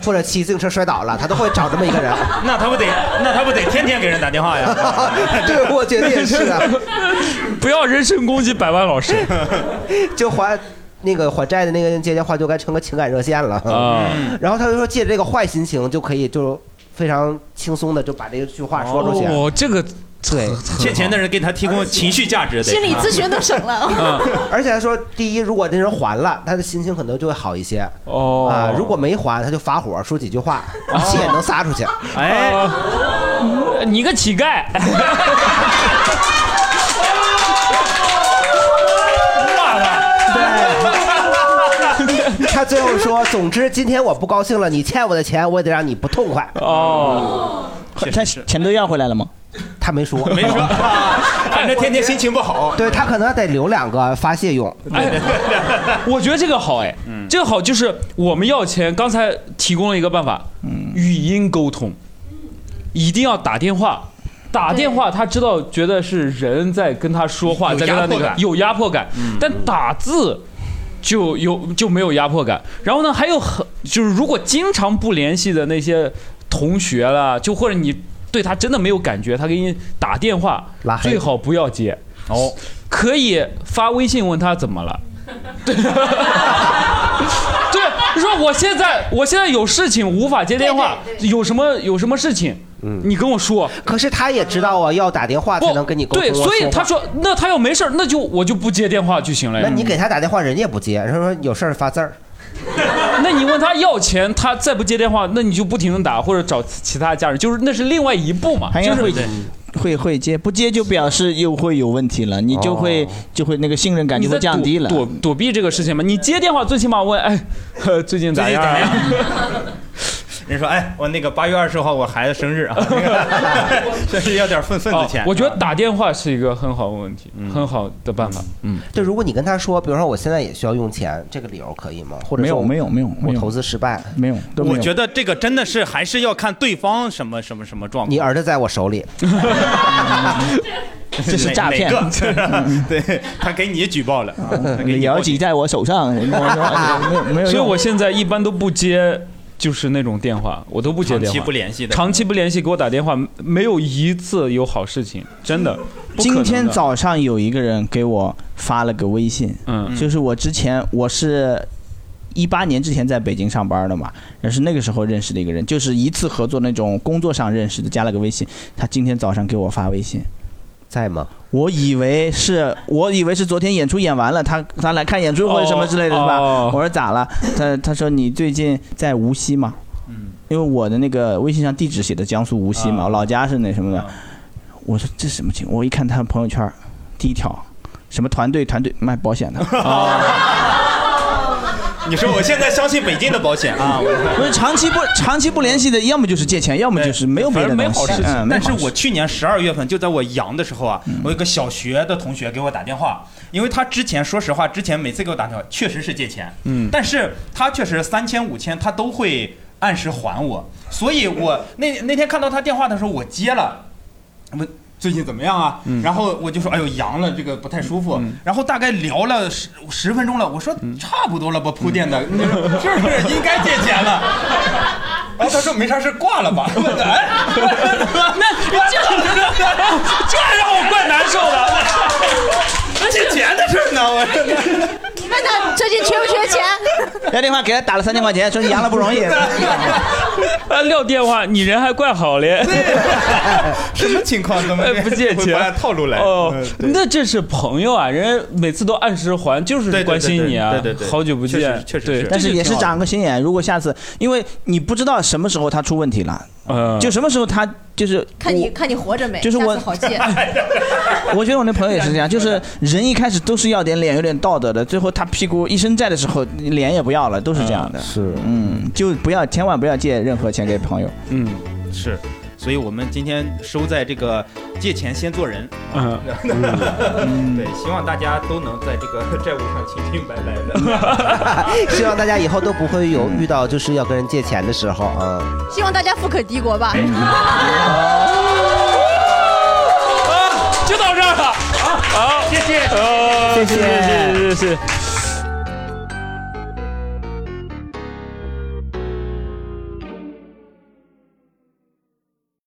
或者骑自行车摔倒了，他都会找这么一个人。
那他不得，那他不得天天给人打电话呀？
对，我觉得也是 啊，
不要人身攻击百万老师。
就还那个还债的那个人接电话就该成个情感热线了
啊
然后他就说借着这个坏心情就可以就非常轻松的就把这句话说出去。
哦，这个
对，
欠钱的人给他提供情绪价值得，
心理咨询都省
了
啊
而且他说，第一，如果这人还了，他的心情可能就会好一些。
哦
啊，如果没还，他就发火，说几句话，气也能撒出去。
哎，你个乞丐！
他最后说：“总之，今天我不高兴了，你欠我的钱，我也得让你不痛快。”
哦，
他
钱都要回来了吗？
他没说，
没说，反正天天心情不好。
对他可能得留两个发泄用。
嗯 我觉得这个好哎，
嗯
这个好就是我们要钱，刚才提供了一个办法，
嗯
语音沟通，一定要打电话。打电话，他知道觉得是人在跟他说话，
有
在跟他那
压迫
个
感
有压迫感，
嗯
但打字就有就没有压迫感。然后呢，还有很就是如果经常不联系的那些同学啦，就或者你对他真的没有感觉，他给你打电话，
黑
最好不要接哦，可以发微信问他怎么了。 对，你说我现在我现在有事情无法接电话，有什么有什么事情，你跟我说。
嗯可是他也知道啊，要打电话才能跟你沟通啊。
对，所以
话
他说，嗯那他要没事儿，那就我就不接电话就行了呀。
那你给他打电话，人家也不接，他说有事儿发字儿。
那你问他要钱，他再不接电话，那你就不停的打或者找其他家人，就是那是另外一步嘛，
他应
就
该
是
会会会接，不接就表示又会有问题了，你就会哦就会那个信任感
你
就
在
会降
躲
低了。
躲躲避这个事情嘛。你接电话最起码问，哎， 呵最近咋样啊？
人说，哎，我那个八月二十号我孩子生日啊， 那个这是要点份份子钱。
哦我觉得打电话是一个很好的问题，
嗯
很好的办法。嗯，
就如果你跟他说，比如说我现在也需要用钱，这个理由可以吗？或者
没有
说
没有没有
我投资失败，
没有，
我觉得这个真的是还是要看对方什么什么什么状况。
你儿子在我手里，
这
是诈 骗 嗯
对他给你举报了， 啊他给你
了解在我手上，没有 没有用，
嗯所以我现在一般都不接，就是那种电话，我都不接电话，
长期不联系的
长期不联系给我打电话，没有一次有好事情，真的。不可能
今
的
天早上有一个人给我发了个微信，
嗯
就是我之前我是一八年之前在北京上班的嘛，也是那个时候认识的一个人，就是一次合作那种工作上认识的，加了个微信。他今天早上给我发微信，
在吗？
我以为是，我以为是昨天演出演完了，他他来看演出或者什么之类的，是吧？
哦
我说咋了？他他说你最近在无锡嘛？嗯，因为我的那个微信上地址写的江苏无
啊
锡嘛，我老家是那什么的。我说这什么情况？我一看他朋友圈，第一条，什么团队团队卖 保险的。
啊 你说我现在相信北京的保险啊，
不是长期不长期不联系的，要么就是借钱，要么就是没有别
反
的
正
东
没
西。
好事情。
嗯没
但是
好事嗯
我去年十二月份就在我阳的时候啊，我有个小学的同学给我打电话，因为他之前说实话，之前每次给我打电话确实是借钱，
嗯
但是他确实三千五千他都会按时还我，所以我那那天看到他电话的时候我接了，我最近怎么样啊？然后我就说，哎呦，阳了，这个不太舒服。然后大概聊了十十分钟了，我说差不多了吧，铺垫的，你说嗯 是不是应该借钱 了？然后他说没啥事，挂了吧。我说哎， 那这这让我怪难受的。借钱的事儿呢，我
问他最近缺不缺 钱？
打电话给他打了三千块钱，说你阳了不容易。
啊，撂电话，你人还怪好嘞。
什么情况？怎 么
不借
会不
钱
按？套路来嗯
哦，那这是朋友啊，人家每次都按时还，就是
对对
关心你啊。
对对对对
好久不
确
见
实，确实
对
但是
这
也是
挺好
长个心眼。如果下次，因为你不知道什么时候他出问题了，
嗯
就什么时候他就是
看你
我
看你活着没？
就是我
下次好 借。
哎
我觉得我那朋友也是这样，就是人一开始都是要点脸，有点道德的，最后他屁股一伸债的时候，脸也不要了，都是这样的。
是，
嗯，就不要，千万不要借任何钱给朋友。
嗯，是，所以我们今天收在这个借钱先做人。
嗯
嗯， 对，希望大家都能在这个债务上清清白白 的。
希望大家以后都不会有遇到就是要跟人借钱的时候啊。
希望大家富可敌国
哎
吧。
啊
就到这儿了。好，谢谢，
谢谢
啊
谢谢，谢谢，谢谢。